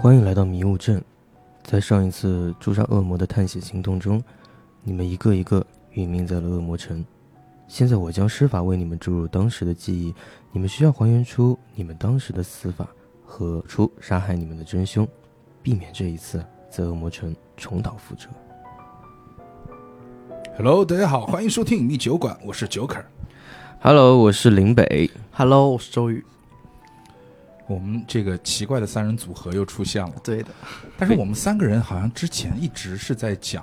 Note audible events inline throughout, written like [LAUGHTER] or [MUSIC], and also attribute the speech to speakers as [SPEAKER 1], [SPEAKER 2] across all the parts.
[SPEAKER 1] 欢迎来到迷雾镇。在上一次诛杀恶魔的探险行动中，你们一个一个殒命在了恶魔城。现在我将施法为你们注入当时的记忆，你们需要还原出你们当时的死法和出杀害你们的真凶，避免这一次在恶魔城重蹈覆辙。
[SPEAKER 2] Hello，大家好，欢迎收听隐秘酒馆，我是九可儿。
[SPEAKER 1] Hello，我是林北。
[SPEAKER 3] Hello，我是周宇。
[SPEAKER 2] 我们这个奇怪的三人组合又出现了，
[SPEAKER 3] 对的，
[SPEAKER 2] 但是我们三个人好像之前一直是在讲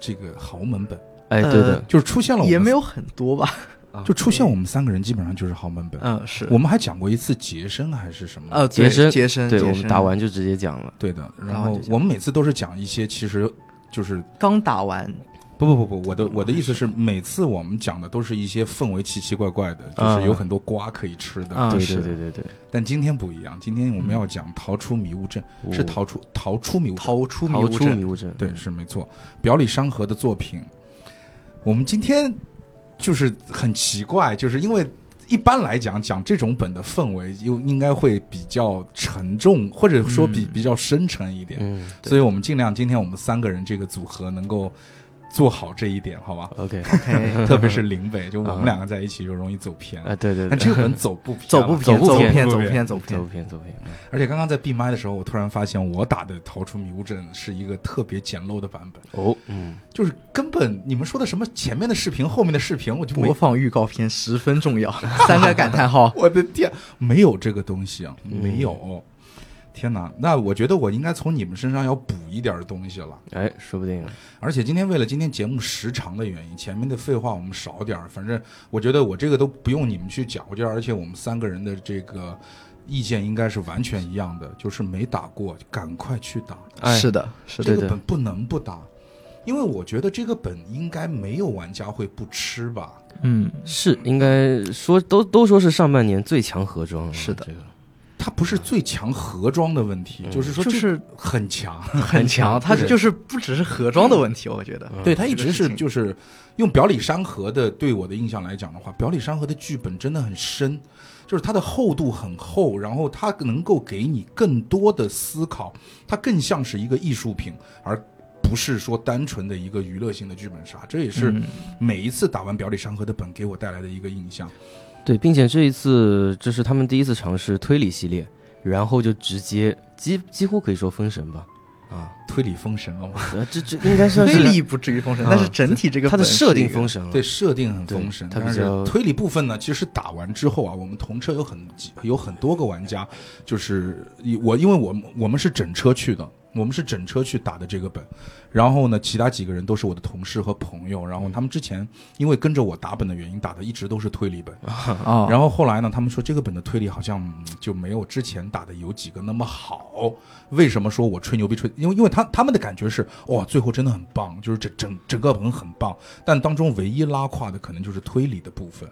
[SPEAKER 2] 这个豪门本，
[SPEAKER 1] 哎，
[SPEAKER 3] 呃
[SPEAKER 1] 对的，
[SPEAKER 2] 就是出现了我们
[SPEAKER 3] 也没有很多吧？
[SPEAKER 1] 啊
[SPEAKER 2] 就出现我们三个人基本上就是豪门本。
[SPEAKER 3] 嗯，是
[SPEAKER 2] 我们还讲过一次杰森啊还是什么？
[SPEAKER 3] 呃，
[SPEAKER 1] 杰森，
[SPEAKER 3] 杰森，
[SPEAKER 1] 对
[SPEAKER 3] 杰
[SPEAKER 1] 我
[SPEAKER 3] 森
[SPEAKER 1] 们打完就直接讲了。
[SPEAKER 2] 对的。然
[SPEAKER 3] 然后
[SPEAKER 2] 后
[SPEAKER 3] 就讲
[SPEAKER 2] 我们每次都是讲一些其实就是
[SPEAKER 3] 刚打完，
[SPEAKER 2] 不不不不，我的我的意思是，每次我们讲的都是一些氛围奇奇怪怪的，就
[SPEAKER 1] 啊
[SPEAKER 2] 是有很多瓜可以吃的。
[SPEAKER 3] 啊
[SPEAKER 1] 对
[SPEAKER 3] 是
[SPEAKER 1] 对对对对，
[SPEAKER 2] 但今天不一样，今天我们要讲逃出迷雾阵，是逃出逃出迷雾阵。
[SPEAKER 3] 嗯哦逃出迷
[SPEAKER 1] 逃
[SPEAKER 3] 雾
[SPEAKER 1] 出迷
[SPEAKER 3] 阵，
[SPEAKER 1] 雾阵。
[SPEAKER 2] 对，是没错。表里山河的作品，我们今天就是很奇怪，就是因为一般来讲讲这种本的氛围，又应该会比较沉重，或者说
[SPEAKER 3] 嗯
[SPEAKER 2] 比、比较深沉一点。
[SPEAKER 1] 嗯
[SPEAKER 2] 所以我们尽量今天我们三个人这个组合能够做好这一点，好
[SPEAKER 3] [LAUGHS]
[SPEAKER 2] 吧？
[SPEAKER 1] ，OK，
[SPEAKER 3] OK，
[SPEAKER 2] 特别是林北，就我们
[SPEAKER 1] 嗯
[SPEAKER 2] 两个在一起就容易走偏。
[SPEAKER 1] [LAUGHS] 啊，对对 [LAUGHS]
[SPEAKER 2] 但
[SPEAKER 1] 对，
[SPEAKER 2] 这个本走不偏，
[SPEAKER 3] 呃走不
[SPEAKER 1] 偏
[SPEAKER 3] 走
[SPEAKER 1] 走不
[SPEAKER 3] 偏，
[SPEAKER 2] 走不
[SPEAKER 3] 走偏，走
[SPEAKER 1] 走
[SPEAKER 3] 偏。
[SPEAKER 1] 偏走偏。
[SPEAKER 2] 而且刚刚在闭麦的时候，我突然发现我打的《逃出迷雾阵》是一个特别简陋的版本，
[SPEAKER 1] 哦，嗯，
[SPEAKER 2] 就是根本你们说的什么前面的视频、后面的视频，我就没。
[SPEAKER 3] 播放预告片十分重 [LAUGHS] 要，三个感叹号
[SPEAKER 2] 我的天，没有这个东西啊，没有。天哪，那我觉得我应该从你们身上要补一点东西了。
[SPEAKER 1] 哎，说不定
[SPEAKER 2] 而且今天为了今天节目时长的原因，前面的废话我们少点儿，反正我觉得我这个都不用你们去讲，我觉得而且我们三个人的这个意见应该是完全一样的，就是没打过赶快去打，
[SPEAKER 1] 哎
[SPEAKER 3] 是的，是的，
[SPEAKER 2] 这
[SPEAKER 1] 对
[SPEAKER 2] 个
[SPEAKER 1] 的
[SPEAKER 2] 本不能不打，因为我觉得这个本应该没有玩家会不吃吧。
[SPEAKER 3] 嗯，
[SPEAKER 1] 是应该说都都说是上半年最强盒装了，
[SPEAKER 3] 是的
[SPEAKER 1] 这个
[SPEAKER 2] 它不是最强盒装的问题，就是说
[SPEAKER 3] 就
[SPEAKER 2] 这
[SPEAKER 3] 是
[SPEAKER 2] 很强，
[SPEAKER 3] 很强，嗯它
[SPEAKER 2] 对
[SPEAKER 3] 就是不只是盒装的问题，我觉得。
[SPEAKER 2] 对他一
[SPEAKER 3] 这个
[SPEAKER 2] 直
[SPEAKER 3] 事
[SPEAKER 2] 是
[SPEAKER 3] 情
[SPEAKER 2] 就是用表里山河的对我的印象来讲的话，表里山河的剧本真的很深，就是它的厚度很厚，然后它能够给你更多的思考，它更像是一个艺术品，而不是说单纯的一个娱乐性的剧本杀。这也是
[SPEAKER 3] 嗯
[SPEAKER 2] 每一次打完表里山河的本给我带来的一个印象。
[SPEAKER 1] 对，并且这一次这是他们第一次尝试推理系列，然后就直接几几乎可以说封神吧，啊，
[SPEAKER 2] 推理封神了吗？
[SPEAKER 1] 呃这这应该算
[SPEAKER 3] 推
[SPEAKER 1] 是
[SPEAKER 3] 理不至于封神，
[SPEAKER 1] 啊
[SPEAKER 3] 但是整体这个
[SPEAKER 1] 它的
[SPEAKER 3] 本是
[SPEAKER 1] 设定
[SPEAKER 3] 一个
[SPEAKER 1] 封神了，
[SPEAKER 2] 对，设定很
[SPEAKER 1] 对
[SPEAKER 2] 封神，
[SPEAKER 1] 它比
[SPEAKER 2] 但是
[SPEAKER 1] 较
[SPEAKER 2] 推理部分呢，其实打完之后啊，我们同车有很几有很多个玩家，就是以我因为我们我们是整车去的，我们是整车去打的这个本，然后呢，其他几个人都是我的同事和朋友，
[SPEAKER 1] 嗯
[SPEAKER 2] 然后他们之前因为跟着我打本的原因，打的一直都是推理本，
[SPEAKER 3] 啊，
[SPEAKER 2] 然后后来呢，他们说这个本的推理好像嗯就没有之前打的有几个那么好。为什么说我吹牛逼吹？因为因为他他们的感觉是哇，最后真的很棒，就是整整整个本很棒，但当中唯一拉胯的可能就是推理的部分。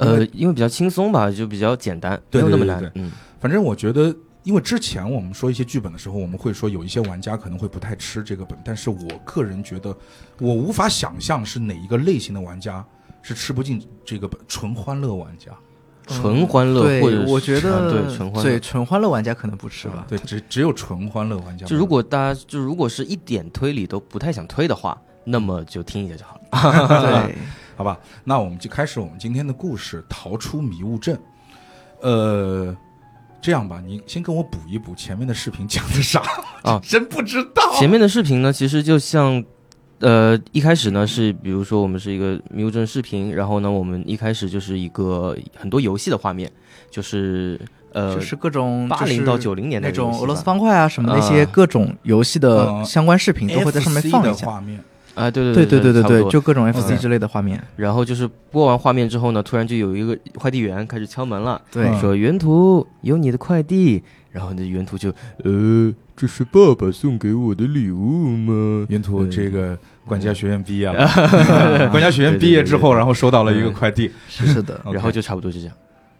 [SPEAKER 1] 呃，因为比较轻松吧，就比较简单，没
[SPEAKER 2] 对
[SPEAKER 1] 有那么
[SPEAKER 2] 对对
[SPEAKER 1] 难
[SPEAKER 2] 对，
[SPEAKER 1] 嗯，
[SPEAKER 2] 反正我觉得，因为之前我们说一些剧本的时候，我们会说有一些玩家可能会不太吃这个本，但是我个人觉得，我无法想象是哪一个类型的玩家是吃不进这个本，纯欢乐玩家。
[SPEAKER 1] 纯欢乐
[SPEAKER 3] 对
[SPEAKER 1] 或者是
[SPEAKER 3] 我觉
[SPEAKER 1] 啊
[SPEAKER 3] 得
[SPEAKER 1] 对纯欢乐
[SPEAKER 3] 对。纯欢乐玩家可能不吃吧。
[SPEAKER 2] 对，只只有纯欢乐玩家。
[SPEAKER 1] 就如果大家就如果是一点推理都不太想推的话，那么就听一下就好了。
[SPEAKER 3] 嗯 [LAUGHS] 对，
[SPEAKER 2] 好吧，那我们就开始我们今天的故事《逃出迷雾阵》。呃，这样吧，你先跟我补一补前面的视频讲的啥
[SPEAKER 1] 啊
[SPEAKER 2] [LAUGHS] 真不知道。
[SPEAKER 1] 前面的视频呢，其实就像，呃，一开始呢是，比如说我们是一个迷雾阵视频，然后呢，我们一开始就是一个很多游戏的画面，就是呃，
[SPEAKER 3] 就是各种
[SPEAKER 1] 八零
[SPEAKER 3] 就是
[SPEAKER 1] 到九零年代
[SPEAKER 3] 那
[SPEAKER 1] 的游戏
[SPEAKER 3] 种俄罗斯
[SPEAKER 1] 吧
[SPEAKER 3] 方块啊什么那些
[SPEAKER 1] 啊
[SPEAKER 3] 各种游戏
[SPEAKER 2] 嗯
[SPEAKER 3] 的相关视频都会在上面
[SPEAKER 2] FC
[SPEAKER 3] 放
[SPEAKER 2] 的
[SPEAKER 3] 一下。
[SPEAKER 2] 画面，
[SPEAKER 1] 啊，对对
[SPEAKER 3] 对对对对
[SPEAKER 1] 差不
[SPEAKER 3] 对，
[SPEAKER 1] 多
[SPEAKER 3] 就各种
[SPEAKER 2] OK
[SPEAKER 3] FC 之类的画面。
[SPEAKER 1] 然后就是播完画面之后呢，突然就有一个快递员开始敲门了，
[SPEAKER 3] 对
[SPEAKER 2] 嗯
[SPEAKER 1] 说原图有你的快递，然后那原图就呃，这是爸爸送给我的礼物吗？
[SPEAKER 2] 云图
[SPEAKER 1] 对啊
[SPEAKER 2] 这个管家学院毕业了， [LAUGHS] 管家学院毕业之
[SPEAKER 1] 对
[SPEAKER 2] 后，
[SPEAKER 1] 对对对
[SPEAKER 2] 然后收到了一个快递，
[SPEAKER 3] 是 [LAUGHS] 是的，
[SPEAKER 1] 然后就差不多是这样，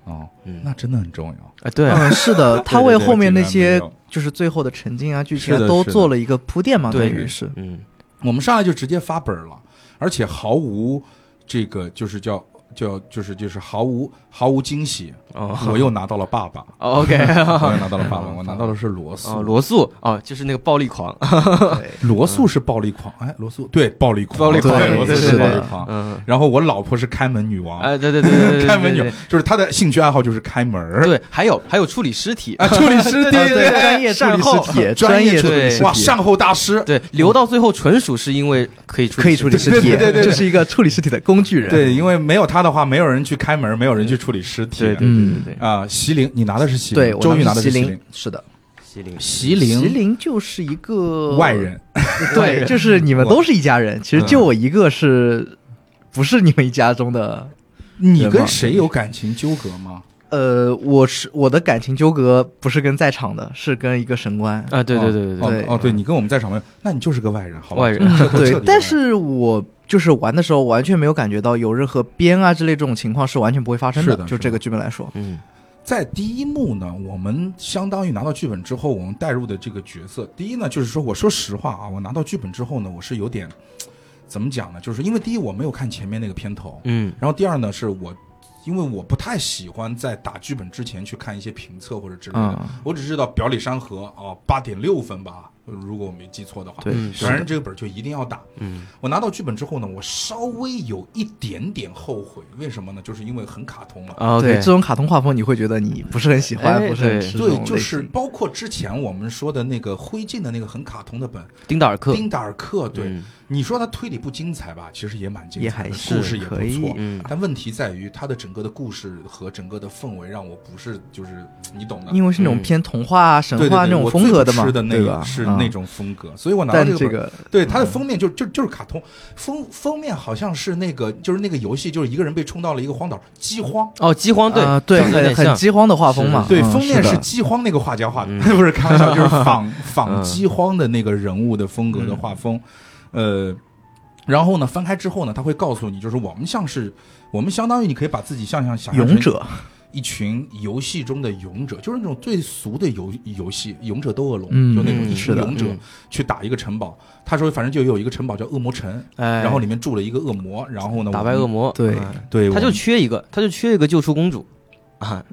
[SPEAKER 2] 哦，
[SPEAKER 1] 嗯
[SPEAKER 2] 那真的很重要。
[SPEAKER 1] 啊，对啊，
[SPEAKER 3] 嗯，是的，他
[SPEAKER 2] 对
[SPEAKER 3] 为
[SPEAKER 2] 对
[SPEAKER 3] 后面
[SPEAKER 2] 竟
[SPEAKER 3] 那
[SPEAKER 2] 然没
[SPEAKER 3] 些
[SPEAKER 2] 有
[SPEAKER 3] 就是最后的沉浸啊、剧情
[SPEAKER 2] 是
[SPEAKER 3] 啊
[SPEAKER 2] 的
[SPEAKER 3] 都
[SPEAKER 2] 是的
[SPEAKER 3] 做了一个铺垫嘛，
[SPEAKER 1] 对
[SPEAKER 3] 等于是
[SPEAKER 1] 嗯，
[SPEAKER 2] 我们上来就直接发本了，而且毫无这个就是叫就就是就是毫无毫无惊喜，
[SPEAKER 1] 哦
[SPEAKER 2] 我又拿到了爸爸，
[SPEAKER 1] 哦 OK，
[SPEAKER 2] 我又拿到了爸爸，我拿到的是罗
[SPEAKER 1] 哦，
[SPEAKER 2] 素，
[SPEAKER 1] 罗素哦，就是那个暴力狂，
[SPEAKER 3] 对
[SPEAKER 2] 罗素是暴力狂，哎，罗素对暴力狂，
[SPEAKER 1] 暴力狂
[SPEAKER 2] 对
[SPEAKER 3] 哦对
[SPEAKER 2] 罗素
[SPEAKER 3] 对
[SPEAKER 2] 是
[SPEAKER 3] 对
[SPEAKER 2] 暴
[SPEAKER 3] 对
[SPEAKER 2] 力狂。
[SPEAKER 1] 嗯，
[SPEAKER 2] 然后我老婆是开门女王，
[SPEAKER 1] 哎，对对对对对对，
[SPEAKER 2] 开门
[SPEAKER 1] 对
[SPEAKER 2] 女
[SPEAKER 1] 对
[SPEAKER 2] 就是她的兴趣爱好就是开门儿
[SPEAKER 1] 对，还有还有处理尸体，
[SPEAKER 2] 啊，处理尸体，
[SPEAKER 1] 啊对
[SPEAKER 3] 专业处
[SPEAKER 1] 善
[SPEAKER 3] 理
[SPEAKER 1] 后
[SPEAKER 3] 尸体，
[SPEAKER 2] 专业
[SPEAKER 3] 处
[SPEAKER 1] 对
[SPEAKER 3] 理尸体，
[SPEAKER 2] 哇，善后大师，
[SPEAKER 1] 对，留到最后纯属是因为可以处
[SPEAKER 3] 可以处理
[SPEAKER 1] 尸体
[SPEAKER 3] 尸体，
[SPEAKER 2] 对对对对对
[SPEAKER 3] 这是一个处理尸体的工具人。
[SPEAKER 2] 对，因为没有他的话，没有人去开门，没有人去处理尸体
[SPEAKER 1] 对对对对
[SPEAKER 3] 嗯
[SPEAKER 1] 对，
[SPEAKER 2] 啊。席琳，你拿的是席
[SPEAKER 3] 对，
[SPEAKER 2] 琳，
[SPEAKER 3] 我
[SPEAKER 2] 周瑜拿
[SPEAKER 3] 当
[SPEAKER 2] 的
[SPEAKER 3] 时
[SPEAKER 2] 是
[SPEAKER 3] 席
[SPEAKER 2] 席
[SPEAKER 3] 琳
[SPEAKER 2] 琳，
[SPEAKER 3] 是的，
[SPEAKER 1] 席琳
[SPEAKER 2] 席
[SPEAKER 3] 席
[SPEAKER 2] 琳
[SPEAKER 3] 琳就是一个
[SPEAKER 2] 外，人，
[SPEAKER 3] [LAUGHS] 对，就是你们都是一家人，其实
[SPEAKER 2] 嗯
[SPEAKER 3] 就我一个是，不是你们一家中的。
[SPEAKER 2] 你
[SPEAKER 3] 人
[SPEAKER 2] 跟
[SPEAKER 3] 嘛
[SPEAKER 2] 谁有感情纠葛吗？
[SPEAKER 3] 呃，我是我的感情纠葛不是跟在场的，是跟一个神官。
[SPEAKER 1] 啊，对对对对
[SPEAKER 2] 哦
[SPEAKER 1] 对，
[SPEAKER 3] 对
[SPEAKER 2] 哦，对你跟我们在场没有，那你就是个外人，好吧？
[SPEAKER 1] 外人
[SPEAKER 2] 彻彻底
[SPEAKER 3] [LAUGHS] 对
[SPEAKER 2] 外，
[SPEAKER 3] 但是我就是玩的时候完全没有感觉到有任何编啊之类这种情况是完全不会发生
[SPEAKER 2] 是的
[SPEAKER 3] 就是这
[SPEAKER 2] 的
[SPEAKER 3] 个剧本来说，
[SPEAKER 1] 嗯
[SPEAKER 2] 在第一幕呢，我们相当于拿到剧本之后，我们带入的这个角色，第一呢，就是说，我说实话啊，我拿到剧本之后呢，我是有点怎么讲呢？就是因为第一，我没有看前面那个片头，
[SPEAKER 1] 嗯
[SPEAKER 2] 然后第二呢，是我因为我不太喜欢在打剧本之前去看一些评测或者之类的，
[SPEAKER 3] 嗯
[SPEAKER 2] 我只知道表里山河啊，八点六分吧，如果我没记错的话，
[SPEAKER 3] 对
[SPEAKER 1] 嗯，
[SPEAKER 3] 是
[SPEAKER 2] 反正
[SPEAKER 3] 的，
[SPEAKER 2] 这个本儿就一定要打。
[SPEAKER 1] 嗯
[SPEAKER 2] 我拿到剧本之后呢，我稍微有一点点后悔，为什么呢？就是因为很卡通了。
[SPEAKER 1] 啊，
[SPEAKER 3] 对
[SPEAKER 1] OK，
[SPEAKER 3] 这种卡通画风你会觉得你不是很喜欢，
[SPEAKER 1] 哎
[SPEAKER 3] 不是很
[SPEAKER 1] 对
[SPEAKER 3] 吃这
[SPEAKER 2] 对
[SPEAKER 3] 种，
[SPEAKER 2] 就
[SPEAKER 3] 类
[SPEAKER 2] 是
[SPEAKER 3] 型
[SPEAKER 2] 包括之前我们说的那个灰烬的那个很卡通的本
[SPEAKER 1] 丁达尔克，
[SPEAKER 2] 丁达尔克，对，
[SPEAKER 1] 嗯
[SPEAKER 2] 你说它推理不精彩吧，其实也蛮精
[SPEAKER 3] 也
[SPEAKER 2] 彩的，
[SPEAKER 3] 还
[SPEAKER 2] 故事
[SPEAKER 3] 是
[SPEAKER 2] 也不
[SPEAKER 3] 可以
[SPEAKER 2] 错，
[SPEAKER 1] 嗯
[SPEAKER 2] 但问题在于它的整个的故事和整个的氛围让我不是就是你懂的，
[SPEAKER 3] 因为是那种
[SPEAKER 1] 嗯
[SPEAKER 3] 偏童话、神
[SPEAKER 2] 对对
[SPEAKER 3] 话
[SPEAKER 2] 对
[SPEAKER 3] 那种
[SPEAKER 2] 我
[SPEAKER 3] 风
[SPEAKER 2] 最
[SPEAKER 3] 格
[SPEAKER 2] 不
[SPEAKER 3] 的嘛，
[SPEAKER 2] 吃的那
[SPEAKER 3] 对
[SPEAKER 2] 个
[SPEAKER 3] 吧？
[SPEAKER 2] 是
[SPEAKER 3] 嗯
[SPEAKER 2] 那种风格，所以我拿到
[SPEAKER 3] 但
[SPEAKER 2] 这个
[SPEAKER 3] 这
[SPEAKER 2] 本儿
[SPEAKER 3] 个嗯
[SPEAKER 2] 对它的封面就就就就是卡通封封面好像是那个就是那个游戏就是一个人被冲到了一个荒岛饥荒。
[SPEAKER 1] 哦，饥荒对
[SPEAKER 3] 啊
[SPEAKER 1] 长得有
[SPEAKER 3] 很
[SPEAKER 1] 点
[SPEAKER 3] 很
[SPEAKER 1] 像
[SPEAKER 3] 饥荒的画风嘛
[SPEAKER 1] 是，
[SPEAKER 2] 对，
[SPEAKER 3] 嗯
[SPEAKER 2] 封面
[SPEAKER 3] 是
[SPEAKER 2] 是
[SPEAKER 3] 的
[SPEAKER 2] 饥荒那个画家画的，
[SPEAKER 1] 嗯
[SPEAKER 2] [LAUGHS] 不是开玩笑，就是仿
[SPEAKER 1] 嗯
[SPEAKER 2] 仿饥荒的那个人物的风格的画风，呃。然后呢，翻开之后呢，他会告诉你，就是我们像是我们相当于你可以把自己想象想象成
[SPEAKER 3] 勇者，
[SPEAKER 2] 一群游戏中的勇者，就是那种最俗的游游戏，勇者斗恶龙，
[SPEAKER 3] 嗯
[SPEAKER 2] 就那种一群
[SPEAKER 3] 是的
[SPEAKER 2] 勇者
[SPEAKER 1] 嗯
[SPEAKER 2] 去打一个城堡。他说，反正就有一个城堡叫恶魔城，
[SPEAKER 1] 哎，
[SPEAKER 2] 然后里面住了一个恶魔，然后呢
[SPEAKER 1] 打败恶，魔，
[SPEAKER 3] 对
[SPEAKER 1] 啊
[SPEAKER 2] 我们对，
[SPEAKER 1] 他
[SPEAKER 2] 我
[SPEAKER 1] 就
[SPEAKER 2] 们哎
[SPEAKER 1] 缺一个，他就缺一个救出公主啊，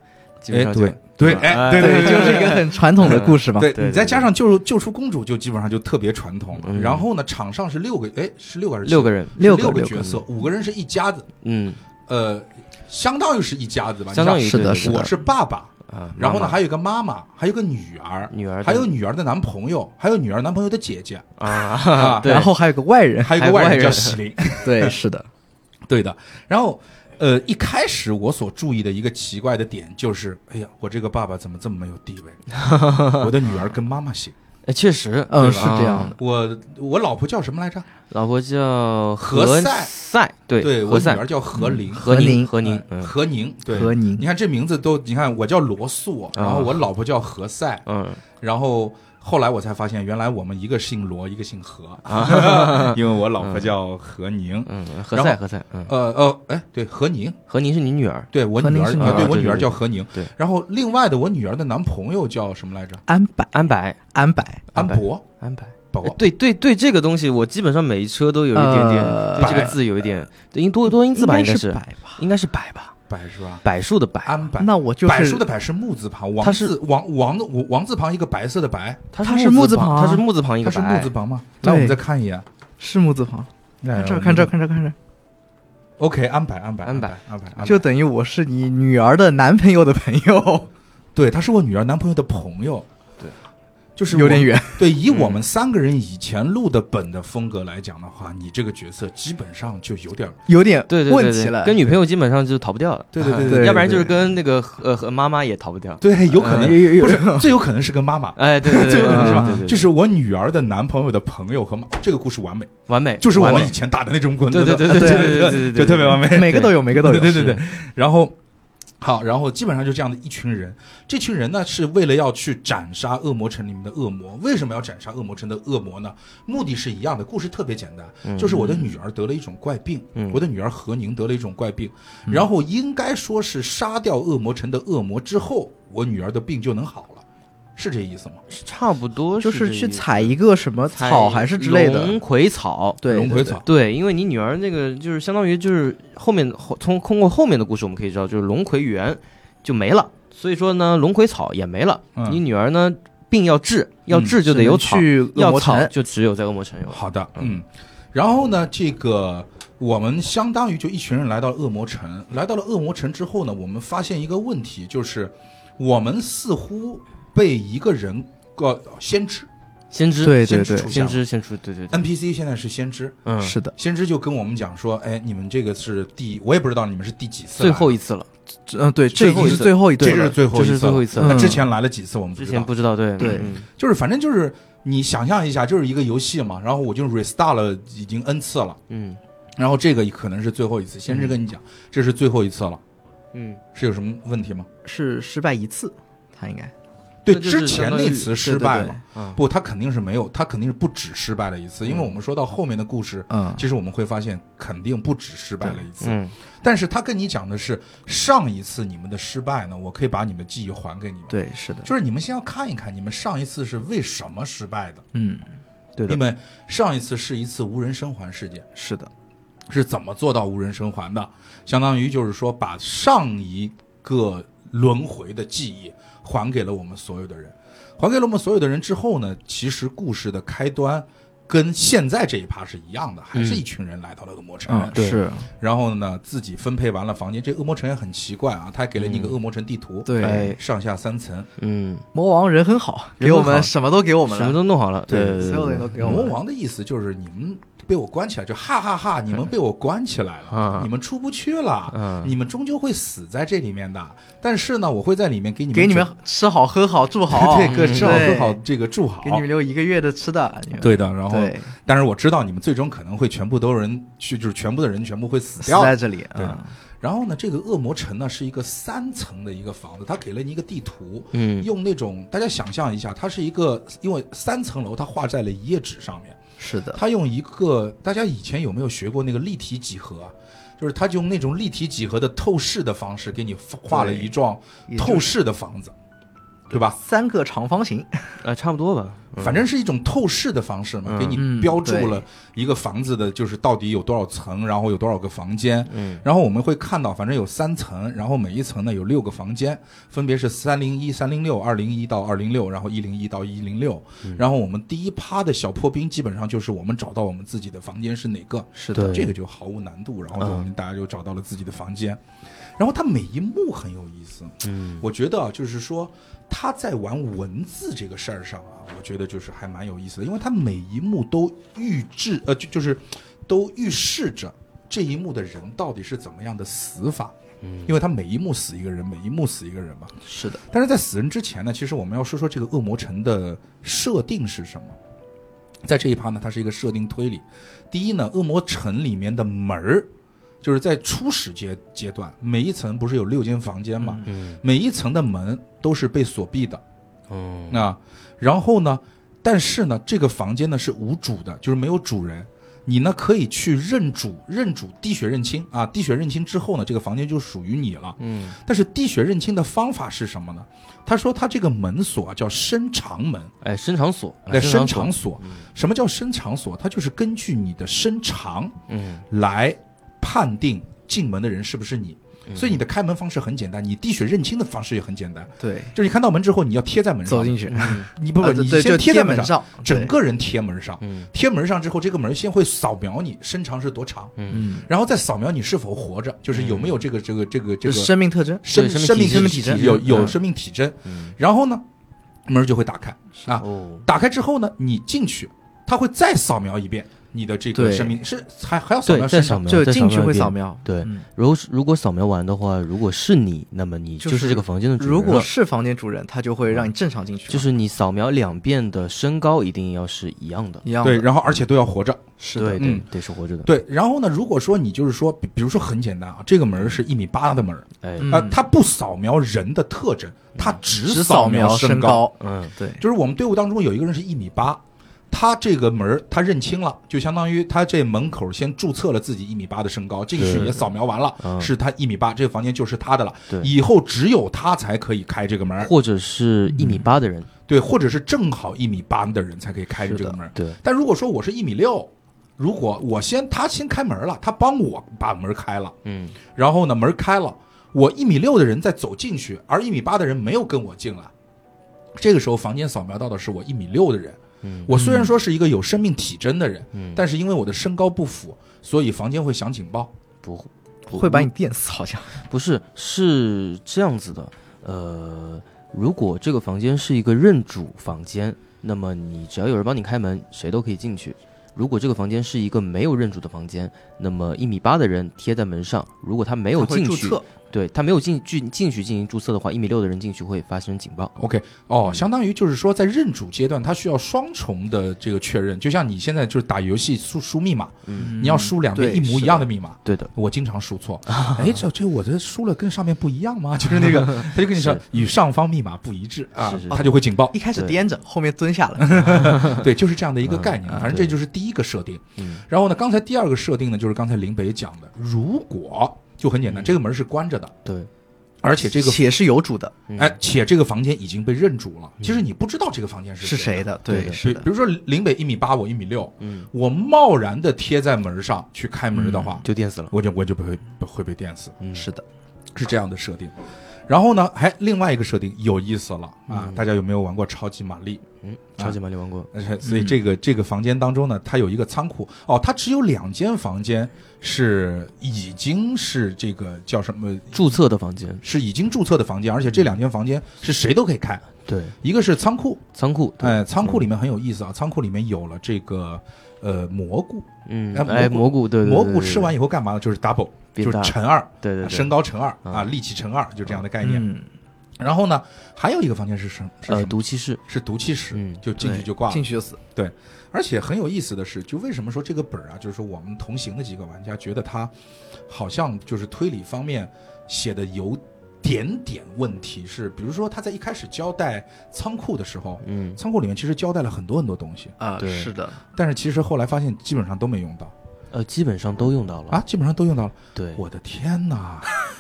[SPEAKER 1] 基本
[SPEAKER 2] 哎
[SPEAKER 1] 上就
[SPEAKER 2] 对对哎
[SPEAKER 1] 哎
[SPEAKER 2] [LAUGHS] 对
[SPEAKER 3] 对，
[SPEAKER 2] 对，
[SPEAKER 3] 就是一个很传统的故事嘛。
[SPEAKER 2] 对
[SPEAKER 1] 对
[SPEAKER 2] 你
[SPEAKER 1] 对
[SPEAKER 2] 再
[SPEAKER 1] 对
[SPEAKER 2] 加上救救出公主，就基本上就特别传统了。
[SPEAKER 1] 嗯
[SPEAKER 2] 然后呢，场上是六个，哎，是六个还是
[SPEAKER 1] 六个
[SPEAKER 2] 人？
[SPEAKER 1] 人，
[SPEAKER 2] 是
[SPEAKER 3] 六个
[SPEAKER 2] 六个
[SPEAKER 3] 六
[SPEAKER 2] 角
[SPEAKER 3] 个
[SPEAKER 2] 色，五个人是一家子，
[SPEAKER 1] 嗯，
[SPEAKER 2] 呃，相当于是一家子吧。
[SPEAKER 1] 相当于
[SPEAKER 2] 你
[SPEAKER 3] 是的
[SPEAKER 1] 对
[SPEAKER 2] 像
[SPEAKER 3] 是的嗯
[SPEAKER 2] 我是爸爸，
[SPEAKER 1] 啊，
[SPEAKER 2] 然后
[SPEAKER 1] 妈妈
[SPEAKER 2] 呢还有一个妈妈，还有个女儿，
[SPEAKER 1] 女儿的，
[SPEAKER 2] 还有女儿的男朋友，还有女儿男朋友的
[SPEAKER 1] [LAUGHS]
[SPEAKER 2] 姐姐，啊
[SPEAKER 1] 啊， [LAUGHS] 对
[SPEAKER 3] 然后还有个外人，
[SPEAKER 2] 还有
[SPEAKER 1] 还
[SPEAKER 2] 个
[SPEAKER 1] 有
[SPEAKER 2] 外
[SPEAKER 1] 外
[SPEAKER 2] 人叫
[SPEAKER 1] 人
[SPEAKER 2] 喜灵。
[SPEAKER 3] 对，是的，
[SPEAKER 2] [LAUGHS] 对的。然后，呃，一开始我所注意的一个奇怪的点就是，哎呀，我这个爸爸怎么这么没有地位？ [LAUGHS] 我的女儿跟妈妈姓，
[SPEAKER 1] 哎确实，
[SPEAKER 3] 嗯，
[SPEAKER 1] 对啊
[SPEAKER 3] 是
[SPEAKER 1] 吧
[SPEAKER 3] 这样的。。
[SPEAKER 2] 我我老婆叫什么来着？
[SPEAKER 1] 老婆叫
[SPEAKER 2] 何
[SPEAKER 1] 何
[SPEAKER 2] 塞
[SPEAKER 1] 塞，对
[SPEAKER 2] 对
[SPEAKER 1] 何
[SPEAKER 2] 我女
[SPEAKER 1] 塞嗯
[SPEAKER 2] 儿，叫何琳，
[SPEAKER 1] 何
[SPEAKER 3] 何
[SPEAKER 1] 宁，
[SPEAKER 3] 宁
[SPEAKER 1] 何宁，
[SPEAKER 2] 呃
[SPEAKER 1] 嗯
[SPEAKER 2] 何宁，对，
[SPEAKER 3] 何宁
[SPEAKER 2] 你看这名字都，你看我叫罗素，然
[SPEAKER 1] 哦
[SPEAKER 2] 后我老婆叫何塞，
[SPEAKER 1] 嗯，
[SPEAKER 2] 然后后来我才发现，原来我们一个姓罗，一个姓何， [LAUGHS] 因为我老婆叫何宁，
[SPEAKER 1] 啊嗯，何
[SPEAKER 2] 然
[SPEAKER 1] 塞
[SPEAKER 2] 后
[SPEAKER 1] 何塞，嗯，
[SPEAKER 2] 呃呃，哎，对，何宁，
[SPEAKER 1] 何宁是你女儿，
[SPEAKER 2] 对我
[SPEAKER 3] 何
[SPEAKER 2] 女
[SPEAKER 3] 宁
[SPEAKER 2] 儿，
[SPEAKER 3] 是
[SPEAKER 2] 啊
[SPEAKER 1] 女
[SPEAKER 2] 对
[SPEAKER 1] 儿
[SPEAKER 2] 我
[SPEAKER 1] 对
[SPEAKER 2] 女儿
[SPEAKER 1] 对
[SPEAKER 2] 叫何宁
[SPEAKER 1] 对，
[SPEAKER 2] 然后另外的我女儿的男朋友叫什么来着？
[SPEAKER 3] 安柏，
[SPEAKER 1] 安柏，
[SPEAKER 3] 安柏，
[SPEAKER 2] 安
[SPEAKER 1] 安柏
[SPEAKER 2] 博，
[SPEAKER 1] 安柏。
[SPEAKER 2] 宝
[SPEAKER 1] 哎对对对，这个东西我基本上每一车都有一点点，
[SPEAKER 3] 呃
[SPEAKER 1] 对这个字有一点，对因多多音字吧，应该
[SPEAKER 3] 是
[SPEAKER 1] 是
[SPEAKER 3] 柏吧？
[SPEAKER 1] 应该是百吧，
[SPEAKER 2] 柏是吧？
[SPEAKER 1] 柏树的柏，
[SPEAKER 2] 安柏，
[SPEAKER 3] 那我就
[SPEAKER 2] 柏
[SPEAKER 3] 是
[SPEAKER 2] 树的柏是木字旁，
[SPEAKER 1] 它
[SPEAKER 2] 王
[SPEAKER 1] 是
[SPEAKER 2] 字王王王王字旁一个白色的白，
[SPEAKER 1] 它
[SPEAKER 3] 它
[SPEAKER 1] 是
[SPEAKER 3] 是木字
[SPEAKER 1] 旁，
[SPEAKER 3] 旁
[SPEAKER 1] 它是木字旁一
[SPEAKER 2] 它
[SPEAKER 1] 个
[SPEAKER 2] 是木
[SPEAKER 1] 白
[SPEAKER 2] 字，旁吗？来，我们再看一眼，
[SPEAKER 3] 是木字旁，
[SPEAKER 2] 来
[SPEAKER 1] 啊
[SPEAKER 3] 看这儿看这儿看这儿看这儿，
[SPEAKER 2] OK，安柏，安柏，
[SPEAKER 1] 安柏
[SPEAKER 2] 柏，安柏，安柏
[SPEAKER 3] 就等于我是你女儿的男朋友的朋友，
[SPEAKER 2] 对，他是我女儿男朋友的朋友，
[SPEAKER 1] 对，
[SPEAKER 2] 就是
[SPEAKER 3] 有
[SPEAKER 2] 我
[SPEAKER 3] 点。远。
[SPEAKER 2] 对，以
[SPEAKER 1] 嗯
[SPEAKER 2] 我们三个人以前录的本的风格来讲的话，你这个角色基本上就有点儿，
[SPEAKER 3] 有点
[SPEAKER 1] 对对
[SPEAKER 3] 问
[SPEAKER 1] 对
[SPEAKER 3] 题
[SPEAKER 1] 对，
[SPEAKER 3] 了，
[SPEAKER 1] 跟女朋友基本上就逃不掉了，
[SPEAKER 2] 对对对
[SPEAKER 1] [LAUGHS]
[SPEAKER 3] 对
[SPEAKER 1] 要不然
[SPEAKER 3] 对
[SPEAKER 1] 就是跟那个呃和妈妈也逃不掉，
[SPEAKER 2] 对，有可能、
[SPEAKER 3] 有有
[SPEAKER 1] [LAUGHS]
[SPEAKER 2] 不是，最有可能是跟妈妈。
[SPEAKER 1] 哎，对对对，
[SPEAKER 2] [LAUGHS] 最有可能是吧？
[SPEAKER 1] 对对对
[SPEAKER 2] 就是我女儿的男朋友的朋友和妈，这个故事完美，
[SPEAKER 1] 完美，
[SPEAKER 2] 就是我
[SPEAKER 1] 完
[SPEAKER 2] 们
[SPEAKER 1] 美
[SPEAKER 2] 以，前打的那种滚
[SPEAKER 1] 对
[SPEAKER 2] 子
[SPEAKER 1] 对
[SPEAKER 2] 的，
[SPEAKER 1] 对对
[SPEAKER 3] 对
[SPEAKER 1] 对对对对
[SPEAKER 2] 就特别完美。
[SPEAKER 3] 每个都有，每个都
[SPEAKER 2] [LAUGHS]
[SPEAKER 3] 有。
[SPEAKER 2] 对对对对。然后好，然后基本上就这样的一群人，这群人呢是为了要去斩杀恶魔城里面的恶魔。为什么要斩杀恶魔城的恶魔呢？目的是一样的，故事特别简单，
[SPEAKER 1] 嗯
[SPEAKER 2] 就是我的女儿得了一种怪病，
[SPEAKER 1] 嗯
[SPEAKER 2] 我的女儿何宁得了一种怪病，
[SPEAKER 3] 嗯
[SPEAKER 2] 然后应该说是杀掉恶魔城的恶魔之后，我女儿的病就能好了。是这意思吗？
[SPEAKER 1] 差不多
[SPEAKER 3] 就是去
[SPEAKER 1] 采
[SPEAKER 3] 采一个什么草还是之类的
[SPEAKER 1] 龙，葵草。
[SPEAKER 3] 对，
[SPEAKER 2] 龙葵
[SPEAKER 3] 对对
[SPEAKER 2] 草
[SPEAKER 1] 对，因为你女儿那个就是相当于就是后面后从通过后面的故事我们可以知道，就是龙葵园就没了，所以说呢龙葵草也没了。
[SPEAKER 2] 嗯
[SPEAKER 1] 你女儿呢病要治，要
[SPEAKER 2] 嗯
[SPEAKER 1] 治就得有草，
[SPEAKER 3] 只能去恶
[SPEAKER 1] 要
[SPEAKER 3] 魔
[SPEAKER 1] 草
[SPEAKER 3] 城，
[SPEAKER 1] 就只有在恶魔城有。
[SPEAKER 2] 好的，
[SPEAKER 1] 嗯
[SPEAKER 2] 嗯，然后呢，这个我们相当于就一群人来到了恶魔城，来到了恶魔城之后呢，我们发现一个问题，就是我们似乎被一个人呃先知
[SPEAKER 1] 先知，
[SPEAKER 3] 对
[SPEAKER 2] 先
[SPEAKER 3] 对
[SPEAKER 2] 知
[SPEAKER 3] 对
[SPEAKER 2] 出，
[SPEAKER 1] 先
[SPEAKER 2] 现
[SPEAKER 1] 知，先知，对对对，
[SPEAKER 2] NPC 现在是先知，
[SPEAKER 1] 嗯，
[SPEAKER 3] 是的，
[SPEAKER 2] 先知就跟我们讲说，哎，你们这个是第，我也不知道你们是第几次来，
[SPEAKER 1] 最后一次了，
[SPEAKER 3] 嗯，对，
[SPEAKER 2] 这
[SPEAKER 3] 这已经
[SPEAKER 2] 已
[SPEAKER 3] 是
[SPEAKER 2] 经
[SPEAKER 3] 最后一
[SPEAKER 2] 这
[SPEAKER 3] 对
[SPEAKER 2] 是
[SPEAKER 3] 了，
[SPEAKER 2] 最后
[SPEAKER 1] 这
[SPEAKER 2] 一
[SPEAKER 1] 是
[SPEAKER 2] 次
[SPEAKER 1] 最后
[SPEAKER 2] 了，
[SPEAKER 1] 一次
[SPEAKER 3] 嗯
[SPEAKER 1] 了，嗯
[SPEAKER 2] 那之前来了几次我们不
[SPEAKER 1] 之
[SPEAKER 2] 知
[SPEAKER 1] 前
[SPEAKER 2] 道，
[SPEAKER 1] 不知道，对
[SPEAKER 3] 对
[SPEAKER 1] 嗯
[SPEAKER 2] 就是反正就是你想象一下，就是一个游戏嘛，然后我就 restart 了已经 n 次了，
[SPEAKER 1] 嗯
[SPEAKER 2] 然后这个可能是最后一次，先知跟你讲这是最后一次了。
[SPEAKER 1] 嗯，
[SPEAKER 2] 是有什么问题吗？
[SPEAKER 3] 是失败一次，他应该
[SPEAKER 2] 对，
[SPEAKER 1] 那就是
[SPEAKER 2] 之前那次失败嘛，，
[SPEAKER 1] 嗯
[SPEAKER 2] 不，他肯定是没有，他肯定是不止失败了一次，因为我们说到后面的故事，
[SPEAKER 3] 嗯，
[SPEAKER 2] 其实我们会发现肯定不止失败了一次，
[SPEAKER 1] 嗯
[SPEAKER 2] 但是他跟你讲的是上一次你们的失败呢，我可以把你们的记忆还给你们，
[SPEAKER 3] 对，是的，
[SPEAKER 2] 就是你们先要看一看你们上一次是为什么失败的，
[SPEAKER 3] 嗯，对
[SPEAKER 2] 你
[SPEAKER 3] 的，
[SPEAKER 2] 们上一次是一次无人生还事件，
[SPEAKER 3] 是的，
[SPEAKER 2] 是怎么做到无人生还的？相当于就是说，把上一个轮回的记忆还给了我们所有的人，还给了我们所有的人之后呢，其实故事的开端跟现在这一趴是一样的，还是一群人来到了恶魔城，
[SPEAKER 3] 嗯，是，
[SPEAKER 2] 然后呢自己分配完了房间。这恶魔城也很奇怪啊，他还给了你一个恶魔城地图，
[SPEAKER 3] 嗯对，
[SPEAKER 1] 哎
[SPEAKER 2] 上下三层。
[SPEAKER 1] 嗯，
[SPEAKER 3] 魔王人很好，
[SPEAKER 1] 人
[SPEAKER 3] 给我
[SPEAKER 1] 很好
[SPEAKER 3] 们什么都给我
[SPEAKER 1] 嗯
[SPEAKER 3] 们
[SPEAKER 1] 什么
[SPEAKER 3] 了，
[SPEAKER 1] 都弄好了，
[SPEAKER 3] 对
[SPEAKER 1] 对，
[SPEAKER 3] 所有东西都给我
[SPEAKER 2] 魔
[SPEAKER 3] 们了，
[SPEAKER 2] 王的意思就是你们被我关起来，就哈哈哈你们被我关起来了
[SPEAKER 1] 啊，
[SPEAKER 2] 你们出不去了，
[SPEAKER 1] 嗯
[SPEAKER 2] 你们终究会死在这里面的。但是呢，我会在里面给你们
[SPEAKER 3] 给你们
[SPEAKER 2] 准
[SPEAKER 3] 吃好喝好住好，嗯
[SPEAKER 2] 对各吃好
[SPEAKER 3] [LAUGHS] 对
[SPEAKER 2] 喝好，这个住好
[SPEAKER 3] 给，你们留一个月的吃的，你们
[SPEAKER 2] 对的。然后，
[SPEAKER 3] 对，
[SPEAKER 2] 但是我知道你们最终可能会全部都有人去，就是全部的人全部会死
[SPEAKER 3] 死
[SPEAKER 2] 掉。
[SPEAKER 3] 在这里，
[SPEAKER 2] 对
[SPEAKER 3] 嗯，
[SPEAKER 2] 然后呢，这个恶魔城呢是一个三层的一个房子，它给了你一个地图，
[SPEAKER 1] 嗯
[SPEAKER 2] 用那种大家想象一下，它是一个因为三层楼它画在了一页纸上面。
[SPEAKER 3] 是的，
[SPEAKER 2] 他用一个大家以前有没有学过那个立体几何啊？就是他就用那种立体几何的透视的方式给你画了一幢
[SPEAKER 3] 也就是
[SPEAKER 2] 透视的房子，对吧？
[SPEAKER 3] 三个长方形，
[SPEAKER 1] 啊，差不多吧，嗯
[SPEAKER 2] 反正是一种透视的方式嘛，
[SPEAKER 1] 嗯
[SPEAKER 2] 给你
[SPEAKER 3] 嗯
[SPEAKER 2] 标注
[SPEAKER 3] 对
[SPEAKER 2] 了一个房子的，就是到底有多少层，然后有多少个房间。
[SPEAKER 1] 嗯
[SPEAKER 2] 然后我们会看到，反正有三层，然后每一层呢有六个房间，分别是三零一、三零六、二零一到二零六，然后一零一到一零六。
[SPEAKER 1] 嗯
[SPEAKER 2] 然后我们第一趴的小破冰，基本上就是我们找到我们自己的房间是哪个，
[SPEAKER 3] 是
[SPEAKER 1] 对
[SPEAKER 2] 这个就毫无难度，然后就
[SPEAKER 1] 嗯
[SPEAKER 2] 我们大家就找到了自己的房间，然后它每一幕很有意思，
[SPEAKER 1] 嗯
[SPEAKER 2] 我觉得啊，就是说他在玩文字这个事儿上啊，我觉得就是还蛮有意思的，因为他每一幕都预制呃就就是都预示着这一幕的人到底是怎么样的死法，因为他每一幕死一个人，每一幕死一个人嘛，
[SPEAKER 3] 是的，
[SPEAKER 2] 但是在死人之前呢，其实我们要说说这个恶魔城的设定是什么。在这一趴呢，它是一个设定推理。第一呢，恶魔城里面的门儿，就是在初始阶阶段，每一层不是有六间房间嘛，
[SPEAKER 1] 嗯
[SPEAKER 2] 每一层的门都是被锁闭的
[SPEAKER 1] 嗯
[SPEAKER 2] 啊。然后呢，但是呢，这个房间呢是无主的，就是没有主人。你呢可以去认主，认主滴血认亲啊，滴血认亲之后呢，这个房间就属于你了。
[SPEAKER 1] 嗯
[SPEAKER 2] 但是滴血认亲的方法是什么呢？他说他这个门锁啊叫伸长门，
[SPEAKER 1] 哎，伸长锁，嗯
[SPEAKER 2] 哎，
[SPEAKER 1] 长
[SPEAKER 2] 伸长，锁。什么叫伸长锁？它就是根据你的伸长
[SPEAKER 1] 嗯
[SPEAKER 2] 来判定进门的人是不是你。
[SPEAKER 1] 嗯
[SPEAKER 2] 所以你的开门方式很简单，你滴血认亲的方式也很简单，
[SPEAKER 3] 对，
[SPEAKER 2] 就是你看到门之后你要贴在门上，
[SPEAKER 3] 走进去，
[SPEAKER 2] 你不不，
[SPEAKER 3] 啊
[SPEAKER 2] 你
[SPEAKER 3] 对，
[SPEAKER 2] 先
[SPEAKER 3] 就
[SPEAKER 2] 贴在
[SPEAKER 3] 门
[SPEAKER 2] 上，
[SPEAKER 3] 上，
[SPEAKER 2] 整
[SPEAKER 3] 对，
[SPEAKER 2] 个人贴门上。
[SPEAKER 1] 嗯
[SPEAKER 2] 贴门上之后，这个门先会扫描你身长是多长，
[SPEAKER 3] 嗯，
[SPEAKER 2] 然后再扫描你是否活着，就是有没有这个这个这个这
[SPEAKER 3] 就
[SPEAKER 2] 个
[SPEAKER 3] 是生命特征，
[SPEAKER 2] 生
[SPEAKER 1] 对
[SPEAKER 2] 命
[SPEAKER 1] 生命
[SPEAKER 2] 体
[SPEAKER 1] 体征
[SPEAKER 2] 有
[SPEAKER 1] 嗯
[SPEAKER 2] 有生命体征，
[SPEAKER 1] 嗯
[SPEAKER 2] 然后呢，门就会打开啊，
[SPEAKER 1] 哦，
[SPEAKER 2] 打开之后呢，你进去，它会再扫描一遍你的这个
[SPEAKER 3] 对
[SPEAKER 2] 生命，是还还要扫
[SPEAKER 1] 对
[SPEAKER 2] 描，
[SPEAKER 1] 再
[SPEAKER 2] 身
[SPEAKER 1] 扫
[SPEAKER 2] 上，
[SPEAKER 1] 描，
[SPEAKER 3] 就
[SPEAKER 1] 再
[SPEAKER 3] 进去
[SPEAKER 1] 一
[SPEAKER 3] 会
[SPEAKER 1] 遍
[SPEAKER 3] 扫。描，
[SPEAKER 1] 对
[SPEAKER 3] 嗯，
[SPEAKER 1] 如果是如果扫描完的话，如果是你，那么你
[SPEAKER 3] 就
[SPEAKER 1] 就是
[SPEAKER 3] 是
[SPEAKER 1] 这个房间的主人
[SPEAKER 3] 如果
[SPEAKER 1] 了
[SPEAKER 3] 是房间主人，他就会让你正常进去，
[SPEAKER 1] 就是你扫描两遍的身高一定要是一样的，
[SPEAKER 3] 一样的，
[SPEAKER 2] 对，然后而且都要活着，
[SPEAKER 3] 是
[SPEAKER 1] 对
[SPEAKER 3] 的，
[SPEAKER 1] 对
[SPEAKER 2] 嗯，
[SPEAKER 1] 得是活着的。
[SPEAKER 2] 对，然后呢，如果说你就是说，比比如说很简单啊，这个门是一米八的门，
[SPEAKER 1] 哎，
[SPEAKER 3] 嗯
[SPEAKER 2] 啊，它不扫描人的特征，它只
[SPEAKER 3] 只
[SPEAKER 2] 扫
[SPEAKER 3] 描
[SPEAKER 2] 身
[SPEAKER 3] 高，
[SPEAKER 1] 嗯
[SPEAKER 3] 对，
[SPEAKER 2] 就是我们队伍当中有一个人是一米八，他这个门儿他认清了，就相当于他这门口先注册了自己一米八的身高，这个
[SPEAKER 1] 是
[SPEAKER 2] 是也扫描完
[SPEAKER 1] 嗯
[SPEAKER 2] 了，是他一米八，这个房间就是他的了
[SPEAKER 1] 对。
[SPEAKER 2] 以后只有他才可以开这个门儿，
[SPEAKER 1] 或者是一米八的人，
[SPEAKER 2] 对，或者是正好一米八的人才可以开着这个门儿。
[SPEAKER 1] 对，
[SPEAKER 2] 但如果说我是一米六，如果我先他先开门了，他帮我把门开了，
[SPEAKER 1] 嗯，
[SPEAKER 2] 然后呢门开了，我一米六的人再走进去，而一米八的人没有跟我进来，这个时候房间扫描到的是我一米六的人。
[SPEAKER 1] 嗯
[SPEAKER 2] 我虽然说是一个有生命体征的人，
[SPEAKER 1] 嗯
[SPEAKER 2] 但是因为我的身高不符，所以房间会响警报。
[SPEAKER 1] 不不
[SPEAKER 3] 会把你电死，好像
[SPEAKER 1] 不是是这样子的，呃，如果这个房间是一个认主房间，那么你只要有人帮你开门，谁都可以进去。如果这个房间是一个没有认主的房间，那么一米八的人贴在门上，如果他没有
[SPEAKER 3] 它会
[SPEAKER 1] 进
[SPEAKER 3] 注
[SPEAKER 1] 去，
[SPEAKER 3] 册，
[SPEAKER 1] 对他没有进进进去进行注册的话，一米六的人进去会发生警报。
[SPEAKER 2] OK，哦，相当于就是说，在认主阶段，它需要双重的这个确认，就像你现在就是打游戏输输密码，
[SPEAKER 3] 嗯
[SPEAKER 2] 你要输两遍
[SPEAKER 3] 对
[SPEAKER 2] 一模一
[SPEAKER 3] 是
[SPEAKER 2] 样的密码，
[SPEAKER 1] 对的，
[SPEAKER 2] 我经常输错，哎，这这我这输了跟上面不一样吗？ [LAUGHS] 就是那个，他就跟你说
[SPEAKER 1] 是
[SPEAKER 2] 与上方密码不一致啊
[SPEAKER 1] 是是，
[SPEAKER 2] 他就会警
[SPEAKER 3] [LAUGHS]
[SPEAKER 2] 报。
[SPEAKER 3] 一开始
[SPEAKER 1] 对
[SPEAKER 3] 颠着，后面蹲下了，
[SPEAKER 2] 对，就是这样的一个概念。
[SPEAKER 1] 嗯
[SPEAKER 2] 反正
[SPEAKER 1] 对
[SPEAKER 2] 这就是第一个设定。
[SPEAKER 1] 嗯
[SPEAKER 2] 然后呢，刚才第二个设定呢，就是刚才林北讲的，如果就很简单，这个门是关着的，
[SPEAKER 1] 对，
[SPEAKER 2] 而且这个
[SPEAKER 3] 且是有主的，
[SPEAKER 1] 嗯
[SPEAKER 2] 哎，且这个房间已经被认主了。其实你不知道这个房间
[SPEAKER 3] 是
[SPEAKER 2] 谁
[SPEAKER 3] 谁
[SPEAKER 2] 的。
[SPEAKER 3] 的？
[SPEAKER 1] 对
[SPEAKER 3] 对，
[SPEAKER 1] 的
[SPEAKER 2] 比
[SPEAKER 3] 是的
[SPEAKER 2] 比。如说林北一米八，我一米六，
[SPEAKER 1] 嗯，
[SPEAKER 2] 我贸然的贴在门上去开门的话，
[SPEAKER 1] 就电死了。
[SPEAKER 2] 我就我就不会不会被电死。
[SPEAKER 1] 嗯，
[SPEAKER 3] 是的，
[SPEAKER 2] 是这样的设定。然后呢，还另外一个设定有意思了啊！
[SPEAKER 1] 嗯
[SPEAKER 2] 大家有没有玩过超级玛丽？
[SPEAKER 1] 嗯，超级玛丽王国，
[SPEAKER 2] 而且
[SPEAKER 1] 嗯
[SPEAKER 2] 所以这个、这个房间当中呢，它有一个仓库哦，它只有两间房间是已经是这个叫什么？
[SPEAKER 1] 注册的房间，
[SPEAKER 2] 是已经注册的房间，而且这两间房间是谁都可以开。
[SPEAKER 1] 对，
[SPEAKER 2] 一个是仓库，
[SPEAKER 1] 仓库，对，
[SPEAKER 2] 哎，仓库里面很有意思啊，仓库里面有了这个呃蘑菇，
[SPEAKER 1] 嗯，
[SPEAKER 2] 哎
[SPEAKER 1] 哎，
[SPEAKER 2] 蘑
[SPEAKER 1] 蘑菇，对，对
[SPEAKER 2] 蘑
[SPEAKER 1] 对
[SPEAKER 2] 菇
[SPEAKER 1] 对
[SPEAKER 2] 吃完以后干嘛呢？就是 double，
[SPEAKER 1] 变
[SPEAKER 2] 就是
[SPEAKER 1] 大
[SPEAKER 2] 乘二，
[SPEAKER 1] 对对对，
[SPEAKER 2] 身高乘二啊，
[SPEAKER 1] 嗯
[SPEAKER 2] 力气乘二，就这样的概念。
[SPEAKER 3] 嗯，
[SPEAKER 2] 然后呢，还有一个房间是什么？是什
[SPEAKER 1] 呃，
[SPEAKER 2] 么？
[SPEAKER 1] 毒气室，
[SPEAKER 2] 是毒气室，
[SPEAKER 1] 嗯
[SPEAKER 2] 就进去
[SPEAKER 3] 对
[SPEAKER 2] 就挂了
[SPEAKER 3] 进。去就死。
[SPEAKER 2] 而且很有意思的是，就为什么说这个本儿啊，就是说我们同行的几个玩家觉得它好像就是推理方面写的有点点问题是，比如说他在一开始交代仓库的时候，
[SPEAKER 1] 嗯，
[SPEAKER 2] 仓库里面其实交代了很多很多东西，
[SPEAKER 3] 啊，
[SPEAKER 1] 对
[SPEAKER 3] 是的，
[SPEAKER 2] 但是其实后来发现基本上都没用到
[SPEAKER 1] 呃，基本上都用到了
[SPEAKER 2] 啊，，基本上都用到了。
[SPEAKER 1] 对，
[SPEAKER 2] 我的
[SPEAKER 1] [LAUGHS]
[SPEAKER 2] 天哪，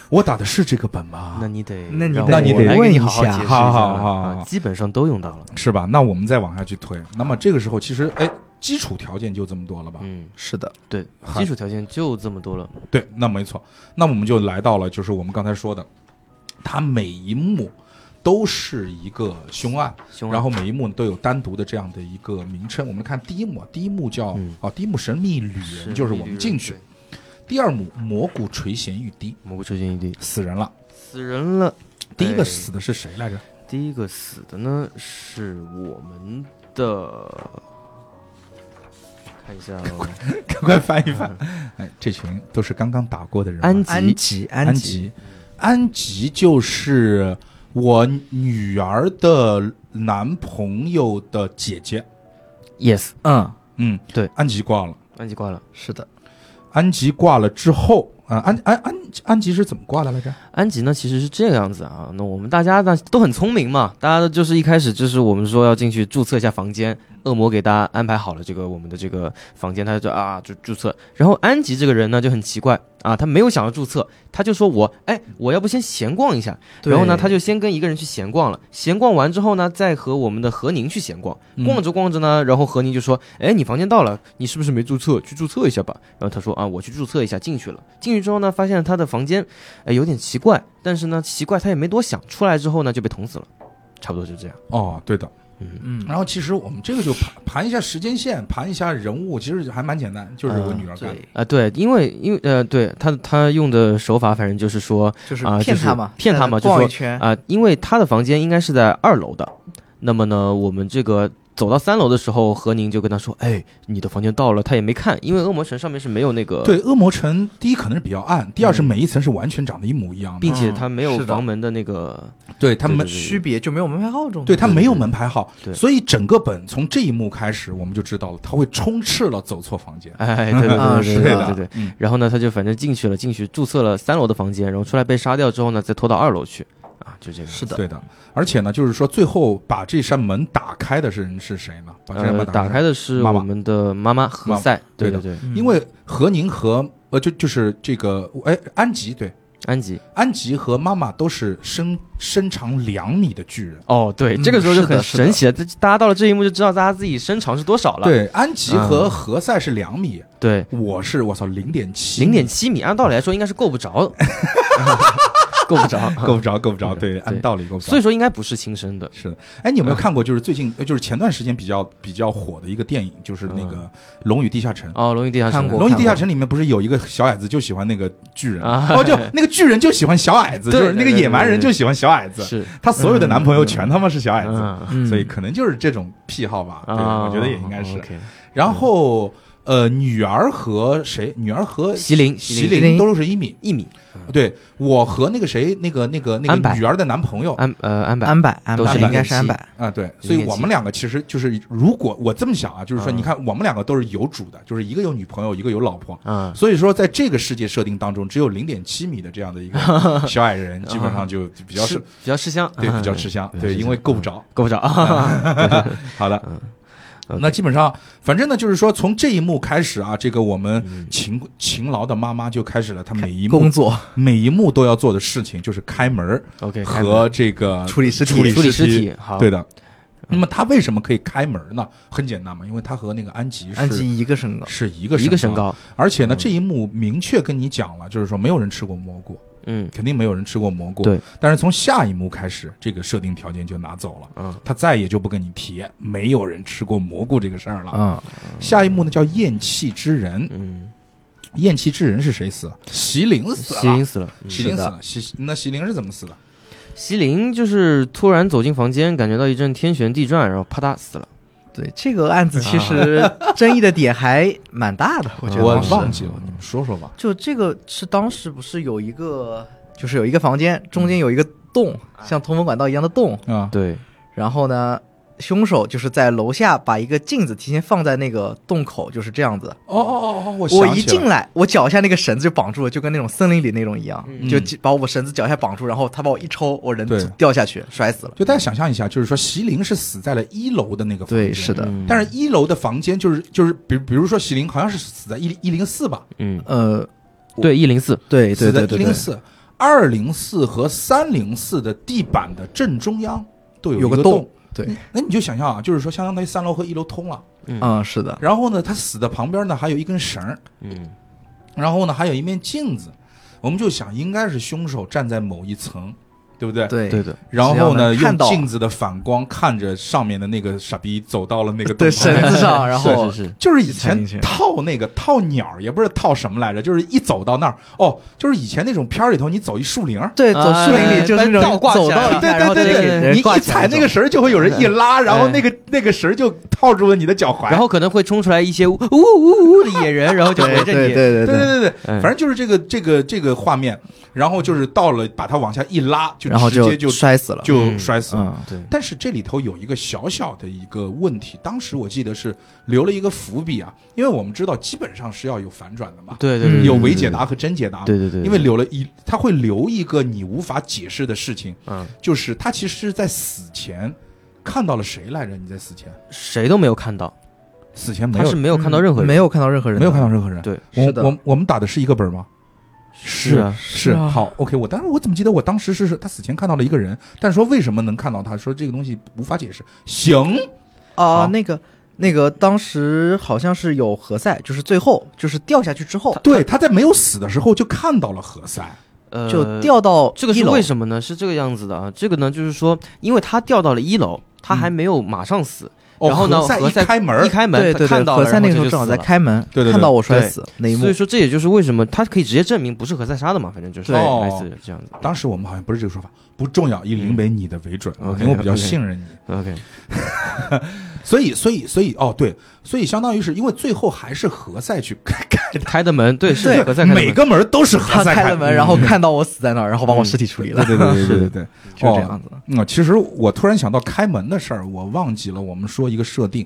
[SPEAKER 2] 我打的是这个本
[SPEAKER 1] 那
[SPEAKER 2] 吗？
[SPEAKER 1] 你得
[SPEAKER 3] 那你
[SPEAKER 1] 让
[SPEAKER 3] 得
[SPEAKER 1] 我
[SPEAKER 2] 那你得
[SPEAKER 1] 来给
[SPEAKER 3] 问
[SPEAKER 1] 你
[SPEAKER 3] 一
[SPEAKER 1] 好好
[SPEAKER 3] 下
[SPEAKER 1] 解释一
[SPEAKER 2] 好好
[SPEAKER 1] 了
[SPEAKER 2] 好
[SPEAKER 1] 啊
[SPEAKER 2] 好
[SPEAKER 1] 基本上都用到了，
[SPEAKER 2] 是吧？那我们再往下去推。那么这个时候其实，哎，基础条件就这么多了吧？
[SPEAKER 1] 嗯，
[SPEAKER 3] 是的，
[SPEAKER 1] 对，
[SPEAKER 2] 还
[SPEAKER 1] 基础条件就这么多了，
[SPEAKER 2] 对，那没错。那我们就来到了，就是我们刚才说的，它每一幕都是一个凶案，
[SPEAKER 1] 凶
[SPEAKER 2] 然
[SPEAKER 1] 后
[SPEAKER 2] 后每一幕都有单独的这样的一个名称。我们看第一幕啊，第一幕叫、
[SPEAKER 1] 嗯
[SPEAKER 2] 啊，第一幕神秘旅人，就是我们进去。第二幕蘑菇垂涎欲滴，
[SPEAKER 1] 蘑菇垂涎欲滴，
[SPEAKER 2] 死人了。
[SPEAKER 1] 死人了。
[SPEAKER 2] 第一个
[SPEAKER 1] 哎
[SPEAKER 2] 死的是谁来着？
[SPEAKER 1] 第一个死的呢是我们的，看一下哦，
[SPEAKER 2] 赶快翻一 [LAUGHS] 翻。哎，这群都是刚刚打过的人啊吗。
[SPEAKER 1] 安
[SPEAKER 3] 安
[SPEAKER 1] 吉，
[SPEAKER 3] 吉，
[SPEAKER 2] 安
[SPEAKER 3] 吉，，
[SPEAKER 2] 安吉就是我女儿的男朋友的姐姐。
[SPEAKER 1] [LAUGHS] ，yes，
[SPEAKER 3] 嗯，
[SPEAKER 2] 嗯，
[SPEAKER 1] 对，
[SPEAKER 2] 安吉挂了。
[SPEAKER 1] 安吉挂了。
[SPEAKER 3] 是的，
[SPEAKER 2] 安吉挂了之后，啊、安安安安吉是怎么挂的来着？
[SPEAKER 1] 安吉呢，其实是这个样子啊。那我们大家呢都很聪明嘛，大家都就是一开始就是我们说要进去注册一下房间，恶魔给大家安排好了这个我们的这个房间，他就啊就注册。然后安吉这个人呢就很奇怪啊，他没有想要注册，他就说我哎我要不先闲逛一下，然后呢他
[SPEAKER 3] 就
[SPEAKER 1] 就先跟一个人去闲逛了，闲逛完之后呢再和我们的何宁去闲逛，逛着逛着呢，然后何宁就说哎你房间到了，你是不是没注册？去注册一下吧。然后他说啊我去注册一下，进去了，进去之后呢发现他的房间哎，有点奇怪，但是呢，奇怪他也没多想，出来之后呢就被捅死了，差不多就这样。
[SPEAKER 2] 哦，对的。
[SPEAKER 3] 嗯，
[SPEAKER 2] 然后其实我们这个就盘盘一下时间线，盘一下人物，其实还蛮简单，就是我女儿干的。
[SPEAKER 3] 对，
[SPEAKER 1] 啊、对，因为因为呃，对他他用的手法，反正就是说
[SPEAKER 3] 就是
[SPEAKER 1] 啊就
[SPEAKER 3] 骗
[SPEAKER 1] 是
[SPEAKER 3] 他嘛，
[SPEAKER 1] 骗
[SPEAKER 3] 带
[SPEAKER 1] 他
[SPEAKER 3] 他
[SPEAKER 1] 嘛就
[SPEAKER 3] 逛
[SPEAKER 1] 说
[SPEAKER 3] 一圈，
[SPEAKER 1] 啊、因为他的房间应该是在二楼的，那么呢，我们这个走到三楼的时候，何宁就跟他说：“哎，你的房间到了。”他也没看，因为恶魔城上面是没有那个，
[SPEAKER 2] 对，恶魔城第一可能是比较暗，第二是每一层是完全长得一模一样的。
[SPEAKER 1] 并且他没有
[SPEAKER 3] 嗯是的
[SPEAKER 1] 房门的那个，
[SPEAKER 2] 对他们
[SPEAKER 1] 对对
[SPEAKER 3] 区别就没有门牌号这种东西。
[SPEAKER 2] 对他没有门牌号
[SPEAKER 1] 对，
[SPEAKER 2] 所以整个本从这一幕开始，我们就知道了，他会充斥了走错房间。
[SPEAKER 1] 哎，对对
[SPEAKER 3] 啊
[SPEAKER 1] 对对
[SPEAKER 3] 是
[SPEAKER 1] 对
[SPEAKER 3] 的
[SPEAKER 1] 对对。
[SPEAKER 2] 嗯，
[SPEAKER 1] 然后呢，他就反正进去了，进去注册了三楼的房间，然后出来被杀掉之后呢，再拖到二楼去。啊，就这个。
[SPEAKER 3] 是的，
[SPEAKER 2] 对的，而且呢，就是说最后把这扇门打开的是人是谁呢？把这扇
[SPEAKER 1] 呃，
[SPEAKER 2] 门
[SPEAKER 1] 打
[SPEAKER 2] 开
[SPEAKER 1] 开，的是
[SPEAKER 2] 妈妈
[SPEAKER 1] 我们的妈妈何塞，对
[SPEAKER 2] 对
[SPEAKER 1] 对对，
[SPEAKER 3] 嗯
[SPEAKER 2] 因为何宁和呃，就就是这个哎，安吉对，
[SPEAKER 1] 安吉。
[SPEAKER 2] 安吉和妈妈都是身身长两米的巨人。
[SPEAKER 1] 哦，对，这个时候
[SPEAKER 3] 嗯
[SPEAKER 1] 就是
[SPEAKER 3] 的
[SPEAKER 1] 很
[SPEAKER 3] 是的
[SPEAKER 1] 神奇了，这大家到了这一幕就知道大家自己身长是多少了。
[SPEAKER 2] 对，安吉和何塞是两米，
[SPEAKER 1] 对，
[SPEAKER 2] 我是我操零点七，
[SPEAKER 1] 零点七米，按道理来说应该是够不着，
[SPEAKER 2] [LAUGHS]
[SPEAKER 1] 够不着，
[SPEAKER 2] 够不着，够不着，对，
[SPEAKER 1] 对
[SPEAKER 2] 按道理够不着
[SPEAKER 1] 所以。说应该不是亲生的。
[SPEAKER 2] 是的，哎，你有没有
[SPEAKER 1] 嗯
[SPEAKER 2] 看过？就是最近，呃就是前段时间比较比较火的一个电影，就是那个
[SPEAKER 1] 嗯
[SPEAKER 2] 《龙与地下城》。
[SPEAKER 1] 哦，《龙与地下城》
[SPEAKER 2] 《
[SPEAKER 3] 看过
[SPEAKER 2] 龙与地下城》里面不是有一个小矮子就喜欢那个巨人，
[SPEAKER 1] 啊
[SPEAKER 2] 哦，就
[SPEAKER 1] [LAUGHS]
[SPEAKER 2] 那个巨人就喜欢小矮子，就
[SPEAKER 1] 对
[SPEAKER 2] 是那个
[SPEAKER 1] 对对
[SPEAKER 2] 野蛮人就喜欢小矮子，
[SPEAKER 1] 是，
[SPEAKER 2] 他所有的男朋友全他妈是小矮子，
[SPEAKER 1] 嗯啊
[SPEAKER 3] 嗯
[SPEAKER 2] 所以可能就是这种癖好吧。对，我觉得也应该是。
[SPEAKER 1] OK
[SPEAKER 2] 然后呃，女儿和谁？女儿和
[SPEAKER 1] 席琳，
[SPEAKER 2] 席
[SPEAKER 3] 琳
[SPEAKER 2] 琳都是一米。
[SPEAKER 1] 一米，
[SPEAKER 2] 对我和那个谁，那个那个那
[SPEAKER 1] 安
[SPEAKER 2] 个
[SPEAKER 1] 柏
[SPEAKER 2] 女儿的男朋友
[SPEAKER 1] 安呃安柏
[SPEAKER 3] 安柏，安
[SPEAKER 1] 都
[SPEAKER 3] 柏
[SPEAKER 2] 是
[SPEAKER 3] 应该是
[SPEAKER 1] 零
[SPEAKER 3] 安
[SPEAKER 1] 零七
[SPEAKER 3] 柏，
[SPEAKER 2] 啊，对，所以我们两个其实就是，如果我这么想啊，就是说，
[SPEAKER 1] 嗯
[SPEAKER 2] 你看我们两个都是有主的，就是一个有女朋友，一个有老婆。
[SPEAKER 1] 啊，
[SPEAKER 2] 所以说，在这个世界设定当中，只有零点七米的这样的一个小矮人，基本上就比较
[SPEAKER 1] 吃
[SPEAKER 2] 是，
[SPEAKER 1] 比较吃香，
[SPEAKER 2] 对比较吃嗯
[SPEAKER 1] 嗯
[SPEAKER 2] 香，
[SPEAKER 1] 嗯
[SPEAKER 2] 对，因为够不着。
[SPEAKER 1] 够不
[SPEAKER 2] [LAUGHS]
[SPEAKER 1] 着啊，
[SPEAKER 2] 好的，
[SPEAKER 1] OK
[SPEAKER 2] 那基本上，反正呢，就是说从这一幕开始啊，这个我们勤勤劳的妈妈就开始了，她每一幕
[SPEAKER 3] 工作
[SPEAKER 2] 每一幕都要做的事情，就是开门儿
[SPEAKER 1] OK 开门
[SPEAKER 2] 和这个
[SPEAKER 3] 处理尸体
[SPEAKER 2] 处理
[SPEAKER 1] 处理尸
[SPEAKER 2] 体
[SPEAKER 1] 体，好
[SPEAKER 2] 对的。那么他为什么可以开门呢？很简单嘛，因为他和那个安吉是
[SPEAKER 3] 安吉一个身高，
[SPEAKER 2] 是一个
[SPEAKER 1] 一个身，高，
[SPEAKER 2] 而且呢，这一幕明确跟你讲了，就是说没有人吃过蘑菇，
[SPEAKER 1] 嗯
[SPEAKER 2] 肯定没有人吃过蘑菇。
[SPEAKER 1] 对，
[SPEAKER 2] 但是从下一幕开始，这个设定条件就拿走了，
[SPEAKER 1] 嗯
[SPEAKER 2] 他再也就不跟你提没有人吃过蘑菇这个事儿了。
[SPEAKER 3] 嗯，
[SPEAKER 2] 下一幕呢叫咽气之人，
[SPEAKER 1] 嗯，
[SPEAKER 2] 咽气之人是谁死？席琳死
[SPEAKER 1] 席琳
[SPEAKER 2] 了。
[SPEAKER 1] 死了，嗯
[SPEAKER 2] 席琳死了，席那席琳是怎么死的？
[SPEAKER 1] 席琳就是突然走进房间，感觉到一阵天旋地转，然后啪嗒死了，
[SPEAKER 3] 对这个案子其实争议的点还蛮大的，我觉得
[SPEAKER 2] 我
[SPEAKER 3] 当时
[SPEAKER 2] 忘记了，你们说说吧。
[SPEAKER 3] 就这个是当时不是有一个，就是有一个房间，中间有一个洞，像通风管道一样的洞。
[SPEAKER 2] 啊，
[SPEAKER 1] 对，
[SPEAKER 3] 然后呢，凶手就是在楼下把一个镜子提前放在那个洞口，就是这样子。
[SPEAKER 2] 哦哦哦哦，我
[SPEAKER 3] 我
[SPEAKER 2] 想
[SPEAKER 3] 一
[SPEAKER 2] 起来
[SPEAKER 3] 进来，我脚下那个绳子就绑住了，就跟那种森林里那种一样，
[SPEAKER 2] 嗯
[SPEAKER 3] 就把我绳子脚下绑住，然后他把我一抽，我人
[SPEAKER 2] 对
[SPEAKER 3] 就掉下去，摔死了。
[SPEAKER 2] 就大家想象一下，就是说席琳是死在了一楼的那个房间，
[SPEAKER 3] 对，是的，
[SPEAKER 1] 嗯
[SPEAKER 2] 但是一楼的房间就是就是比比如说席琳好像是死在一一零四吧，
[SPEAKER 1] 嗯，
[SPEAKER 3] 呃，
[SPEAKER 1] 对，一零四，
[SPEAKER 3] 对
[SPEAKER 2] 死
[SPEAKER 3] 对
[SPEAKER 2] 在
[SPEAKER 3] 哎对
[SPEAKER 2] 一
[SPEAKER 3] 对
[SPEAKER 2] 零
[SPEAKER 3] 对，
[SPEAKER 2] 四、二零四和三零四的地板的正中央都有
[SPEAKER 3] 有
[SPEAKER 2] 一
[SPEAKER 3] 个
[SPEAKER 2] 洞
[SPEAKER 3] 洞。对，
[SPEAKER 2] 那你就想象啊，就是说相当于三楼和一楼通了，
[SPEAKER 3] 嗯，是的，
[SPEAKER 2] 然后呢，他死的旁边呢还有一根绳儿，
[SPEAKER 1] 嗯
[SPEAKER 2] 然后呢还有一面镜子，我们就想应该是凶手站在某一层，对不 [LAUGHS] 对？
[SPEAKER 3] 对
[SPEAKER 1] 对的，
[SPEAKER 2] 然后呢，
[SPEAKER 3] 只要能看
[SPEAKER 2] 用
[SPEAKER 3] 到
[SPEAKER 2] 镜子的反光看着上面的那个傻逼走到了那 [LAUGHS] 个
[SPEAKER 3] 对
[SPEAKER 2] 洞旁
[SPEAKER 3] 绳
[SPEAKER 2] 边
[SPEAKER 3] 子上，然后
[SPEAKER 1] 是是是，
[SPEAKER 2] 就是以
[SPEAKER 3] 踩
[SPEAKER 2] 前
[SPEAKER 3] 进去
[SPEAKER 2] 套那个套鸟儿，也不是套什么来着，就是一走到那儿，哦，就是以前那种片儿里头，你走一树林儿，哦
[SPEAKER 3] 对，走树林
[SPEAKER 1] 哎
[SPEAKER 3] 里就是那
[SPEAKER 1] 倒
[SPEAKER 3] 种
[SPEAKER 1] 挂
[SPEAKER 3] 走
[SPEAKER 1] 起来
[SPEAKER 3] 到
[SPEAKER 1] 了
[SPEAKER 3] 一
[SPEAKER 2] 对
[SPEAKER 3] 下，然后
[SPEAKER 2] 对对
[SPEAKER 3] 再给
[SPEAKER 2] 对，
[SPEAKER 3] 人
[SPEAKER 2] 你
[SPEAKER 3] 挂嗯
[SPEAKER 2] 一
[SPEAKER 3] 起来
[SPEAKER 2] 踩那个绳儿就会有人一拉，然后那
[SPEAKER 3] 哎
[SPEAKER 2] 个那个绳儿就套住了你的脚踝，
[SPEAKER 1] 然后可能会冲出来一些呜呜呜呜的野人，然后就围着你，
[SPEAKER 3] 对对
[SPEAKER 2] 对
[SPEAKER 3] 对
[SPEAKER 2] 对对对，
[SPEAKER 1] 嗯
[SPEAKER 2] 反正就是这个这个这个画面，然后就是到了把它往下一拉，就
[SPEAKER 3] 然后
[SPEAKER 2] 直接就
[SPEAKER 3] 摔死了。
[SPEAKER 2] 就
[SPEAKER 1] 嗯
[SPEAKER 2] 摔死了。
[SPEAKER 3] 嗯，
[SPEAKER 1] 对
[SPEAKER 2] 但是这里头有一个小小的一个问题，当时我记得是留了一个伏笔啊，因为我们知道基本上是要有反转的
[SPEAKER 3] 嗯
[SPEAKER 2] 嘛，
[SPEAKER 1] 对对对，
[SPEAKER 2] 有
[SPEAKER 1] 对
[SPEAKER 2] 伪解，答和真解答嘛，
[SPEAKER 1] 对对对对，
[SPEAKER 2] 因为留了一，他会留一个你无法解释的事情，
[SPEAKER 1] 嗯，
[SPEAKER 2] 就是他其实是在死前看到了谁来着？你在死前，
[SPEAKER 1] 谁都没有看到，
[SPEAKER 2] 死前没
[SPEAKER 1] 他
[SPEAKER 2] 有
[SPEAKER 1] 是没有看到任何人，
[SPEAKER 3] 嗯没有看到任何人，
[SPEAKER 2] 没有看到任何人。
[SPEAKER 1] 对，
[SPEAKER 2] 我
[SPEAKER 3] 是的
[SPEAKER 2] 我我们打的是一个本吗？
[SPEAKER 1] 是啊
[SPEAKER 2] 是
[SPEAKER 3] 是啊
[SPEAKER 2] 好 OK。我当时我怎么记得我当时是他死前看到了一个人，但是说为什么能看到他？说这个东西无法解释。行，
[SPEAKER 3] 啊、
[SPEAKER 2] 好
[SPEAKER 3] 那个那个，当时好像是有何塞，就是最后就是掉下去之后
[SPEAKER 2] 对，他在没有死的时候就看到了何塞。
[SPEAKER 1] 呃，
[SPEAKER 3] 就。掉到
[SPEAKER 1] 这个
[SPEAKER 3] 一
[SPEAKER 1] 是
[SPEAKER 3] 楼
[SPEAKER 1] 为什么呢？是这个样子的啊，这个呢，就是说，因为他掉到了一
[SPEAKER 3] 嗯
[SPEAKER 1] 楼，他还没有马上死，
[SPEAKER 2] 哦，
[SPEAKER 1] 然后呢，
[SPEAKER 2] 何
[SPEAKER 1] 何
[SPEAKER 2] 塞
[SPEAKER 1] 塞
[SPEAKER 2] 一开门
[SPEAKER 1] 一，开门，
[SPEAKER 3] 对
[SPEAKER 1] 他
[SPEAKER 3] 对
[SPEAKER 1] 看
[SPEAKER 3] 对，
[SPEAKER 1] 到
[SPEAKER 3] 何
[SPEAKER 1] 了，
[SPEAKER 3] 塞那个时
[SPEAKER 1] 然后他
[SPEAKER 3] 候
[SPEAKER 1] 就
[SPEAKER 3] 正好在
[SPEAKER 1] 死了
[SPEAKER 3] 开门，
[SPEAKER 2] 对对对
[SPEAKER 3] 看到我摔
[SPEAKER 1] 对
[SPEAKER 3] 死那一幕
[SPEAKER 1] 所以，说这也就是为什么他可以直接证明不是何塞杀的嘛，反正就是
[SPEAKER 2] 对
[SPEAKER 1] 类似这样子。
[SPEAKER 2] 当时我们好像不是这个说法，不重要，以林北你的为准，
[SPEAKER 1] 嗯
[SPEAKER 2] 因为我比较
[SPEAKER 1] OK，OK
[SPEAKER 2] 信任你。
[SPEAKER 1] OK，
[SPEAKER 2] 所以，所以，所以，哦，对，所以相当于是因为最后还是何塞去开开的，
[SPEAKER 1] 开的门，对，是
[SPEAKER 3] 对
[SPEAKER 1] 何塞开的
[SPEAKER 2] 每
[SPEAKER 1] 门。
[SPEAKER 2] 个门都是何
[SPEAKER 3] [LAUGHS] 他
[SPEAKER 2] 塞
[SPEAKER 3] 开
[SPEAKER 2] 的
[SPEAKER 3] 了门，然
[SPEAKER 1] 嗯
[SPEAKER 3] 后看到我死在那儿，然后把我尸体处理了，
[SPEAKER 2] 对对对对对对，哦
[SPEAKER 3] 就这样子。
[SPEAKER 2] 嗯，其实我突然想到开门的事儿，我忘记了我们说一个设定，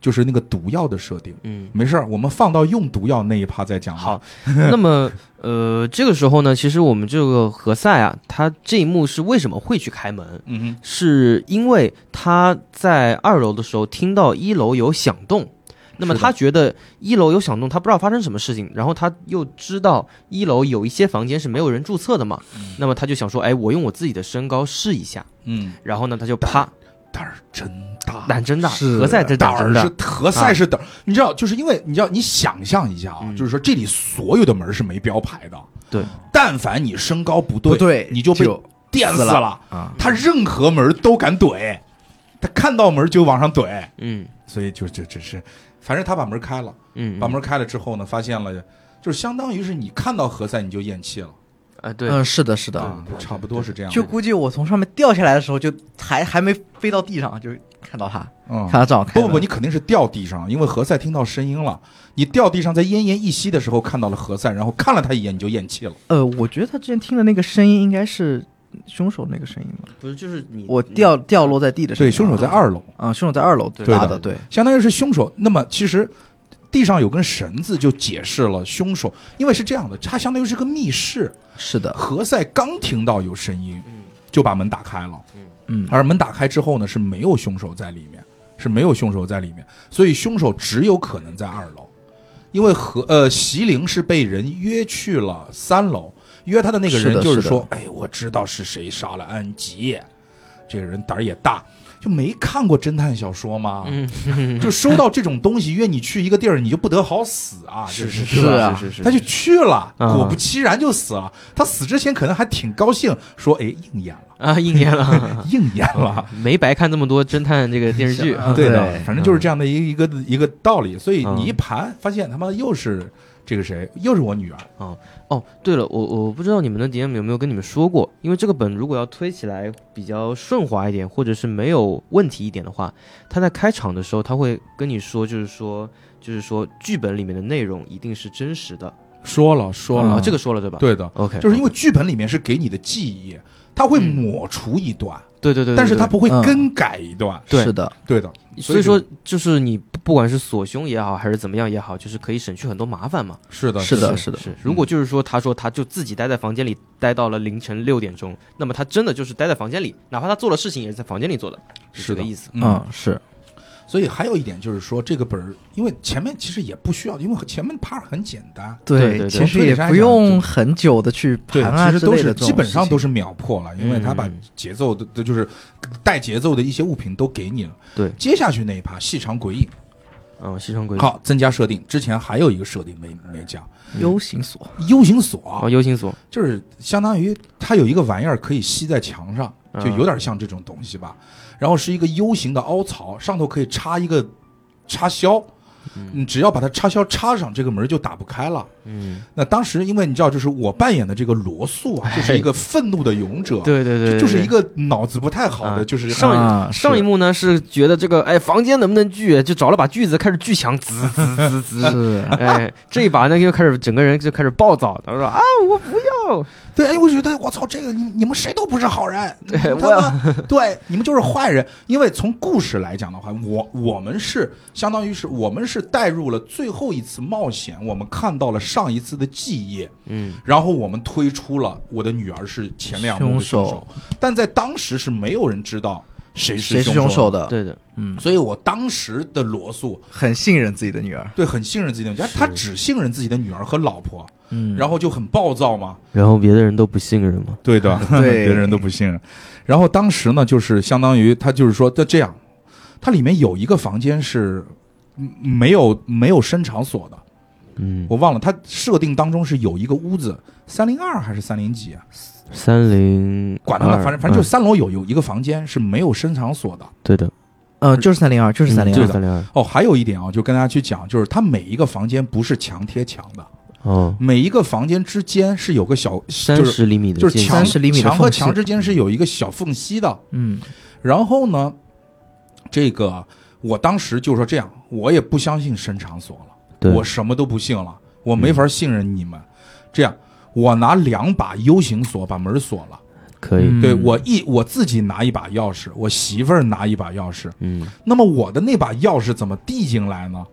[SPEAKER 2] 就是那个毒药的设定。
[SPEAKER 1] 嗯，
[SPEAKER 2] 没事儿，我们放到用毒药那一趴再讲。
[SPEAKER 1] 好，，那么呃，这个时候呢，其实我们这个何塞啊，他这一幕是为什么会去开门？
[SPEAKER 2] 嗯哼，
[SPEAKER 1] 是因为他在二楼的时候听到一楼有响动，那么
[SPEAKER 2] 是的
[SPEAKER 1] 他觉得一楼有响动，他不知道发生什么事情，然后他又知道一楼有一些房间是没有人注册的嘛，那么他就想说，哎，我用我自己的身高试一下，
[SPEAKER 2] 嗯，
[SPEAKER 1] 然后呢，他就啪，
[SPEAKER 2] 胆儿真
[SPEAKER 1] [LAUGHS]
[SPEAKER 2] 大，
[SPEAKER 1] 胆真大，
[SPEAKER 3] 是
[SPEAKER 1] 何塞这
[SPEAKER 2] 胆
[SPEAKER 1] 胆真
[SPEAKER 2] 儿是
[SPEAKER 1] 大，
[SPEAKER 2] 何塞是胆儿，你知道，就是因为你知道，你想象一下啊，
[SPEAKER 1] 嗯
[SPEAKER 2] 就是说这里所有的门是没标牌的，
[SPEAKER 1] 对，
[SPEAKER 2] 但凡你身高不对，
[SPEAKER 3] 不对，
[SPEAKER 2] 你就被电死
[SPEAKER 3] 死了
[SPEAKER 2] 了。
[SPEAKER 3] 啊，
[SPEAKER 2] 他任何门都敢怼，他看到门就往上怼，
[SPEAKER 1] 嗯
[SPEAKER 2] 所以就就只是，反正他把门开了，
[SPEAKER 1] 嗯，
[SPEAKER 2] 把
[SPEAKER 1] 嗯
[SPEAKER 2] 门开了之后呢，发现了，就是相当于是你看到何塞你就咽气了，
[SPEAKER 1] 啊对，
[SPEAKER 3] 嗯，是的，是的，
[SPEAKER 2] 啊，差不多是这样的。
[SPEAKER 3] 就估计我从上面掉下来的时候，就还还没飞到地上，就看到他，
[SPEAKER 2] 嗯
[SPEAKER 3] 看，他正好开
[SPEAKER 2] 不
[SPEAKER 3] 门
[SPEAKER 2] 不不，你肯定是掉地上，因为何塞听到声音了。你掉地上，在奄奄一息的时候看到了何塞，然后看了他一眼，你就咽气了。
[SPEAKER 3] 呃，我觉得他之前听的那个声音应该是凶手那个声音吧？
[SPEAKER 1] 不是就是你
[SPEAKER 3] 我掉掉落在地的声
[SPEAKER 2] 对，
[SPEAKER 3] 音，
[SPEAKER 2] 凶手在二楼，
[SPEAKER 3] 啊，凶手在二楼
[SPEAKER 1] 对
[SPEAKER 3] 打
[SPEAKER 2] 的
[SPEAKER 3] 的，对，
[SPEAKER 2] 相当于是凶手。那么其实地上有根绳子就解释了凶手，因为是这样的，它相当于是个密室。
[SPEAKER 3] 是的，
[SPEAKER 2] 何塞刚听到有声音，
[SPEAKER 1] 嗯
[SPEAKER 2] 就把门打开了。
[SPEAKER 3] 嗯，
[SPEAKER 2] 而门打开之后呢，是没有凶手在里面，是没有凶手在里面，所以凶手只有可能在二楼，因为和呃席玲是被人约去了三楼，约他的那个
[SPEAKER 3] 是
[SPEAKER 2] 人
[SPEAKER 3] 的
[SPEAKER 2] 就是
[SPEAKER 3] 是的
[SPEAKER 2] 说，哎，我知道是谁杀了安吉，这个人胆儿也大，就没看过侦探小说吗？
[SPEAKER 1] 嗯，
[SPEAKER 2] 就收到这种东西约你去一个地儿，你就不得好死啊！
[SPEAKER 1] 是
[SPEAKER 2] 就是
[SPEAKER 3] 是
[SPEAKER 1] 吧
[SPEAKER 3] 啊嗯
[SPEAKER 1] 是是是，
[SPEAKER 2] 他就去了，
[SPEAKER 1] 啊
[SPEAKER 2] 果不其然就死了。他死之前可能还挺高兴，说：“哎，应验了，
[SPEAKER 1] 啊应验
[SPEAKER 2] [LAUGHS]
[SPEAKER 3] [LAUGHS]
[SPEAKER 1] 了。
[SPEAKER 2] 应验了。”
[SPEAKER 1] 没白看这么多侦探这个电视剧，
[SPEAKER 3] 啊
[SPEAKER 2] 对的
[SPEAKER 3] 对，
[SPEAKER 2] 反正就是这样的一个一个一个道理。所以
[SPEAKER 1] 嗯
[SPEAKER 2] 你一盘发现他妈的又是这个谁，又是我女儿。
[SPEAKER 1] 哦，对了，我我不知道你们的 DM 有没有跟你们说过，因为这个本如果要推起来比较顺滑一点，或者是没有问题一点的话，他在开场的时候他会跟你说，就是说，就是说剧本里面的内容一定是真实的。
[SPEAKER 2] 说了说
[SPEAKER 1] 啊，
[SPEAKER 2] 了，
[SPEAKER 1] 这个说了对吧？
[SPEAKER 2] 嗯对的，
[SPEAKER 1] ，OK，
[SPEAKER 2] 就是因为剧本里面是给你的记忆，它会抹除一段，
[SPEAKER 1] 对对对，对
[SPEAKER 2] 但是它
[SPEAKER 1] 对
[SPEAKER 2] 不会
[SPEAKER 3] 嗯
[SPEAKER 2] 更改一段。
[SPEAKER 1] 对
[SPEAKER 3] 是的，
[SPEAKER 2] 对的，
[SPEAKER 1] 所以说就是你不不管是锁凶也好，还是怎么样也好，就是可以省去很多麻烦嘛。
[SPEAKER 2] 是的，
[SPEAKER 3] 是的
[SPEAKER 1] 是
[SPEAKER 3] 是
[SPEAKER 1] 是。如果就是说，他说他就自己待在房间里待到了凌晨六点钟，那么他真的就是待在房间里，哪怕他做的事情也是在房间里做的，就是这
[SPEAKER 2] 的
[SPEAKER 1] 个意思。
[SPEAKER 2] 嗯，
[SPEAKER 3] 嗯，是
[SPEAKER 2] 所以还有一点就是说，这个本儿，因为前面其实也不需要，因为前面 part 很简单，
[SPEAKER 1] 对对
[SPEAKER 3] 其
[SPEAKER 2] 对
[SPEAKER 3] 实也不用很久的去
[SPEAKER 2] 对，
[SPEAKER 3] 盘啊
[SPEAKER 2] 其
[SPEAKER 3] 之
[SPEAKER 2] 实都
[SPEAKER 3] 类的
[SPEAKER 2] 是
[SPEAKER 3] 这种
[SPEAKER 2] 基本上都
[SPEAKER 3] 事
[SPEAKER 2] 是秒破了，因为他把
[SPEAKER 1] 嗯
[SPEAKER 2] 节奏的，的就是带节奏的一些物品都给你了。
[SPEAKER 1] 对
[SPEAKER 2] 接下去那一趴细长诡异，
[SPEAKER 1] 嗯，西城鬼影
[SPEAKER 2] 好，增加设定。之前还有一个设定没没讲
[SPEAKER 3] 情 U 型锁，
[SPEAKER 2] ，U 型锁
[SPEAKER 1] 哦，，幽心锁，
[SPEAKER 2] 就是相当于它有一个玩意儿可以吸在墙上，
[SPEAKER 1] 啊
[SPEAKER 2] 就有点像这种东西吧。然后是一个 U 型的凹槽，上头可以插一个插销，你只要把它插销插上，这个门就打不开了。
[SPEAKER 1] 嗯，
[SPEAKER 2] 那当时因为你知道，就是我扮演的这个罗素啊，就是一个愤怒的勇者，
[SPEAKER 1] 哎对对对，
[SPEAKER 2] 就就是一个脑子不太好的，
[SPEAKER 1] 啊
[SPEAKER 2] 就是
[SPEAKER 1] 上一
[SPEAKER 3] 啊
[SPEAKER 1] 上一
[SPEAKER 3] 是
[SPEAKER 1] 幕呢是觉得这个哎房间能不能锯，就找了把锯子开始锯墙，滋滋滋
[SPEAKER 2] 嗯
[SPEAKER 1] 滋，
[SPEAKER 3] 是
[SPEAKER 1] [LAUGHS]
[SPEAKER 3] 啊
[SPEAKER 1] 哎，这一把呢又开始整个人就开始暴躁，他说啊我不要，
[SPEAKER 2] 对，哎，我觉得我操，这个你你们谁都不是好人，
[SPEAKER 1] 对
[SPEAKER 2] 你们
[SPEAKER 1] 我
[SPEAKER 2] 他妈对你们就是坏人。因为从故事来讲的话，我我们是相当于是我们是带入了最后一次冒险，我们看到了上一次的记忆，
[SPEAKER 1] 嗯，
[SPEAKER 2] 然后我们推出了我的女儿是前两幕的
[SPEAKER 3] 凶
[SPEAKER 2] 凶
[SPEAKER 3] 手
[SPEAKER 2] 手，但在当时是没有人知道谁
[SPEAKER 3] 谁
[SPEAKER 2] 是
[SPEAKER 3] 是
[SPEAKER 2] 手
[SPEAKER 3] 凶手，的？，
[SPEAKER 1] 对的，
[SPEAKER 3] 嗯，
[SPEAKER 2] 所以我当时的罗素
[SPEAKER 3] 很信任自己的女儿，
[SPEAKER 2] 对很信任自己的女儿，他只信任自己的女儿和老婆，
[SPEAKER 3] 嗯
[SPEAKER 2] 然后就很暴躁嘛，
[SPEAKER 1] 然后别的人都不信任嘛，
[SPEAKER 2] 对的，
[SPEAKER 3] 对
[SPEAKER 2] 别人都不信任。然后当时呢，就是相当于他就是说，他这样，它里面有一个房间是嗯没有没有伸长锁的，
[SPEAKER 1] 嗯，
[SPEAKER 2] 我忘了，它设定当中是有一个屋子，三零二还是三零几啊？
[SPEAKER 1] 三零
[SPEAKER 2] 管他了，反正反正
[SPEAKER 1] 嗯
[SPEAKER 2] 就是三楼有有一个房间是没有伸长锁的。
[SPEAKER 1] 对的，嗯
[SPEAKER 3] 呃，就是三零二，就是三零
[SPEAKER 1] 就
[SPEAKER 3] 二
[SPEAKER 1] 是，三零二，
[SPEAKER 2] 哦，还有一点啊，就跟大家去讲，就是它每一个房间不是墙贴墙的，
[SPEAKER 1] 哦，
[SPEAKER 2] 每一个房间之间是有个小，
[SPEAKER 1] 三
[SPEAKER 2] 就是
[SPEAKER 1] 十厘米的
[SPEAKER 2] 就是
[SPEAKER 1] 间
[SPEAKER 2] 墙
[SPEAKER 1] 隙
[SPEAKER 3] 30厘米的
[SPEAKER 2] 墙和
[SPEAKER 3] 缝隙
[SPEAKER 2] 墙之间是有一个小缝隙的。
[SPEAKER 3] 嗯，
[SPEAKER 2] 然后呢，这个我当时就说这样，我也不相信深场所了，
[SPEAKER 1] 对，
[SPEAKER 2] 我什么都不信了，我没法信任你们。这样，我拿两把 U 型锁把门锁了，
[SPEAKER 1] 可以，
[SPEAKER 4] 嗯
[SPEAKER 2] 对我一我自己拿一把钥匙，我媳妇儿拿一把钥匙。
[SPEAKER 1] 嗯，
[SPEAKER 2] 那么我的那把钥匙怎么递进来呢？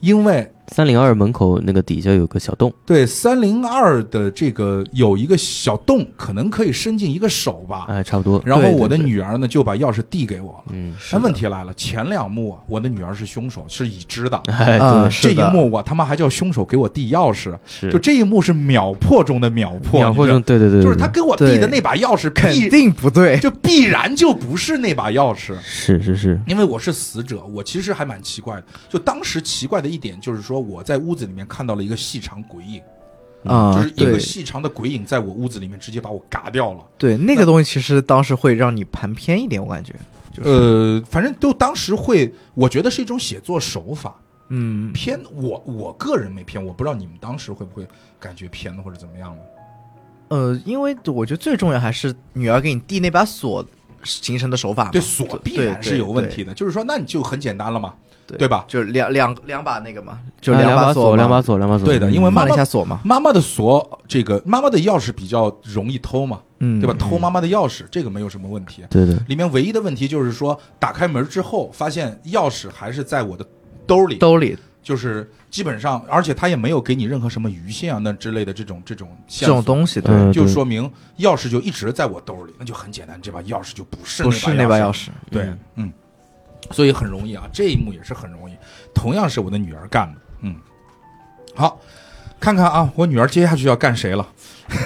[SPEAKER 2] 因为
[SPEAKER 1] 三零二门口那个底下有个小洞，
[SPEAKER 2] 对三零二的这个有一个小洞，可能可以伸进一个手吧。
[SPEAKER 1] 哎，差不多，
[SPEAKER 2] 啊然后
[SPEAKER 3] 啊对对
[SPEAKER 2] 我的
[SPEAKER 3] 对
[SPEAKER 2] 女儿呢就把钥匙递给我了。 [LAUGHS]
[SPEAKER 1] 嗯，
[SPEAKER 2] 但问题来了，前两幕啊我的女儿是凶手，是已知的。
[SPEAKER 1] 哎，
[SPEAKER 3] 啊
[SPEAKER 1] 对，
[SPEAKER 2] 这
[SPEAKER 3] 是
[SPEAKER 2] 一
[SPEAKER 3] 的
[SPEAKER 2] 幕我他妈还叫凶手给我递钥匙，
[SPEAKER 1] 是
[SPEAKER 2] 就这一幕是秒破中的秒破，
[SPEAKER 1] 秒
[SPEAKER 2] 你
[SPEAKER 1] 或
[SPEAKER 2] 知
[SPEAKER 1] 者
[SPEAKER 2] 道
[SPEAKER 1] 对对对，
[SPEAKER 2] 就是
[SPEAKER 1] 对
[SPEAKER 2] 他给我
[SPEAKER 3] 对
[SPEAKER 2] 递的那把钥匙
[SPEAKER 3] 肯
[SPEAKER 2] 必
[SPEAKER 3] 定不对，
[SPEAKER 2] 就必然就不是那把钥匙。
[SPEAKER 1] 是是是，
[SPEAKER 2] 因为我是死者，我其实还蛮奇怪的。就当时奇怪的一点就是说，我在屋子里面看到了一个细长鬼影，嗯就
[SPEAKER 3] 啊
[SPEAKER 2] 是，一
[SPEAKER 3] 对
[SPEAKER 2] 个细长的鬼影在我屋子里面直接把我嘎掉了。
[SPEAKER 3] 对，那个东西其实当时会让你盘偏一点，我感觉，就是
[SPEAKER 2] 呃，反正就当时会，我觉得是一种写作手法
[SPEAKER 3] 嗯，
[SPEAKER 2] 偏。我我个人没偏，我不知道你们当时会不会感觉偏或者怎么样了。
[SPEAKER 3] 呃，因为我觉得最重要还是女儿给你递那把锁形成的手法嘛，
[SPEAKER 2] 对锁必然是有问
[SPEAKER 3] 啊对
[SPEAKER 2] 题的，就是说，那你就很简单了嘛，
[SPEAKER 3] 对
[SPEAKER 2] 对吧？
[SPEAKER 3] 就是两两两把那个嘛，就
[SPEAKER 1] 啊两
[SPEAKER 3] 把
[SPEAKER 1] 锁，两
[SPEAKER 3] 嘛
[SPEAKER 1] 把，锁，两把锁，
[SPEAKER 2] 对的因为
[SPEAKER 1] 嗯
[SPEAKER 2] 妈
[SPEAKER 3] 换了一下锁嘛，
[SPEAKER 2] 妈妈的锁，这个妈妈的钥匙比较容易偷嘛，
[SPEAKER 3] 嗯，
[SPEAKER 2] 对吧？？偷妈妈的钥匙，这个没有什么问题。
[SPEAKER 1] 对的，
[SPEAKER 2] 里面唯一的问题就是说，打开门之后发现钥匙还是在我的兜里，
[SPEAKER 3] 兜里
[SPEAKER 2] 就是基本上，而且他也没有给你任何什么鱼线啊那之类的这种这种
[SPEAKER 3] 这
[SPEAKER 2] 线索
[SPEAKER 3] 种东西，对，
[SPEAKER 1] 嗯
[SPEAKER 2] 就
[SPEAKER 1] 对
[SPEAKER 2] 说明钥匙就一直在我兜里，那就很简单，这把钥匙就不是
[SPEAKER 3] 不是那
[SPEAKER 2] 把
[SPEAKER 3] 把钥，匙，
[SPEAKER 2] 对，嗯
[SPEAKER 1] 嗯
[SPEAKER 2] 所以很容易啊，这一幕也是很容易，同样是我的女儿干的，嗯，好，看看啊，我女儿接下去要干谁了， [LAUGHS]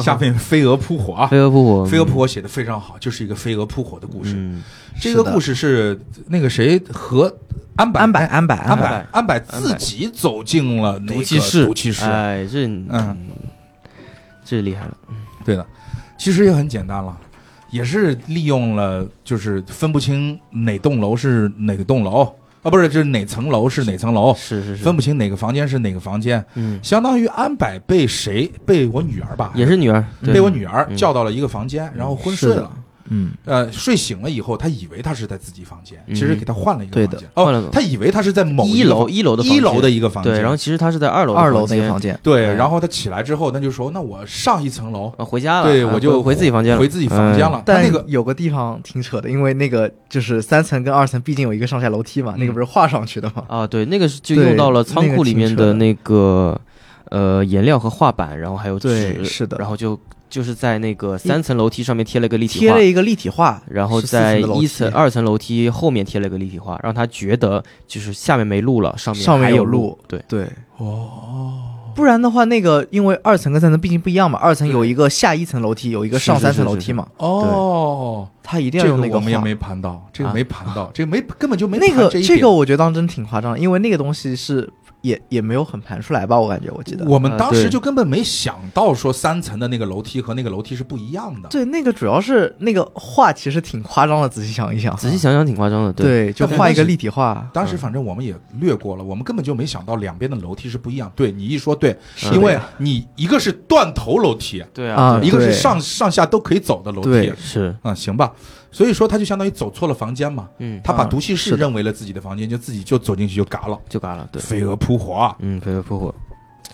[SPEAKER 2] 下面飞蛾扑火啊，
[SPEAKER 1] 飞蛾扑火，
[SPEAKER 2] 飞蛾扑火写的非常好，就是一个飞蛾扑火的故事，
[SPEAKER 1] 嗯，
[SPEAKER 2] 这个故事是那个谁和安柏
[SPEAKER 3] 安
[SPEAKER 1] 哎
[SPEAKER 3] 柏，安柏，
[SPEAKER 2] 安
[SPEAKER 3] 安
[SPEAKER 2] 柏
[SPEAKER 3] 柏，
[SPEAKER 1] 柏
[SPEAKER 2] 安柏自己走进了嗯那个
[SPEAKER 1] 毒气室，
[SPEAKER 2] 毒气室，
[SPEAKER 1] 哎，这
[SPEAKER 2] 嗯
[SPEAKER 1] 嗯，这厉害了，
[SPEAKER 2] 对的，其实也很简单了，也是利用了就是分不清哪栋楼是哪栋楼啊，不是就是哪层楼是哪层楼，
[SPEAKER 1] 是是是
[SPEAKER 2] 哦分，不清哪个房间是哪个房间，
[SPEAKER 1] 嗯，
[SPEAKER 2] 相当于安柏被谁被我女儿吧，
[SPEAKER 1] 也是女儿，对
[SPEAKER 2] 被我女儿
[SPEAKER 1] 嗯
[SPEAKER 2] 叫到了一个房间，然后昏
[SPEAKER 3] 是
[SPEAKER 2] 睡
[SPEAKER 3] 的
[SPEAKER 2] 了。
[SPEAKER 3] 嗯，
[SPEAKER 2] 呃，睡醒了以后，他以为他是在自己房间，
[SPEAKER 1] 嗯
[SPEAKER 2] 其实给他换了一个
[SPEAKER 3] 对
[SPEAKER 2] 房
[SPEAKER 3] 的
[SPEAKER 2] 间。
[SPEAKER 1] 换了
[SPEAKER 2] 哦
[SPEAKER 1] 个，
[SPEAKER 2] 他以为他是在某
[SPEAKER 1] 一
[SPEAKER 2] 个
[SPEAKER 1] 楼
[SPEAKER 2] 房
[SPEAKER 1] 一楼的
[SPEAKER 2] 一楼的
[SPEAKER 1] 的
[SPEAKER 2] 一个房间。
[SPEAKER 1] 对，然后其实她是在二楼的
[SPEAKER 3] 二楼那个
[SPEAKER 1] 间啊
[SPEAKER 3] 房间，
[SPEAKER 2] 对
[SPEAKER 1] 对
[SPEAKER 2] 然后他起来之后，那就说，那我上一层楼，
[SPEAKER 1] 啊，回家了，
[SPEAKER 2] 对
[SPEAKER 1] 啊
[SPEAKER 2] 我就
[SPEAKER 1] 回回自己房间了，嗯
[SPEAKER 2] 回自己房间了。他
[SPEAKER 3] 但
[SPEAKER 2] 那个
[SPEAKER 3] 有个地方挺扯的，因为那个就是三层跟二层毕竟有一个上下楼梯嘛，
[SPEAKER 2] 嗯
[SPEAKER 3] 那个不是画上去的吗？
[SPEAKER 1] 嗯。啊，对，那个是就
[SPEAKER 3] 对
[SPEAKER 1] 用到了仓库里面
[SPEAKER 3] 那个挺扯的
[SPEAKER 1] 那个呃颜料和画板，然后还有
[SPEAKER 3] 对
[SPEAKER 1] 纸，
[SPEAKER 3] 是的
[SPEAKER 1] 然后就就是在那个三层楼梯上面贴了一个立体
[SPEAKER 3] 贴
[SPEAKER 1] 画
[SPEAKER 3] 了。一个立体画，
[SPEAKER 1] 然后
[SPEAKER 3] 是四层
[SPEAKER 1] 在
[SPEAKER 3] 的楼
[SPEAKER 1] 一
[SPEAKER 3] 梯
[SPEAKER 1] 层、二层楼梯后面贴了一个立体画，让他觉得就是下面没路了，上面
[SPEAKER 3] 上面
[SPEAKER 1] 还
[SPEAKER 3] 有
[SPEAKER 1] 有
[SPEAKER 3] 路。
[SPEAKER 1] 对，
[SPEAKER 3] 对，
[SPEAKER 2] 哦，
[SPEAKER 3] 不然的话，那个因为二层跟三层毕竟不一样嘛，二层有一个下一层楼梯，有一个上三层楼梯嘛，
[SPEAKER 2] 哦，
[SPEAKER 3] 他一定要
[SPEAKER 2] 这
[SPEAKER 3] 用
[SPEAKER 2] 个
[SPEAKER 3] 那
[SPEAKER 2] 我们也
[SPEAKER 3] 画。
[SPEAKER 2] 没盘到，这个
[SPEAKER 1] 啊
[SPEAKER 2] 没盘到，这个没根本就没
[SPEAKER 3] 那
[SPEAKER 2] 盘
[SPEAKER 3] 个
[SPEAKER 2] 这一
[SPEAKER 3] 这
[SPEAKER 2] 点
[SPEAKER 3] 个我觉得当真挺夸张的，因为那个东西是也也没有很盘出来吧，我感觉我记得。
[SPEAKER 2] 我们
[SPEAKER 1] 啊
[SPEAKER 2] 当时
[SPEAKER 1] 对
[SPEAKER 2] 就根本没想到说三层的那个楼梯和那个楼梯是不一样的。
[SPEAKER 3] 对，那个主要是那个画其实挺夸张的，仔细想一想，
[SPEAKER 1] 仔细想想挺夸张的。对，
[SPEAKER 3] 对，就
[SPEAKER 2] 但
[SPEAKER 3] 画一
[SPEAKER 2] 但是
[SPEAKER 3] 个立体画，
[SPEAKER 2] 当时反正我们也略过了，我们根本就没想到两边的楼梯是不一样。对你一说对，
[SPEAKER 1] 是的
[SPEAKER 2] 因为你一个是断头楼梯，
[SPEAKER 1] 对
[SPEAKER 3] 啊
[SPEAKER 1] 对
[SPEAKER 2] 一个是
[SPEAKER 3] 对
[SPEAKER 2] 上上下都可以走的楼梯
[SPEAKER 3] 对。
[SPEAKER 1] 是
[SPEAKER 2] 啊、行吧，所以说他就相当于走错了房间嘛，
[SPEAKER 1] 嗯，
[SPEAKER 2] 他把
[SPEAKER 3] 啊
[SPEAKER 2] 毒气
[SPEAKER 3] 是
[SPEAKER 2] 室
[SPEAKER 3] 的
[SPEAKER 2] 认为了自己的房间，就自己就走进去就嘎了，
[SPEAKER 1] 就嘎了。对，
[SPEAKER 2] 飞蛾扑火啊。
[SPEAKER 1] 嗯，飞蛾扑火。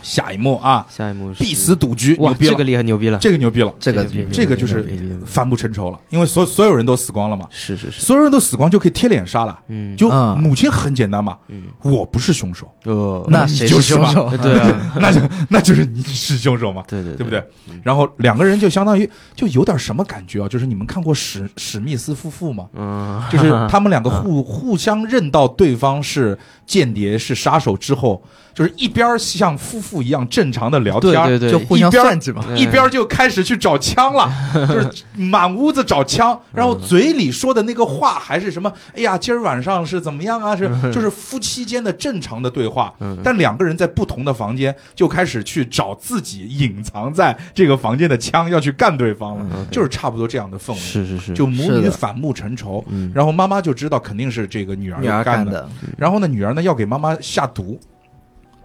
[SPEAKER 2] 下一幕啊，
[SPEAKER 1] 下一幕是
[SPEAKER 2] 必死赌局，
[SPEAKER 1] 哇，
[SPEAKER 2] 牛逼
[SPEAKER 1] 这
[SPEAKER 2] 了，
[SPEAKER 1] 个厉害，牛逼了，
[SPEAKER 2] 这个牛逼了，
[SPEAKER 3] 这个
[SPEAKER 1] 这个
[SPEAKER 2] 这个就是
[SPEAKER 1] 这个
[SPEAKER 2] 翻不成仇了，因为所所有人都死光了嘛，
[SPEAKER 1] 是是是，
[SPEAKER 2] 所有人都死光就可以贴脸杀了。
[SPEAKER 1] 嗯，
[SPEAKER 2] 就
[SPEAKER 3] 嗯
[SPEAKER 2] 母亲很简单嘛，
[SPEAKER 1] 嗯
[SPEAKER 2] 我不是凶手， [LAUGHS]
[SPEAKER 1] 呃，
[SPEAKER 3] 那谁
[SPEAKER 2] 就是是
[SPEAKER 3] 凶
[SPEAKER 2] 吧
[SPEAKER 3] 手？
[SPEAKER 1] [LAUGHS] 对
[SPEAKER 3] [LAUGHS]
[SPEAKER 1] 啊，
[SPEAKER 2] 那就那就是你是凶手嘛，
[SPEAKER 1] 对对
[SPEAKER 2] 对不对？？
[SPEAKER 1] 嗯
[SPEAKER 2] 然后两个人就相当于就有点什么感觉啊，就是你们看过史史密斯夫妇吗？
[SPEAKER 1] 嗯， [LAUGHS]
[SPEAKER 2] 就是他们两个互互相认到对方是间谍、是杀手之后，就是一边像夫妇一样正常的聊
[SPEAKER 1] 对
[SPEAKER 2] 天，
[SPEAKER 1] 对对，
[SPEAKER 3] 就互相
[SPEAKER 2] 一边
[SPEAKER 3] 算计嘛。
[SPEAKER 1] 对
[SPEAKER 2] 一边就开始去找枪 [LAUGHS] 了，就是满屋子找枪，然后嘴里说的那个话还是什么？哎呀，今儿晚上是怎么样啊？是就是夫妻间的正常的对话
[SPEAKER 1] 嗯，
[SPEAKER 2] 但两个人在不同的房间就开始去找自己隐藏在这个房间的枪，要去干对方了，就是差不多这样嗯的氛围，
[SPEAKER 1] 是是是，
[SPEAKER 2] 就母
[SPEAKER 3] 是
[SPEAKER 2] 女
[SPEAKER 3] 的
[SPEAKER 2] 反目成仇。
[SPEAKER 1] 嗯，
[SPEAKER 2] 然后妈妈就知道肯定是这个女儿
[SPEAKER 3] 女儿
[SPEAKER 2] 干
[SPEAKER 3] 干
[SPEAKER 2] 的，
[SPEAKER 3] 的，
[SPEAKER 2] 然后呢，女儿呢要给妈妈下毒，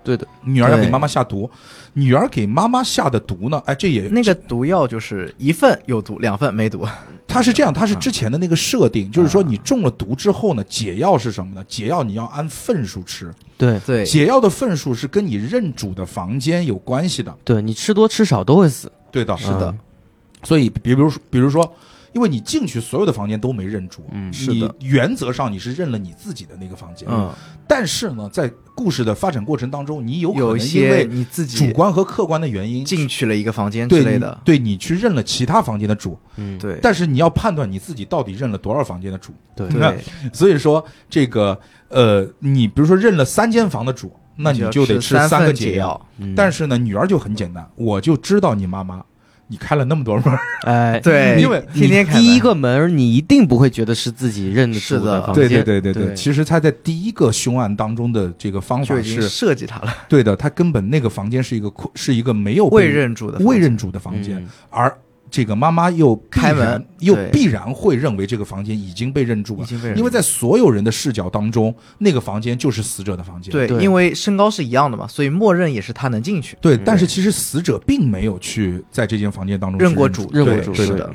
[SPEAKER 1] 对的，
[SPEAKER 2] 女儿要给
[SPEAKER 3] 对
[SPEAKER 2] 妈妈下毒，女儿给妈妈下的毒呢，哎，这也
[SPEAKER 3] 那个毒药就是一份有毒，两份没毒。
[SPEAKER 2] 它是这样，
[SPEAKER 3] 啊
[SPEAKER 2] 它是之前的那个设定，就是说你中了毒之后呢，解药是什么呢？解药你要按份数吃，
[SPEAKER 1] 对
[SPEAKER 3] 对，
[SPEAKER 2] 解药的份数是跟你认主的房间有关系的，
[SPEAKER 1] 对，你吃多吃少都会死，
[SPEAKER 2] 对的。
[SPEAKER 3] 是的
[SPEAKER 1] 嗯，
[SPEAKER 2] 所以，比如说，比如说，因为你进去所有的房间都没认住，
[SPEAKER 1] 嗯
[SPEAKER 3] 是的
[SPEAKER 2] 你原则上你是认了你自己的那个房间，
[SPEAKER 1] 嗯，
[SPEAKER 2] 但是呢，在故事的发展过程当中，你有可
[SPEAKER 3] 有
[SPEAKER 2] 能
[SPEAKER 3] 一
[SPEAKER 2] 因
[SPEAKER 3] 些
[SPEAKER 2] 为
[SPEAKER 3] 你自
[SPEAKER 2] 主
[SPEAKER 3] 己
[SPEAKER 2] 观和客观的原因
[SPEAKER 3] 进去了一个房间之
[SPEAKER 2] 对
[SPEAKER 3] 类
[SPEAKER 2] 你
[SPEAKER 3] 的，
[SPEAKER 2] 对你去认了其他房间的主，
[SPEAKER 1] 嗯，
[SPEAKER 3] 对
[SPEAKER 2] 但是你要判断你自己到底认了多少房间的主。
[SPEAKER 1] 对
[SPEAKER 2] 你看
[SPEAKER 3] 对
[SPEAKER 2] 所以说，这个呃，你比如说认了三间房的主，那你就
[SPEAKER 3] 就
[SPEAKER 2] 得吃
[SPEAKER 3] 吃
[SPEAKER 2] 三
[SPEAKER 3] 三
[SPEAKER 2] 个
[SPEAKER 3] 份
[SPEAKER 2] 解
[SPEAKER 3] 解
[SPEAKER 2] 药。
[SPEAKER 3] 药，
[SPEAKER 1] 嗯
[SPEAKER 2] 但是呢，女儿就很简单，我就知道你妈妈，你开了那么多门儿，
[SPEAKER 1] 哎，
[SPEAKER 3] 对，
[SPEAKER 2] 因为
[SPEAKER 3] 天天开
[SPEAKER 1] 第一
[SPEAKER 3] 门
[SPEAKER 1] 个门儿你一定不会觉得是自己认得
[SPEAKER 3] 是
[SPEAKER 1] 住
[SPEAKER 3] 的
[SPEAKER 1] 房
[SPEAKER 2] 对
[SPEAKER 1] 间，
[SPEAKER 2] 对对对
[SPEAKER 1] 对
[SPEAKER 2] 对，其实他在第一个凶案当中的这个方
[SPEAKER 3] 就
[SPEAKER 2] 法
[SPEAKER 3] 已经
[SPEAKER 2] 是
[SPEAKER 3] 设计它了，
[SPEAKER 2] 对的，他根本那个房间是一个空是一个没有被
[SPEAKER 3] 未认主的房
[SPEAKER 2] 未
[SPEAKER 3] 间
[SPEAKER 2] 认主的房间，
[SPEAKER 1] 嗯
[SPEAKER 2] 而这个妈妈又必
[SPEAKER 3] 开
[SPEAKER 2] 然
[SPEAKER 3] 门
[SPEAKER 2] 又
[SPEAKER 3] 对
[SPEAKER 2] 必然会认为这个房间已经被认住
[SPEAKER 3] 已
[SPEAKER 2] 了，
[SPEAKER 3] 经被人
[SPEAKER 2] 因为在所有人的视角当中，那个房间就是死者的房间。
[SPEAKER 3] 对，
[SPEAKER 1] 对
[SPEAKER 3] 因为身高是一样的嘛，所以默认也是他能进去，
[SPEAKER 2] 对，但是其实死者并没有去在这间房间当中
[SPEAKER 3] 认
[SPEAKER 2] 去
[SPEAKER 3] 过
[SPEAKER 2] 主
[SPEAKER 3] 主，，
[SPEAKER 1] 认过
[SPEAKER 3] 对
[SPEAKER 1] 主
[SPEAKER 2] 对
[SPEAKER 3] 是
[SPEAKER 2] 对
[SPEAKER 3] 的，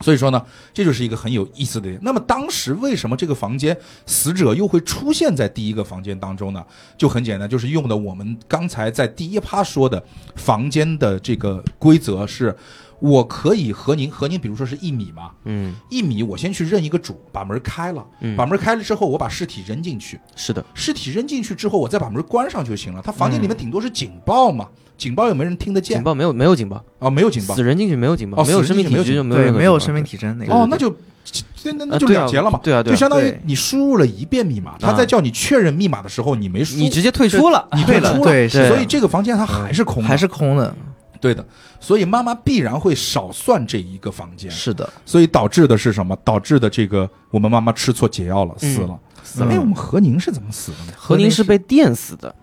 [SPEAKER 2] 所以说呢，这就是一个很有意思的点。那么当时为什么这个房间死者又会出现在第一个房间当中呢？就很简单，就是用的我们刚才在第一趴说的房间的这个规则是，我可以和您和您，比如说是一米嘛，
[SPEAKER 1] 嗯，
[SPEAKER 2] 一米我先去认一个主，把门开了，
[SPEAKER 1] 嗯
[SPEAKER 2] 把门开了之后，我把尸体扔进去，
[SPEAKER 1] 是的，
[SPEAKER 2] 尸体扔进去之后，我再把门关上就行了。他房间里面顶多是警报嘛，警报又没人听得
[SPEAKER 1] 嗯警
[SPEAKER 2] 见
[SPEAKER 1] 报没有没有警报，
[SPEAKER 2] 啊，没有警报
[SPEAKER 1] 死人进去没有警报，
[SPEAKER 2] 哦
[SPEAKER 1] 没有
[SPEAKER 2] 死
[SPEAKER 1] 生
[SPEAKER 2] 人
[SPEAKER 1] 命
[SPEAKER 2] 进去
[SPEAKER 1] 体质就没有
[SPEAKER 3] 对，
[SPEAKER 1] 任何
[SPEAKER 3] 没有
[SPEAKER 1] 警报
[SPEAKER 3] 生命体征那个
[SPEAKER 2] 哦，
[SPEAKER 1] 对
[SPEAKER 2] 那就那那
[SPEAKER 1] 啊
[SPEAKER 2] 那就
[SPEAKER 1] 对啊
[SPEAKER 2] 两节了嘛，
[SPEAKER 1] 对啊对啊
[SPEAKER 2] 就相当于
[SPEAKER 3] 对
[SPEAKER 2] 你输入了一遍密码，他
[SPEAKER 1] 啊
[SPEAKER 2] 在叫你确认密码的时候你没输，
[SPEAKER 1] 你直接退出了，
[SPEAKER 2] 你退
[SPEAKER 3] 对
[SPEAKER 2] 出
[SPEAKER 3] 了，
[SPEAKER 2] 了，
[SPEAKER 3] 对，
[SPEAKER 1] 对嗯
[SPEAKER 3] 是
[SPEAKER 2] 所
[SPEAKER 3] 的
[SPEAKER 2] 以这个房间它还是空的，
[SPEAKER 3] 还是空的，
[SPEAKER 2] 对的，所以妈妈必然会少算这一个房间，
[SPEAKER 3] 是的，
[SPEAKER 2] 所以导致的是什么？导致的这个我们妈妈吃错解药了，
[SPEAKER 1] 嗯
[SPEAKER 2] 死了。
[SPEAKER 3] 了
[SPEAKER 2] 哎，我们何宁是怎么死的呢？
[SPEAKER 1] 何宁是被电死的，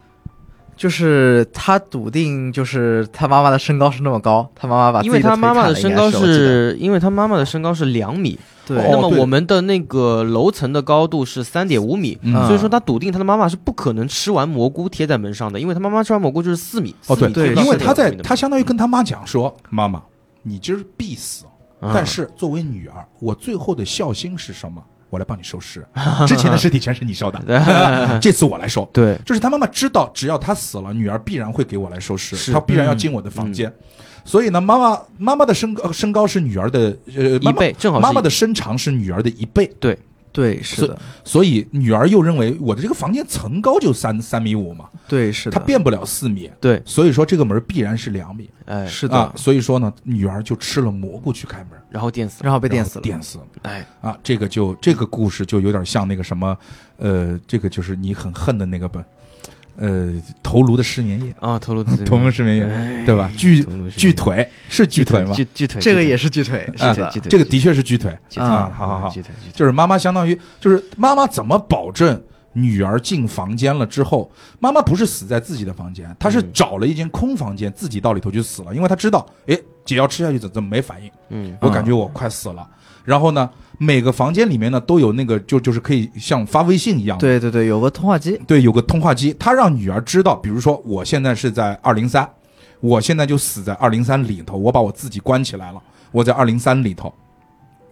[SPEAKER 3] 就是他笃定，就是他妈妈的身高是那么高，他妈妈把自己
[SPEAKER 1] 因
[SPEAKER 3] 的
[SPEAKER 1] 为他妈妈的
[SPEAKER 3] 腿砍
[SPEAKER 1] 身
[SPEAKER 3] 了
[SPEAKER 1] 高
[SPEAKER 3] 应该是，我
[SPEAKER 1] 是，因为他妈妈的身高是两米，
[SPEAKER 3] 记得
[SPEAKER 2] 哦
[SPEAKER 3] 对，
[SPEAKER 1] 那么
[SPEAKER 2] 对
[SPEAKER 1] 我们的那个楼层的高度是三点五米，
[SPEAKER 2] 嗯
[SPEAKER 1] 所以说他笃定他的妈妈是不可能吃完蘑菇贴在门上的，因为他妈妈吃完蘑菇就是四米，
[SPEAKER 2] 哦，
[SPEAKER 1] 4
[SPEAKER 2] 对
[SPEAKER 1] 米贴到
[SPEAKER 2] 因为
[SPEAKER 1] 4.5
[SPEAKER 2] 他在
[SPEAKER 1] 米的门
[SPEAKER 2] 他相当于跟他妈讲说，妈妈，你今儿必死，
[SPEAKER 1] 嗯
[SPEAKER 2] 但是作为女儿，我最后的孝心是什么？我来帮你收尸，之前的尸体全是你收
[SPEAKER 1] [LAUGHS]
[SPEAKER 2] 的，这次我来收。
[SPEAKER 1] 对
[SPEAKER 2] 就是他妈妈知道，只要他死了，女儿必然会给我来收尸，
[SPEAKER 1] 是嗯
[SPEAKER 2] 她必然要进我的房间。嗯所以呢，妈妈妈妈的身高身高是女儿的呃
[SPEAKER 1] 一
[SPEAKER 2] 妈妈
[SPEAKER 1] 倍正好是
[SPEAKER 2] 妈妈
[SPEAKER 1] 一
[SPEAKER 2] 的身长是女儿的一倍，
[SPEAKER 3] 对，是的，
[SPEAKER 2] 所以女儿又认为我的这个房间层高就三三米五嘛，
[SPEAKER 3] 对，是的，
[SPEAKER 2] 她变不了四米，
[SPEAKER 1] 对，
[SPEAKER 2] 所以说这个门必然是两米。
[SPEAKER 1] 哎，
[SPEAKER 3] 是
[SPEAKER 2] 啊
[SPEAKER 3] 的，，
[SPEAKER 2] 所以说呢，女儿就吃了蘑菇去开门，
[SPEAKER 1] 然后电死了，
[SPEAKER 3] 然后被电死了，
[SPEAKER 2] 电死了。
[SPEAKER 1] 哎，
[SPEAKER 2] 啊，这个就这个故事就有点像那个什么，呃，这个就是你很恨的那个本，呃，头颅的失眠夜，
[SPEAKER 1] 啊，头颅
[SPEAKER 2] [LAUGHS]
[SPEAKER 1] 自
[SPEAKER 2] 头颅
[SPEAKER 1] 尽，
[SPEAKER 2] 失眠夜，
[SPEAKER 1] 哎
[SPEAKER 2] 对吧？锯
[SPEAKER 1] 头颅是
[SPEAKER 2] 锯腿是锯腿吗？
[SPEAKER 1] 锯锯腿，
[SPEAKER 3] 这个
[SPEAKER 1] 锯腿
[SPEAKER 3] 也是锯腿，是
[SPEAKER 2] 啊
[SPEAKER 3] 的
[SPEAKER 1] 锯，腿
[SPEAKER 2] 这个的确是锯腿
[SPEAKER 1] 锯腿嗯
[SPEAKER 2] 啊，好好好，
[SPEAKER 1] 锯腿锯腿
[SPEAKER 2] 就是妈妈相当于就是妈妈怎么保证？女儿进房间了之后，妈妈不是死在自己的房间，她是
[SPEAKER 1] 嗯
[SPEAKER 2] 找了一间空房间，自己到里头去死了，因为她知道，诶，解药吃下去怎怎么没反应？
[SPEAKER 1] 嗯
[SPEAKER 2] 我感觉我快死了。然后呢，每个房间里面呢都有那个就就是可以像发微信一样的，
[SPEAKER 3] 对对对，有个通话机，
[SPEAKER 2] 对，有个通话机，他让女儿知道，比如说我现在是在二零三，我现在就死在二零三里头，我把我自己关起来了，我在二零三里头。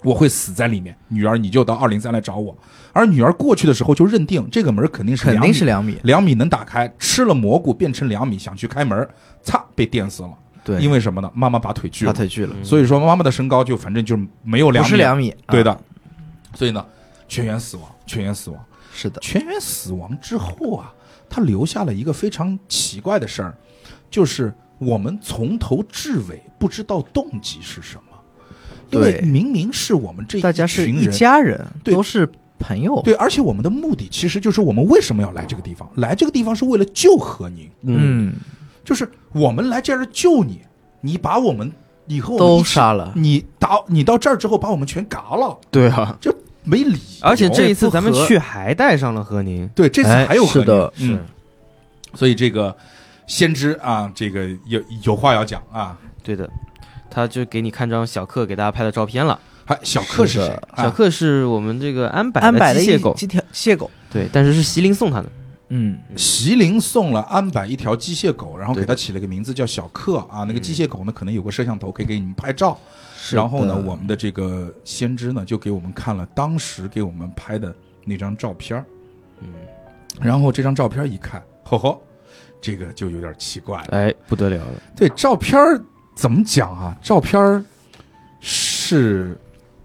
[SPEAKER 2] 我会死在里面，女儿你就到二零三来找我。而女儿过去的时候就认定这个门肯定是
[SPEAKER 3] 肯
[SPEAKER 2] 两
[SPEAKER 3] 定
[SPEAKER 2] 米
[SPEAKER 3] 是两米，
[SPEAKER 2] 两米能打开，吃了蘑菇变成两米，想去开门，擦被电死了。
[SPEAKER 3] 对，
[SPEAKER 2] 因
[SPEAKER 3] 为
[SPEAKER 2] 为什么呢？妈妈把腿锯
[SPEAKER 3] 把
[SPEAKER 2] 了，
[SPEAKER 3] 腿锯了，
[SPEAKER 2] 所以说妈妈的身高就反正就没嗯有两
[SPEAKER 3] 不
[SPEAKER 2] 米，
[SPEAKER 3] 是两米，
[SPEAKER 2] 对
[SPEAKER 3] 啊，
[SPEAKER 2] 的。所以呢，全员死亡，全员死亡。
[SPEAKER 3] 啊是的，
[SPEAKER 2] 全员死亡之后啊，他留下了一个非常奇怪的事儿，就是我们从头至尾不知道动机是什么，因为
[SPEAKER 3] 对
[SPEAKER 2] 明明是我们这
[SPEAKER 3] 大家是
[SPEAKER 2] 群
[SPEAKER 3] 一
[SPEAKER 2] 人。
[SPEAKER 3] 家人，
[SPEAKER 2] 对
[SPEAKER 3] 都是朋友，
[SPEAKER 2] 对，而且我们的目的其实就是我们为什么要来这个地方？来这个地方是为了救何宁，
[SPEAKER 1] 嗯
[SPEAKER 3] 嗯，
[SPEAKER 2] 就是我们来这儿救你，你把我们，你嗯和我们一
[SPEAKER 3] 都
[SPEAKER 2] 起
[SPEAKER 3] 杀
[SPEAKER 1] 啊
[SPEAKER 3] 了，
[SPEAKER 2] 你打你到这儿之后把我们全嘎了，
[SPEAKER 1] 对啊，
[SPEAKER 2] 这没理由。
[SPEAKER 1] 而且这一次
[SPEAKER 3] 不合
[SPEAKER 1] 咱们去还带上了何宁，
[SPEAKER 2] 对这次
[SPEAKER 1] 哎
[SPEAKER 2] 还有何
[SPEAKER 3] 是
[SPEAKER 2] 宁
[SPEAKER 3] 的
[SPEAKER 2] 嗯，所以这个先知啊，这个有有话要讲啊。
[SPEAKER 1] 对的，他就给你看张小克给大家拍的照片了。
[SPEAKER 2] 还小克是
[SPEAKER 3] 是的
[SPEAKER 2] 谁？啊
[SPEAKER 1] 小克是我们这个安柏
[SPEAKER 3] 安柏的
[SPEAKER 1] 机
[SPEAKER 3] 一
[SPEAKER 1] 械狗，
[SPEAKER 3] 机条械狗，
[SPEAKER 1] 对，但是是席琳送他的。
[SPEAKER 3] 嗯，
[SPEAKER 2] 席琳送了安柏一条机械狗，然后给
[SPEAKER 1] 对
[SPEAKER 2] 它起了个名字叫小克啊。那个机械狗呢，可能有个摄像头可以给你们拍照。然后呢，我们的这个先知呢，就给我们看了当时给我们拍的那张照片儿。
[SPEAKER 1] 嗯，
[SPEAKER 2] 然后这张照片儿一看，吼吼，这个就有点奇怪了。
[SPEAKER 1] 哎，不得了了，
[SPEAKER 2] 对，照片儿怎么讲啊？照片儿是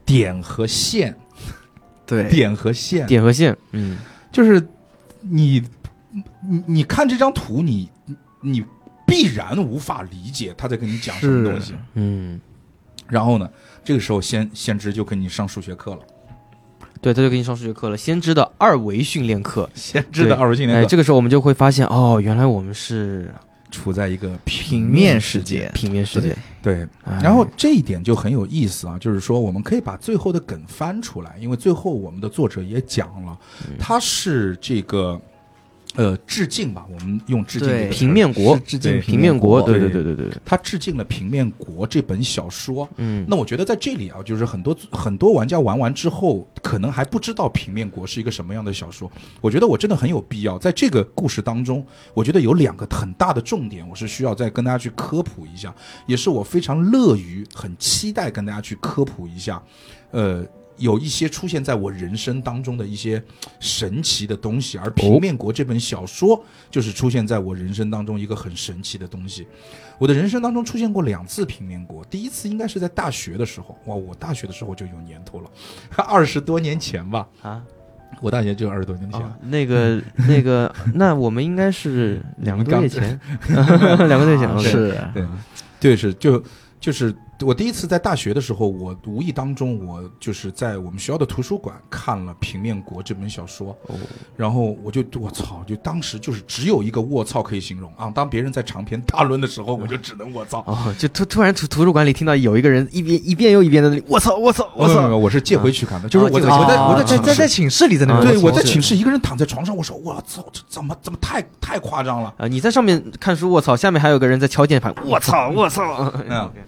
[SPEAKER 2] 点和线，
[SPEAKER 3] 对，
[SPEAKER 2] 点和线，
[SPEAKER 1] 点和线，嗯，
[SPEAKER 2] 就是你你你看这张图，你你必然无法理解他在跟你讲什么东西
[SPEAKER 3] 是。
[SPEAKER 1] 嗯，
[SPEAKER 2] 然后呢，这个时候先先知就跟你上数学课了，
[SPEAKER 1] 对，他就给你上数学课了，先知的二维训练课。
[SPEAKER 2] 先知的
[SPEAKER 1] 对
[SPEAKER 2] 二维训练
[SPEAKER 1] 哎，
[SPEAKER 2] 课、
[SPEAKER 1] 这个时候我们就会发现，哦，原来我们是
[SPEAKER 2] 处在一个
[SPEAKER 3] 平面世界，
[SPEAKER 1] 平面世界。
[SPEAKER 2] 对。
[SPEAKER 1] 哎
[SPEAKER 2] 然后这一点就很有意思啊，就是说我们可以把最后的梗翻出来，因为最后我们的作者也讲了，
[SPEAKER 1] 嗯
[SPEAKER 2] 他是这个呃致敬吧，我们用致敬这
[SPEAKER 3] 对
[SPEAKER 2] 个词儿
[SPEAKER 1] 平面国
[SPEAKER 3] 是，致敬
[SPEAKER 2] 对
[SPEAKER 1] 平面国，对
[SPEAKER 2] 对
[SPEAKER 1] 对对对对对，
[SPEAKER 2] 他致敬了《平面国》这本小说。
[SPEAKER 1] 嗯，
[SPEAKER 2] 那我觉得在这里啊，就是很多很多玩家玩完之后，可能还不知道《平面国》是一个什么样的小说。我觉得我真的很有必要在这个故事当中，我觉得有两个很大的重点，我是需要再跟大家去科普一下，也是我非常乐于、很期待跟大家去科普一下。呃，有一些出现在我人生当中的一些神奇的东西，而《平面国》这本小说就是出现在我人生当中一个很神奇的东西。我的人生当中出现过两次平面国，第一次应该是在大学的时候，哇，我大学的时候就有年头了， [LAUGHS] 二十多年前吧，
[SPEAKER 1] 啊，
[SPEAKER 2] 我大学就二十多年前，
[SPEAKER 1] 哦那个那个，那我们应该是两个多月前， [LAUGHS] 两个多月前，OK
[SPEAKER 3] 是
[SPEAKER 2] 对对，是就就是我第一次在大学的时候，我无意当中我就是在我们学校的图书馆看了《平面国》这本小说，
[SPEAKER 1] 哦
[SPEAKER 2] 然后我就我操，就当时就是只有一个卧槽可以形容啊，当别人在长篇大论的时候，我就只能卧槽。
[SPEAKER 1] 哦，就突突然图图书馆里听到有一个人一边一遍又一遍的，我操我操我
[SPEAKER 2] 没有没有没
[SPEAKER 1] 操，
[SPEAKER 2] 有我是借回去看的，就是
[SPEAKER 1] 啊
[SPEAKER 2] 我
[SPEAKER 1] 借
[SPEAKER 2] 在
[SPEAKER 1] 回去
[SPEAKER 2] 我在
[SPEAKER 1] 看
[SPEAKER 2] 我在
[SPEAKER 1] 啊
[SPEAKER 3] 在
[SPEAKER 2] 寝
[SPEAKER 3] 在
[SPEAKER 2] 室
[SPEAKER 3] 在寝室里的那
[SPEAKER 1] 啊
[SPEAKER 3] 种，
[SPEAKER 2] 对，我
[SPEAKER 1] 寝
[SPEAKER 2] 在
[SPEAKER 1] 室
[SPEAKER 2] 寝室一个人躺在床上，我说我操，这怎么怎么太太夸张了？
[SPEAKER 1] 啊，你在上面看书，我操，下面还有个人在敲键盘，我操我操，
[SPEAKER 2] 嗯
[SPEAKER 1] OK，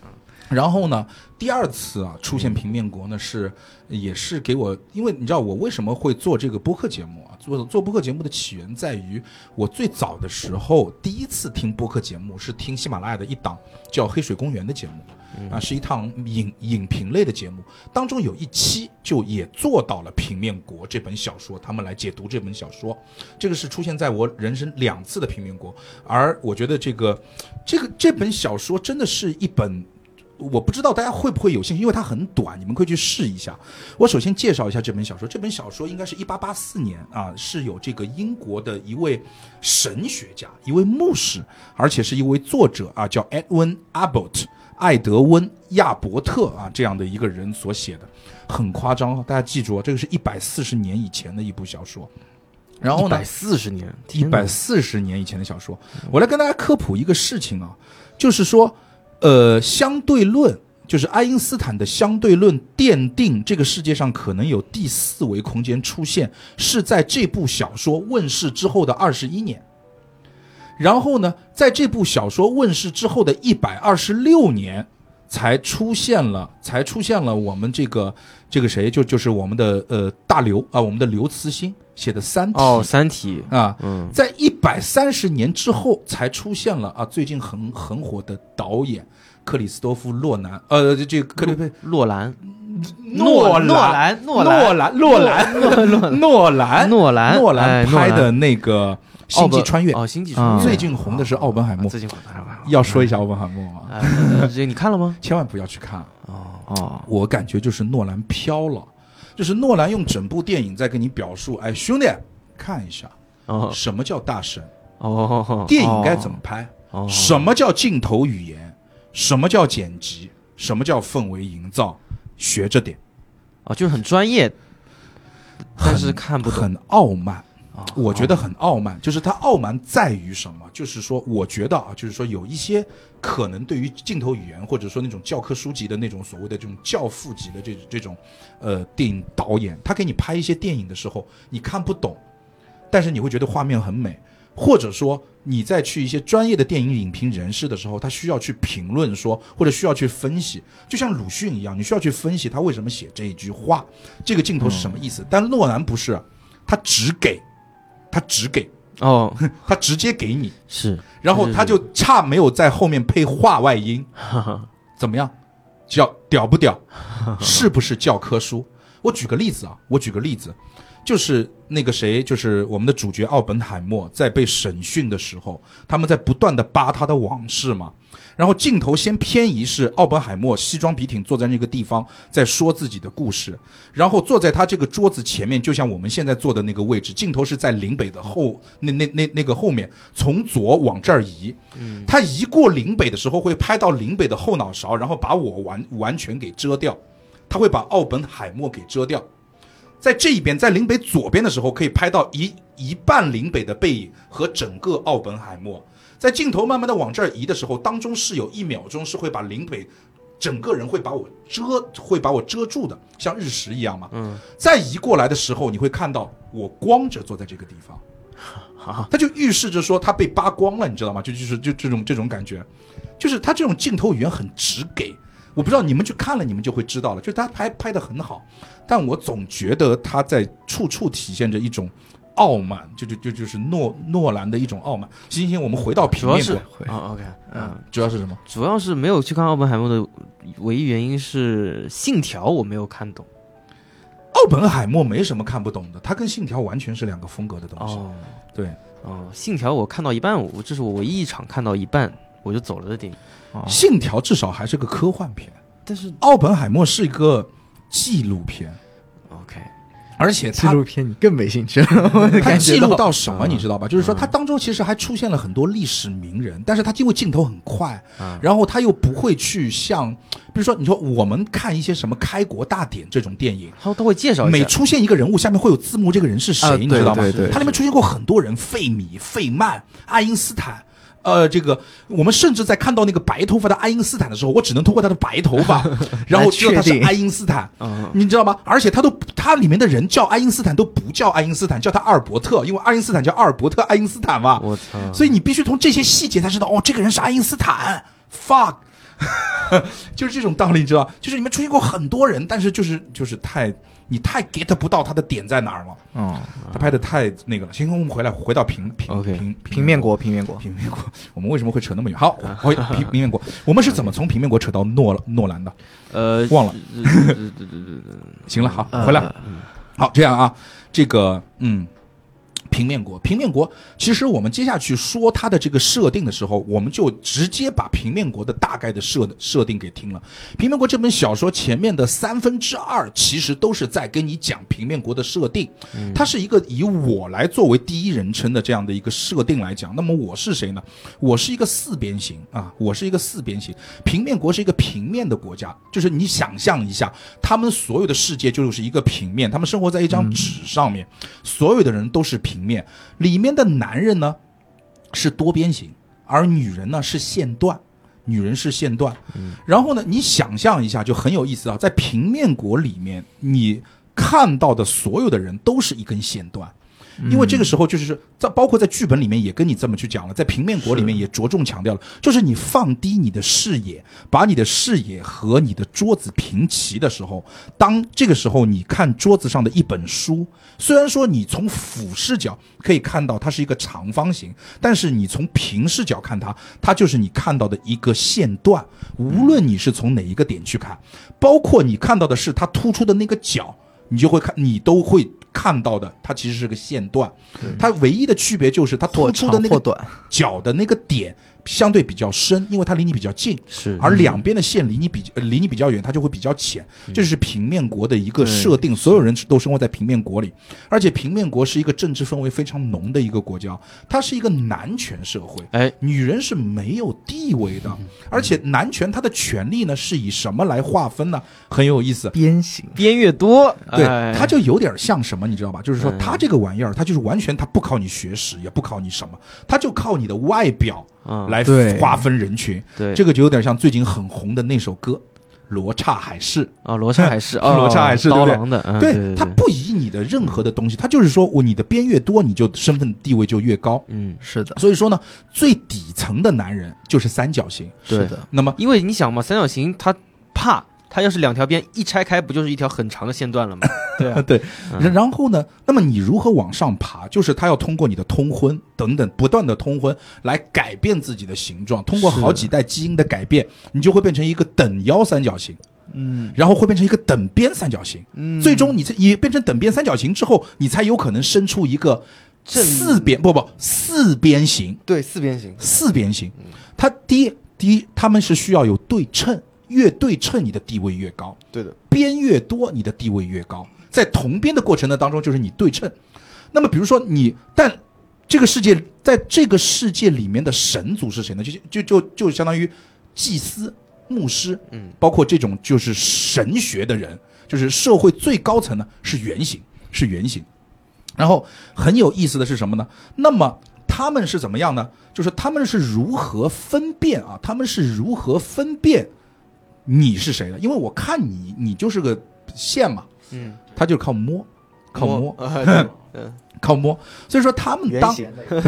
[SPEAKER 2] 然后呢，第二次啊出现平面国呢是也是给我，因为你知道我为什么会做这个播客节目啊？做做播客节目的起源在于我最早的时候第一次听播客节目是听喜马拉雅的一档叫《黑水公园》的节目，啊，是一趟影影评类的节目，当中有一期就也做到了平面国这本小说，他们来解读这本小说，这个是出现在我人生两次的平面国，而我觉得这个这个这本小说真的是一本。我不知道大家会不会有兴趣，因为它很短，你们可以去试一下。我首先介绍一下这本小说，这本小说应该是一八八四年啊，是有这个英国的一位神学家，一位牧师，而且是一位作者啊，叫 Edwin Abbott。艾德温·亚伯特啊，这样的一个人所写的，很夸张啊！大家记住啊，这个是一百四十年以前的一部小说。然后
[SPEAKER 1] 一
[SPEAKER 2] 呢
[SPEAKER 1] 百，四十年，
[SPEAKER 2] 一
[SPEAKER 1] 天哪
[SPEAKER 2] 百四十年以前的小说。我来跟大家科普一个事情啊，就是说，呃，相对论就是爱因斯坦的相对论奠定这个世界上可能有第四维空间出现，是在这部小说问世之后的二十一年。然后呢，在这部小说问世之后的一百二十六年，才出现了，才出现了我们这个这个谁，就就是我们的呃大刘啊、我们的刘慈欣写的《三体》
[SPEAKER 1] 哦，《三体》，
[SPEAKER 2] 啊，
[SPEAKER 1] 嗯，
[SPEAKER 2] 在一百三十年之后才出现了啊，最近很很火的导演克里斯多夫·洛南，呃，这这个克里佩
[SPEAKER 1] 洛兰，
[SPEAKER 2] 诺
[SPEAKER 3] 诺
[SPEAKER 2] 兰
[SPEAKER 3] 兰诺
[SPEAKER 2] 诺兰诺兰诺兰
[SPEAKER 1] 诺兰，
[SPEAKER 2] 诺
[SPEAKER 1] 哎
[SPEAKER 2] 兰拍的那个《
[SPEAKER 1] 奥
[SPEAKER 2] 星际
[SPEAKER 1] 本
[SPEAKER 2] 穿越》，啊
[SPEAKER 1] 哦，《星际穿越》啊
[SPEAKER 3] 嗯
[SPEAKER 2] 最啊近红的是奥本海默
[SPEAKER 1] 最近红
[SPEAKER 2] 要说一下奥本海默啊，
[SPEAKER 1] 哎，这你看了
[SPEAKER 2] [LAUGHS]
[SPEAKER 1] 吗？
[SPEAKER 2] 千万不要去看啊，
[SPEAKER 1] 哦
[SPEAKER 2] 我感觉就是诺兰飘了，就是诺兰用整部电影在跟你表述，哎，兄弟，看一下
[SPEAKER 1] 哦
[SPEAKER 2] 什么叫大神，
[SPEAKER 1] 哦，
[SPEAKER 2] 电影该怎么拍。
[SPEAKER 1] 哦？
[SPEAKER 2] 什么叫镜头语言？什么叫剪辑？什么叫氛围营造？学着点，
[SPEAKER 1] 哦，就是很专业，但是看
[SPEAKER 2] [LAUGHS]
[SPEAKER 1] 不懂。
[SPEAKER 2] 很傲慢。
[SPEAKER 1] 哦
[SPEAKER 2] 我觉得很傲慢，就是他傲慢在于什么？就是说，我觉得啊，就是说有一些可能对于镜头语言，或者说那种教科书级的那种所谓的这种教父级的这这种呃电影导演，他给你拍一些电影的时候，你看不懂，但是你会觉得画面很美，或者说你在去一些专业的电影影评人士的时候，他需要去评论说，或者需要去分析，就像鲁迅一样，你需要去分析他为什么写这一句话，这个镜头是什么意思。但诺兰不是，啊他只给，他只给，
[SPEAKER 1] 哦，
[SPEAKER 2] 他直接给你，
[SPEAKER 1] [LAUGHS] 是
[SPEAKER 2] 然后他就差没有在后面配话外音，
[SPEAKER 1] 嗯
[SPEAKER 2] 怎么样？叫屌不屌？是不是教科书？我举个例子啊，我举个例子，就是那个谁，就是我们的主角奥本海默在被审讯的时候，他们在不断的扒他的往事嘛。然后镜头先偏移是奥本海默西装笔挺坐在那个地方，在说自己的故事。然后坐在他这个桌子前面，就像我们现在坐的那个位置，镜头是在林北的后那那那那个后面，从左往这儿移。他移过林北的时候，会拍到林北的后脑勺，然后把我完完全给遮掉。他会把奥本海默给遮掉。在这一边，在林北左边的时候，可以拍到一一半林北的背影和整个奥本海默。在镜头慢慢的往这儿移的时候，当中是有一秒钟是会把林北整个人会把我遮，会把我遮住的，像日食一样嘛。嗯。再移过来的时候，你会看到我光着坐在这个地方。
[SPEAKER 3] 啊，
[SPEAKER 2] 它就预示着说他被扒光了，你知道吗？就就是就这种这种感觉，就是他这种镜头语言很直给。我不知道你们去看了，你们就会知道了，就是他拍拍的很好，但我总觉得他在处处体现着一种傲慢，就就就就是诺诺兰的一种傲慢。行行行，我们回到平
[SPEAKER 1] 主要
[SPEAKER 2] 面
[SPEAKER 1] 是
[SPEAKER 2] 吧，
[SPEAKER 1] 啊，OK，嗯，
[SPEAKER 2] 主要是什么？
[SPEAKER 1] 主要是没有去看奥本海默的唯一原因是《信条》我没有看懂
[SPEAKER 2] 奥本海默没什么看不懂的，他跟《信条》完全是两个风格的东西。
[SPEAKER 1] 哦
[SPEAKER 2] 对，
[SPEAKER 1] 哦，《信条》我看到一半，我这是我唯一一场看到一半我就走了的电影。
[SPEAKER 3] 哦
[SPEAKER 2] 《信条》至少还是个科幻片，
[SPEAKER 1] 但是
[SPEAKER 2] 奥本海默是一个纪录片，
[SPEAKER 1] OK，
[SPEAKER 2] 而且
[SPEAKER 3] 纪
[SPEAKER 2] 他
[SPEAKER 3] 录片你更没兴趣了，
[SPEAKER 2] [LAUGHS]
[SPEAKER 3] 我
[SPEAKER 2] 他
[SPEAKER 3] [LAUGHS] 感
[SPEAKER 2] 记
[SPEAKER 3] 觉
[SPEAKER 2] 录到什么，
[SPEAKER 1] 嗯
[SPEAKER 2] 你知道吧？就是说，他当中其实还出现了很多历史名人，但是他因为镜头很快
[SPEAKER 1] 嗯，
[SPEAKER 2] 然后他又不会去像，比如说，你说我们看一些什么开国大典这种电影，
[SPEAKER 1] 他他会介绍一下
[SPEAKER 2] 每出现一个人物，下面会有字幕，这个人是
[SPEAKER 3] 啊
[SPEAKER 2] 谁，你知道吗
[SPEAKER 3] 对对对？
[SPEAKER 2] 它里面出现过很多人，费米、费曼、爱因斯坦。呃，这个我们甚至在看到那个白头发的爱因斯坦的时候，我只能通过他的白头发，
[SPEAKER 3] [LAUGHS]
[SPEAKER 2] 然后知道他
[SPEAKER 3] 确
[SPEAKER 2] 是
[SPEAKER 3] 定
[SPEAKER 2] 爱因斯坦，
[SPEAKER 1] 嗯
[SPEAKER 2] 你知道吗？而且他都他里面的人叫爱因斯坦都不叫爱因斯坦，叫他阿尔伯特，因为爱因斯坦叫阿尔伯特爱因斯坦嘛。
[SPEAKER 1] 我操，
[SPEAKER 2] 所以你必须从这些细节才知道，哦，这个人是爱因斯坦，fuck，就是这种道理，你知道？就是里面出现过很多人，但是就是就是太你太 get 不到他的点在哪儿了，
[SPEAKER 3] 嗯，
[SPEAKER 2] 他拍的太那个了。行，我们回来回到平平
[SPEAKER 1] 啊 OK
[SPEAKER 2] 平
[SPEAKER 3] 平面国，平面国，
[SPEAKER 2] 平面国， [LAUGHS] 我们为什么会扯那么远？好，回平平面国，我们是怎么从平面国扯到诺诺兰的？
[SPEAKER 1] 呃，
[SPEAKER 2] 忘了
[SPEAKER 1] 呃，呃呃呃呃呃
[SPEAKER 2] 行了，好，
[SPEAKER 3] 呃
[SPEAKER 2] 回来。好，这样啊，这个嗯，平面国，平面国，其实我们接下去说它的这个设定的时候，我们就直接把平面国的大概的设设定给听了。平面国这本小说前面的三分之二其实都是在跟你讲平面国的设定，它是一个以我来作为第一人称的这样的一个设定来讲。那么我是谁呢？我是一个四边形啊，我是一个四边形。平面国是一个平面的国家，就是你想象一下，他们所有的世界就是一个平面，他们生活在一张纸上面，所有的人都是平面。里面的男人呢是多边形，而女人呢是线段。女人是线段，然后呢，你想象一下就很有意思啊，在平面国里面，你看到的所有的人都是一根线段，因为这个时候就是在包括在剧本里面也跟你这么去讲了，在平面国里面也着重强调了，就是你放低你的视野，把你的视野和你的桌子平齐的时候，当这个时候你看桌子上的一本书，虽然说你从俯视角可以看到它是一个长方形，但是你从平视角看它，它就是你看到的一个线段，无论你是从哪一个点去看，包括你看到的是它突出的那个角。你就会看，你都会看到的，它其实是个线段，它唯一的区别就是它突
[SPEAKER 3] 或
[SPEAKER 2] 出
[SPEAKER 3] 长
[SPEAKER 2] 的那
[SPEAKER 3] 或
[SPEAKER 2] 个
[SPEAKER 3] 短，
[SPEAKER 2] 角的那个点相对比较深，因为它离你比较近，
[SPEAKER 1] 是
[SPEAKER 2] 而两边的线离你比呃离你比较远，它就会比较浅。这是平面国的一个设定，所有人都生活在平面国里，而且平面国是一个政治氛围非常浓的一个国家，它是一个男权社会。
[SPEAKER 1] 哎，
[SPEAKER 2] 女人是没有地位的，而且男权它的权利呢是以什么来划分呢？很有意思，
[SPEAKER 3] 边形，
[SPEAKER 1] 边越多，
[SPEAKER 2] 对
[SPEAKER 1] 哎，
[SPEAKER 2] 它就有点像什么，你知道吧？就是说，
[SPEAKER 1] 嗯
[SPEAKER 2] 它这个玩意儿，它就是完全它不靠你学识，也不靠你什么，它就靠你的外表
[SPEAKER 1] 嗯
[SPEAKER 2] 来
[SPEAKER 3] 对
[SPEAKER 2] 划分人群。
[SPEAKER 1] 对
[SPEAKER 2] 这个就有点像最近很红的那首歌《罗刹海市》。
[SPEAKER 1] 啊，罗刹海市啊，
[SPEAKER 2] 罗刹海市对
[SPEAKER 1] 刀
[SPEAKER 2] 不对
[SPEAKER 1] 郎的，嗯对，
[SPEAKER 2] 它不以你的任何的东西，它就是说我你的边越多，你就身份地位就越高。
[SPEAKER 1] 嗯，
[SPEAKER 3] 是的，
[SPEAKER 2] 所以说呢，最底层的男人就是三角形。
[SPEAKER 1] 对
[SPEAKER 3] 是的，
[SPEAKER 2] 那么
[SPEAKER 1] 因为你想嘛，三角形它怕，它要是两条边一拆开，不就是一条很长的线段了吗？对啊，
[SPEAKER 2] [LAUGHS] 对，
[SPEAKER 1] 嗯
[SPEAKER 2] 然后呢？那么你如何往上爬？就是他要通过你的通婚等等，不断的通婚来改变自己的形状，通过好几代基因的改变，你就会变成一个等腰三角形。
[SPEAKER 3] 嗯
[SPEAKER 2] 然后会变成一个等边三角形。
[SPEAKER 3] 嗯，
[SPEAKER 2] 最终你这也变成等边三角形之后，你才有可能伸出一个
[SPEAKER 1] 正
[SPEAKER 2] 四边不不四边形，
[SPEAKER 1] 对四边形，
[SPEAKER 2] 四边形。它第一第一，他们是需要有对称，越对称你的地位越高，
[SPEAKER 1] 对的，
[SPEAKER 2] 边越多你的地位越高。在同边的过程的当中，就是你对称。那么比如说你，但这个世界在这个世界里面的神族是谁呢？就就就就相当于祭司、牧师，
[SPEAKER 1] 嗯，
[SPEAKER 2] 包括这种就是神学的人，就是社会最高层呢是原型，是原型。然后很有意思的是什么呢？那么他们是怎么样呢？就是他们是如何分辨啊？他们是如何分辨你是谁的？因为我看你，你就是个线嘛，
[SPEAKER 1] 嗯，
[SPEAKER 2] 他就靠摸，靠摸，
[SPEAKER 1] 摸，啊对嗯，
[SPEAKER 2] 靠摸。所以说他们
[SPEAKER 3] 圆
[SPEAKER 2] 当
[SPEAKER 3] 形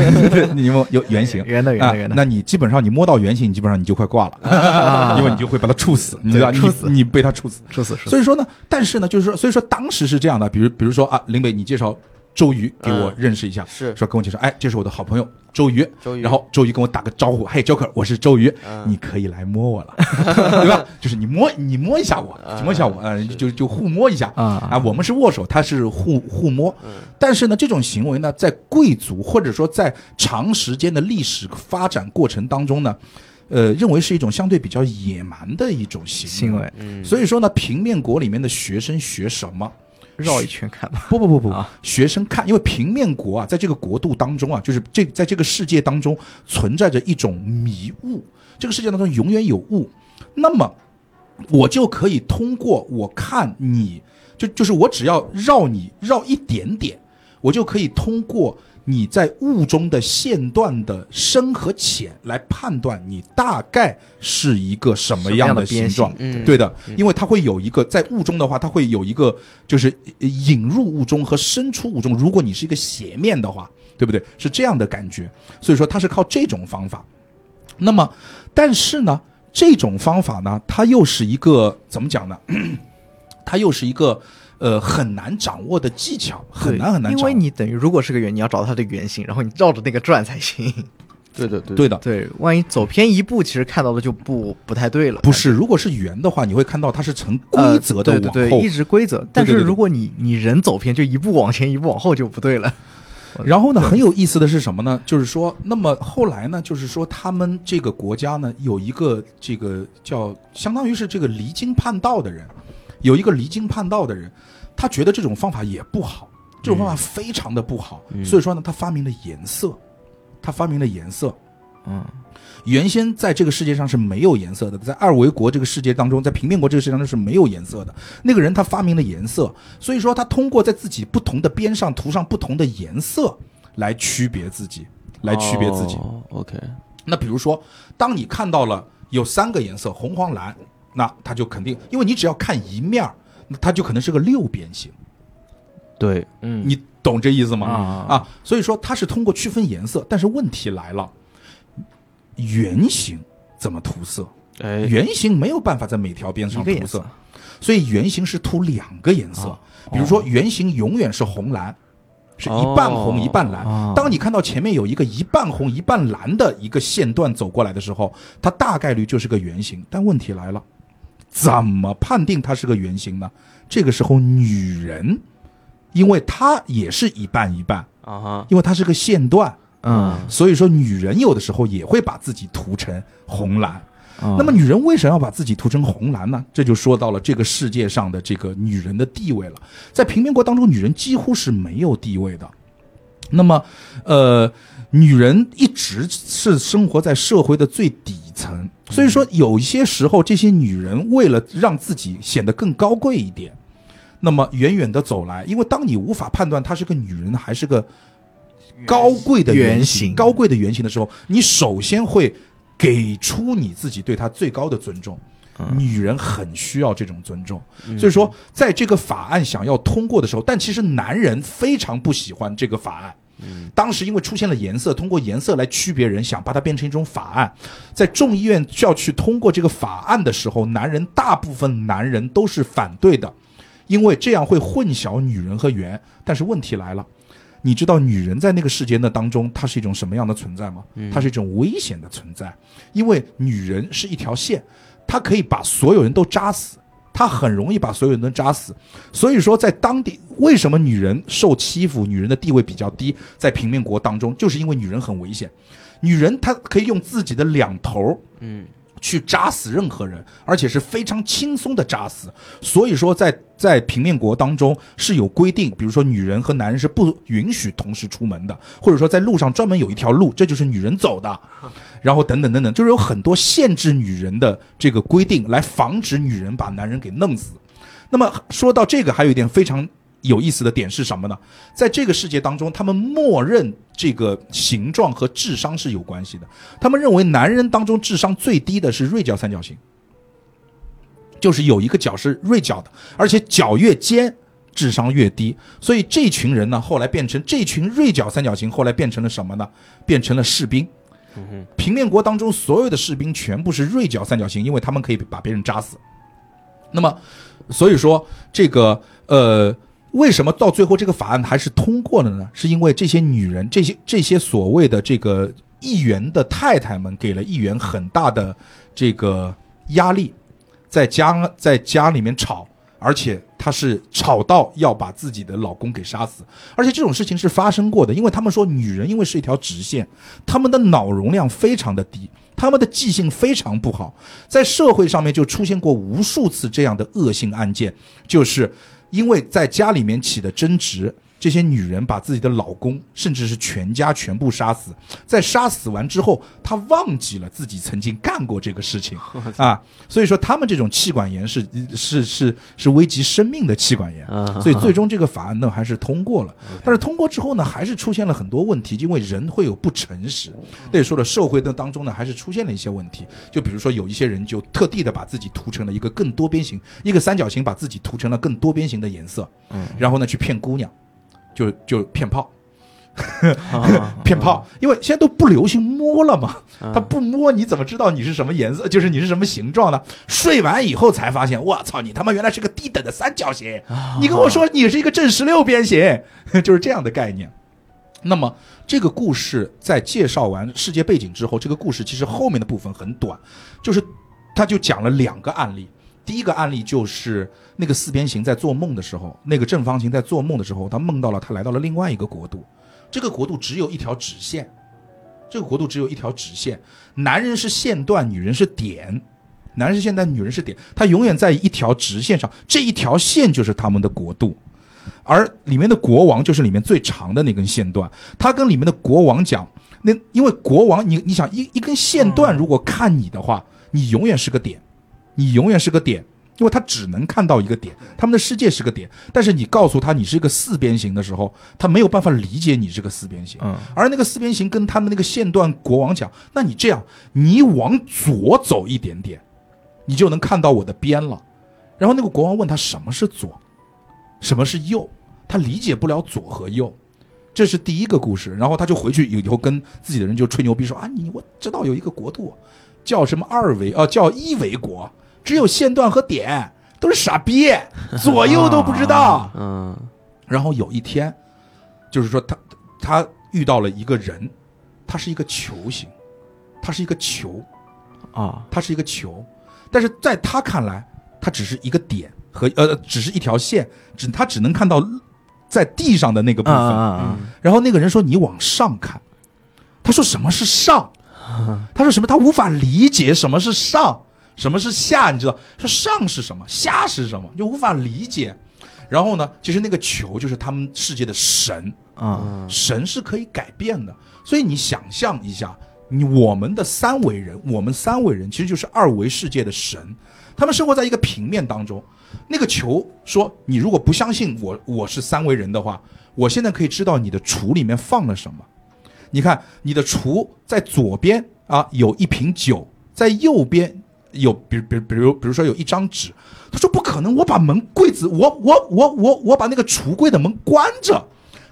[SPEAKER 2] [LAUGHS] 你有有原型。
[SPEAKER 3] 圆的圆
[SPEAKER 2] 啊
[SPEAKER 3] 的圆，的，
[SPEAKER 2] 那你基本上你摸到原型，你基本上你就快挂了，
[SPEAKER 3] 啊
[SPEAKER 2] 因为你就会把它处死，你知道，
[SPEAKER 3] 对
[SPEAKER 2] 你
[SPEAKER 3] 处死
[SPEAKER 2] 你被它处死。
[SPEAKER 3] 是是是，
[SPEAKER 2] 所以说呢，但是呢，就是说，所以说当时是这样的，比如比如说啊，林北，你介绍周瑜给我
[SPEAKER 1] 嗯
[SPEAKER 2] 认识一下，
[SPEAKER 1] 是
[SPEAKER 2] 说跟我介绍，哎，这是我的好朋友周瑜，
[SPEAKER 1] 周瑜
[SPEAKER 2] 然后周瑜跟我打个招呼，嘿，Joker，我是周瑜，
[SPEAKER 1] 嗯
[SPEAKER 2] 你可以来摸我了， [LAUGHS] 对吧？就是你摸你摸一下我，
[SPEAKER 1] 嗯
[SPEAKER 2] 摸一下我，呃，
[SPEAKER 1] 是
[SPEAKER 2] 就就互摸一下
[SPEAKER 3] 啊
[SPEAKER 2] 啊，我们是握手，他是互互摸，
[SPEAKER 1] 嗯
[SPEAKER 2] 但是呢，这种行为呢，在贵族或者说在长时间的历史发展过程当中呢。呃，认为是一种相对比较野蛮的一种行
[SPEAKER 3] 行
[SPEAKER 2] 为，
[SPEAKER 3] 为
[SPEAKER 1] 嗯，
[SPEAKER 2] 所以说呢，平面国里面的学生学什么？
[SPEAKER 3] 绕一圈看吧，
[SPEAKER 2] 不不不不，
[SPEAKER 3] 啊
[SPEAKER 2] 学生看，因为平面国啊，在这个国度当中啊，就是这在这个世界当中存在着一种迷雾，这个世界当中永远有雾，那么我就可以通过我看你，就就是我只要绕你绕一点点，我就可以通过你在雾中的线段的深和浅来判断你大概是一个什么样的
[SPEAKER 3] 什么样的边
[SPEAKER 2] 形状。
[SPEAKER 1] 嗯
[SPEAKER 2] 对的，因为它会有一个在雾中的话，它会有一个就是呃引入雾中和伸出雾中。如果你是一个斜面的话，对不对？是这样的感觉。所以说它是靠这种方法。那么，但是呢，这种方法呢，它又是一个怎么讲呢？它又是一个呃很难掌握的技巧，很
[SPEAKER 3] 对
[SPEAKER 2] 难很难
[SPEAKER 3] 因
[SPEAKER 2] 掌握。
[SPEAKER 3] 为你等于如果是个圆，你要找到它的圆形，然后你绕着那个转才行。
[SPEAKER 1] 对的对的
[SPEAKER 2] 对的，
[SPEAKER 3] 对，万一走偏一步，其实看到的就不不太对了。
[SPEAKER 2] 不是，如果是圆的话，你会看到它是成规
[SPEAKER 3] 呃
[SPEAKER 2] 则的往后。
[SPEAKER 3] 对对对，一直规则。但是
[SPEAKER 2] 对对对
[SPEAKER 3] 如果你你人走偏，就一步往前，一步往后就不对了。
[SPEAKER 2] 然后呢，很有意思的是什么呢？就是说，那么后来呢，就是说他们这个国家呢，有一个这个叫相当于是这个离经叛道的人，有一个离经叛道的人，他觉得这种方法也不好，这种方法非常的不好，
[SPEAKER 1] 嗯
[SPEAKER 2] 所以说呢，他发明了颜色，他发明了颜色。
[SPEAKER 3] 嗯，
[SPEAKER 2] 原先在这个世界上是没有颜色的，在二维国这个世界当中，在平面国这个世界当中是没有颜色的。那个人他发明了颜色，所以说他通过在自己不同的边上涂上不同的颜色来区别自己，来区别自己。
[SPEAKER 1] 哦，OK，
[SPEAKER 2] 那比如说，当你看到了有三个颜色红、黄、蓝，那他就肯定，因为你只要看一面儿，那它就可能是个六边形。
[SPEAKER 1] 对，嗯，
[SPEAKER 2] 你懂这意思吗？
[SPEAKER 3] 啊
[SPEAKER 2] 啊，所以说它是通过区分颜色，但是问题来了，圆形怎么涂色？
[SPEAKER 1] 哎，
[SPEAKER 2] 圆形没有办法在每条边
[SPEAKER 3] 一
[SPEAKER 2] 上
[SPEAKER 3] 个颜
[SPEAKER 2] 涂
[SPEAKER 3] 色
[SPEAKER 2] 色，，所以圆形是涂两个颜色
[SPEAKER 1] 哦。
[SPEAKER 2] 比如说，圆形永远是红蓝，是
[SPEAKER 1] 哦
[SPEAKER 2] 一半红一半蓝
[SPEAKER 3] 哦。
[SPEAKER 2] 当你看到前面有一个一半红一半蓝的一个线段走过来的时候，它大概率就是个圆形。但问题来了，怎么判定它是个圆形呢？这个时候，女人，因为她也是一半一半，
[SPEAKER 1] 啊哈，
[SPEAKER 2] 因为它是个线段，
[SPEAKER 3] 嗯，
[SPEAKER 2] 所以说女人有的时候也会把自己涂成红蓝。
[SPEAKER 3] 那
[SPEAKER 2] 那么女人为什么要把自己涂成红蓝呢？这就说到了这个世界上的这个女人的地位了。在平民国当中，女人几乎是没有地位的。那么，呃，女人一直是生活在社会的最底层，所以说有一些时候，这些女人为了让自己显得更高贵一点，那么远远的走来，因为当你无法判断她是个女人还是个高贵的
[SPEAKER 3] 原
[SPEAKER 2] 原
[SPEAKER 3] 型
[SPEAKER 2] 高贵的原型的时候，你首先会给出你自己对她最高的尊重。女人很需要这种尊重，所以说，在这个法案想要通过的时候，但其实男人非常不喜欢这个法案。当时因为出现了颜色，通过颜色来区别人，想把它变成一种法案。在众议院就要去通过这个法案的时候，男人大部分男人都是反对的，因为这样会混淆女人和猿。但是问题来了，你知道女人在那个世界那当中，她是一种什么样的存在吗？她是一种危险的存在，因为女人是一条线，她可以把所有人都扎死，他很容易把所有人都扎死。所以说，在当地为什么女人受欺负，女人的地位比较低，在平民国当中，就是因为女人很危险，女人她可以用自己的两头儿
[SPEAKER 1] 嗯，
[SPEAKER 2] 去扎死任何人，而且是非常轻松的扎死。所以说在，在平面国当中是有规定，比如说女人和男人是不允许同时出门的，或者说在路上专门有一条路，这就是女人走的，然后等等等等，就是有很多限制女人的这个规定，来防止女人把男人给弄死。那么说到这个，还有一点非常有意思的点是什么呢？在这个世界当中，他们默认这个形状和智商是有关系的。他们认为男人当中智商最低的是锐角三角形，就是有一个角是锐角的，而且角越尖。智商越低，所以这群人呢，后来变成这群锐角三角形，后来变成了什么呢？变成了士兵。平面国当中所有的士兵全部是锐角三角形，因为他们可以把别人扎死。那么，所以说这个呃，为什么到最后这个法案还是通过了呢？是因为这些女人，这些这些所谓的这个议员的太太们，给了议员很大的这个压力，在家在家里面吵，而且她是吵到要把自己的老公给杀死，而且这种事情是发生过的，因为他们说女人因为是一条直线，她们的脑容量非常的低，她们的记性非常不好，在社会上面就出现过无数次这样的恶性案件，就是因为在家里面起的争执。这些女人把自己的老公，甚至是全家全部杀死，在杀死完之后，她忘记了自己曾经干过这个事情 [LAUGHS] 啊，所以说他们这种气管炎是是是是危及生命的气管炎，
[SPEAKER 1] 啊
[SPEAKER 2] 所以最终这个法案呢还是通过了。但是通过之后呢，还是出现了很多问题，因为人会有不诚实。
[SPEAKER 1] 嗯
[SPEAKER 2] 那也说了，社会的当中呢，还是出现了一些问题。就比如说，有一些人就特地的把自己涂成了一个更多边形，一个三角形把自己涂成了更多边形的颜色，
[SPEAKER 1] 嗯
[SPEAKER 2] 然后呢去骗姑娘，就就骗炮，
[SPEAKER 1] 啊
[SPEAKER 2] 骗炮，因为现在都不流行摸了嘛。
[SPEAKER 1] 啊
[SPEAKER 2] 他不摸你怎么知道你是什么颜色？就是你是什么形状呢？睡完以后才发现，我操，你他妈原来是个低等的三角形！你跟我说你是一个正十六边形， [LAUGHS] 就是这样的概念。那么这个故事在介绍完世界背景之后，这个故事其实后面的部分很短，就是他就讲了两个案例。第一个案例就是那个四边形在做梦的时候，那个正方形在做梦的时候，他梦到了他来到了另外一个国度，这个国度只有一条直线，这个国度只有一条直线，男人是线段，女人是点，男人是线段，女人是点，他永远在一条直线上，这一条线就是他们的国度。而里面的国王就是里面最长的那根线段，他跟里面的国王讲，那因为国王，你你想一一根线段如果看你的话，你永远是个点，你永远是个点，因为他只能看到一个点，他们的世界是个点，但是你告诉他你是一个四边形的时候，他没有办法理解你是个四边形，
[SPEAKER 1] 嗯
[SPEAKER 2] 而那个四边形跟他们那个线段国王讲，那你这样，你往左走一点点，你就能看到我的边了。然后那个国王问他什么是左，什么是右，他理解不了左和右。这是第一个故事，然后他就回去以后跟自己的人就吹牛逼说啊，你我知道有一个国度叫什么二维啊、叫一维国，只有线段和点，都是傻逼，左右都不知道。
[SPEAKER 1] 嗯
[SPEAKER 2] 然后有一天，就是说他他遇到了一个人，他是一个球形，他是一个球，
[SPEAKER 1] 啊
[SPEAKER 2] 他是一个球，但是在他看来，他只是一个点和呃，只是一条线，只他只能看到在地上的那个部
[SPEAKER 3] 啊
[SPEAKER 2] 分。嗯
[SPEAKER 3] 啊啊！
[SPEAKER 2] 然后那个人说：“你往上看。”他说：“什么是上？”他说：“什么？他无法理解什么是上，什么是下，你知道？说上是什么，下是什么，就无法理解。”然后呢，其实那个球就是他们世界的神，
[SPEAKER 3] 啊，
[SPEAKER 2] 神是可以改变的。所以你想象一下，你我们的三维人，我们三维人其实就是二维世界的神，他们生活在一个平面当中。那个球说，你如果不相信我我是三维人的话，我现在可以知道你的橱里面放了什么。你看，你的橱在左边啊有一瓶酒，在右边有，比比比如比如说有一张纸。他说不可能，我把门柜子，我我我我我把那个橱柜的门关着，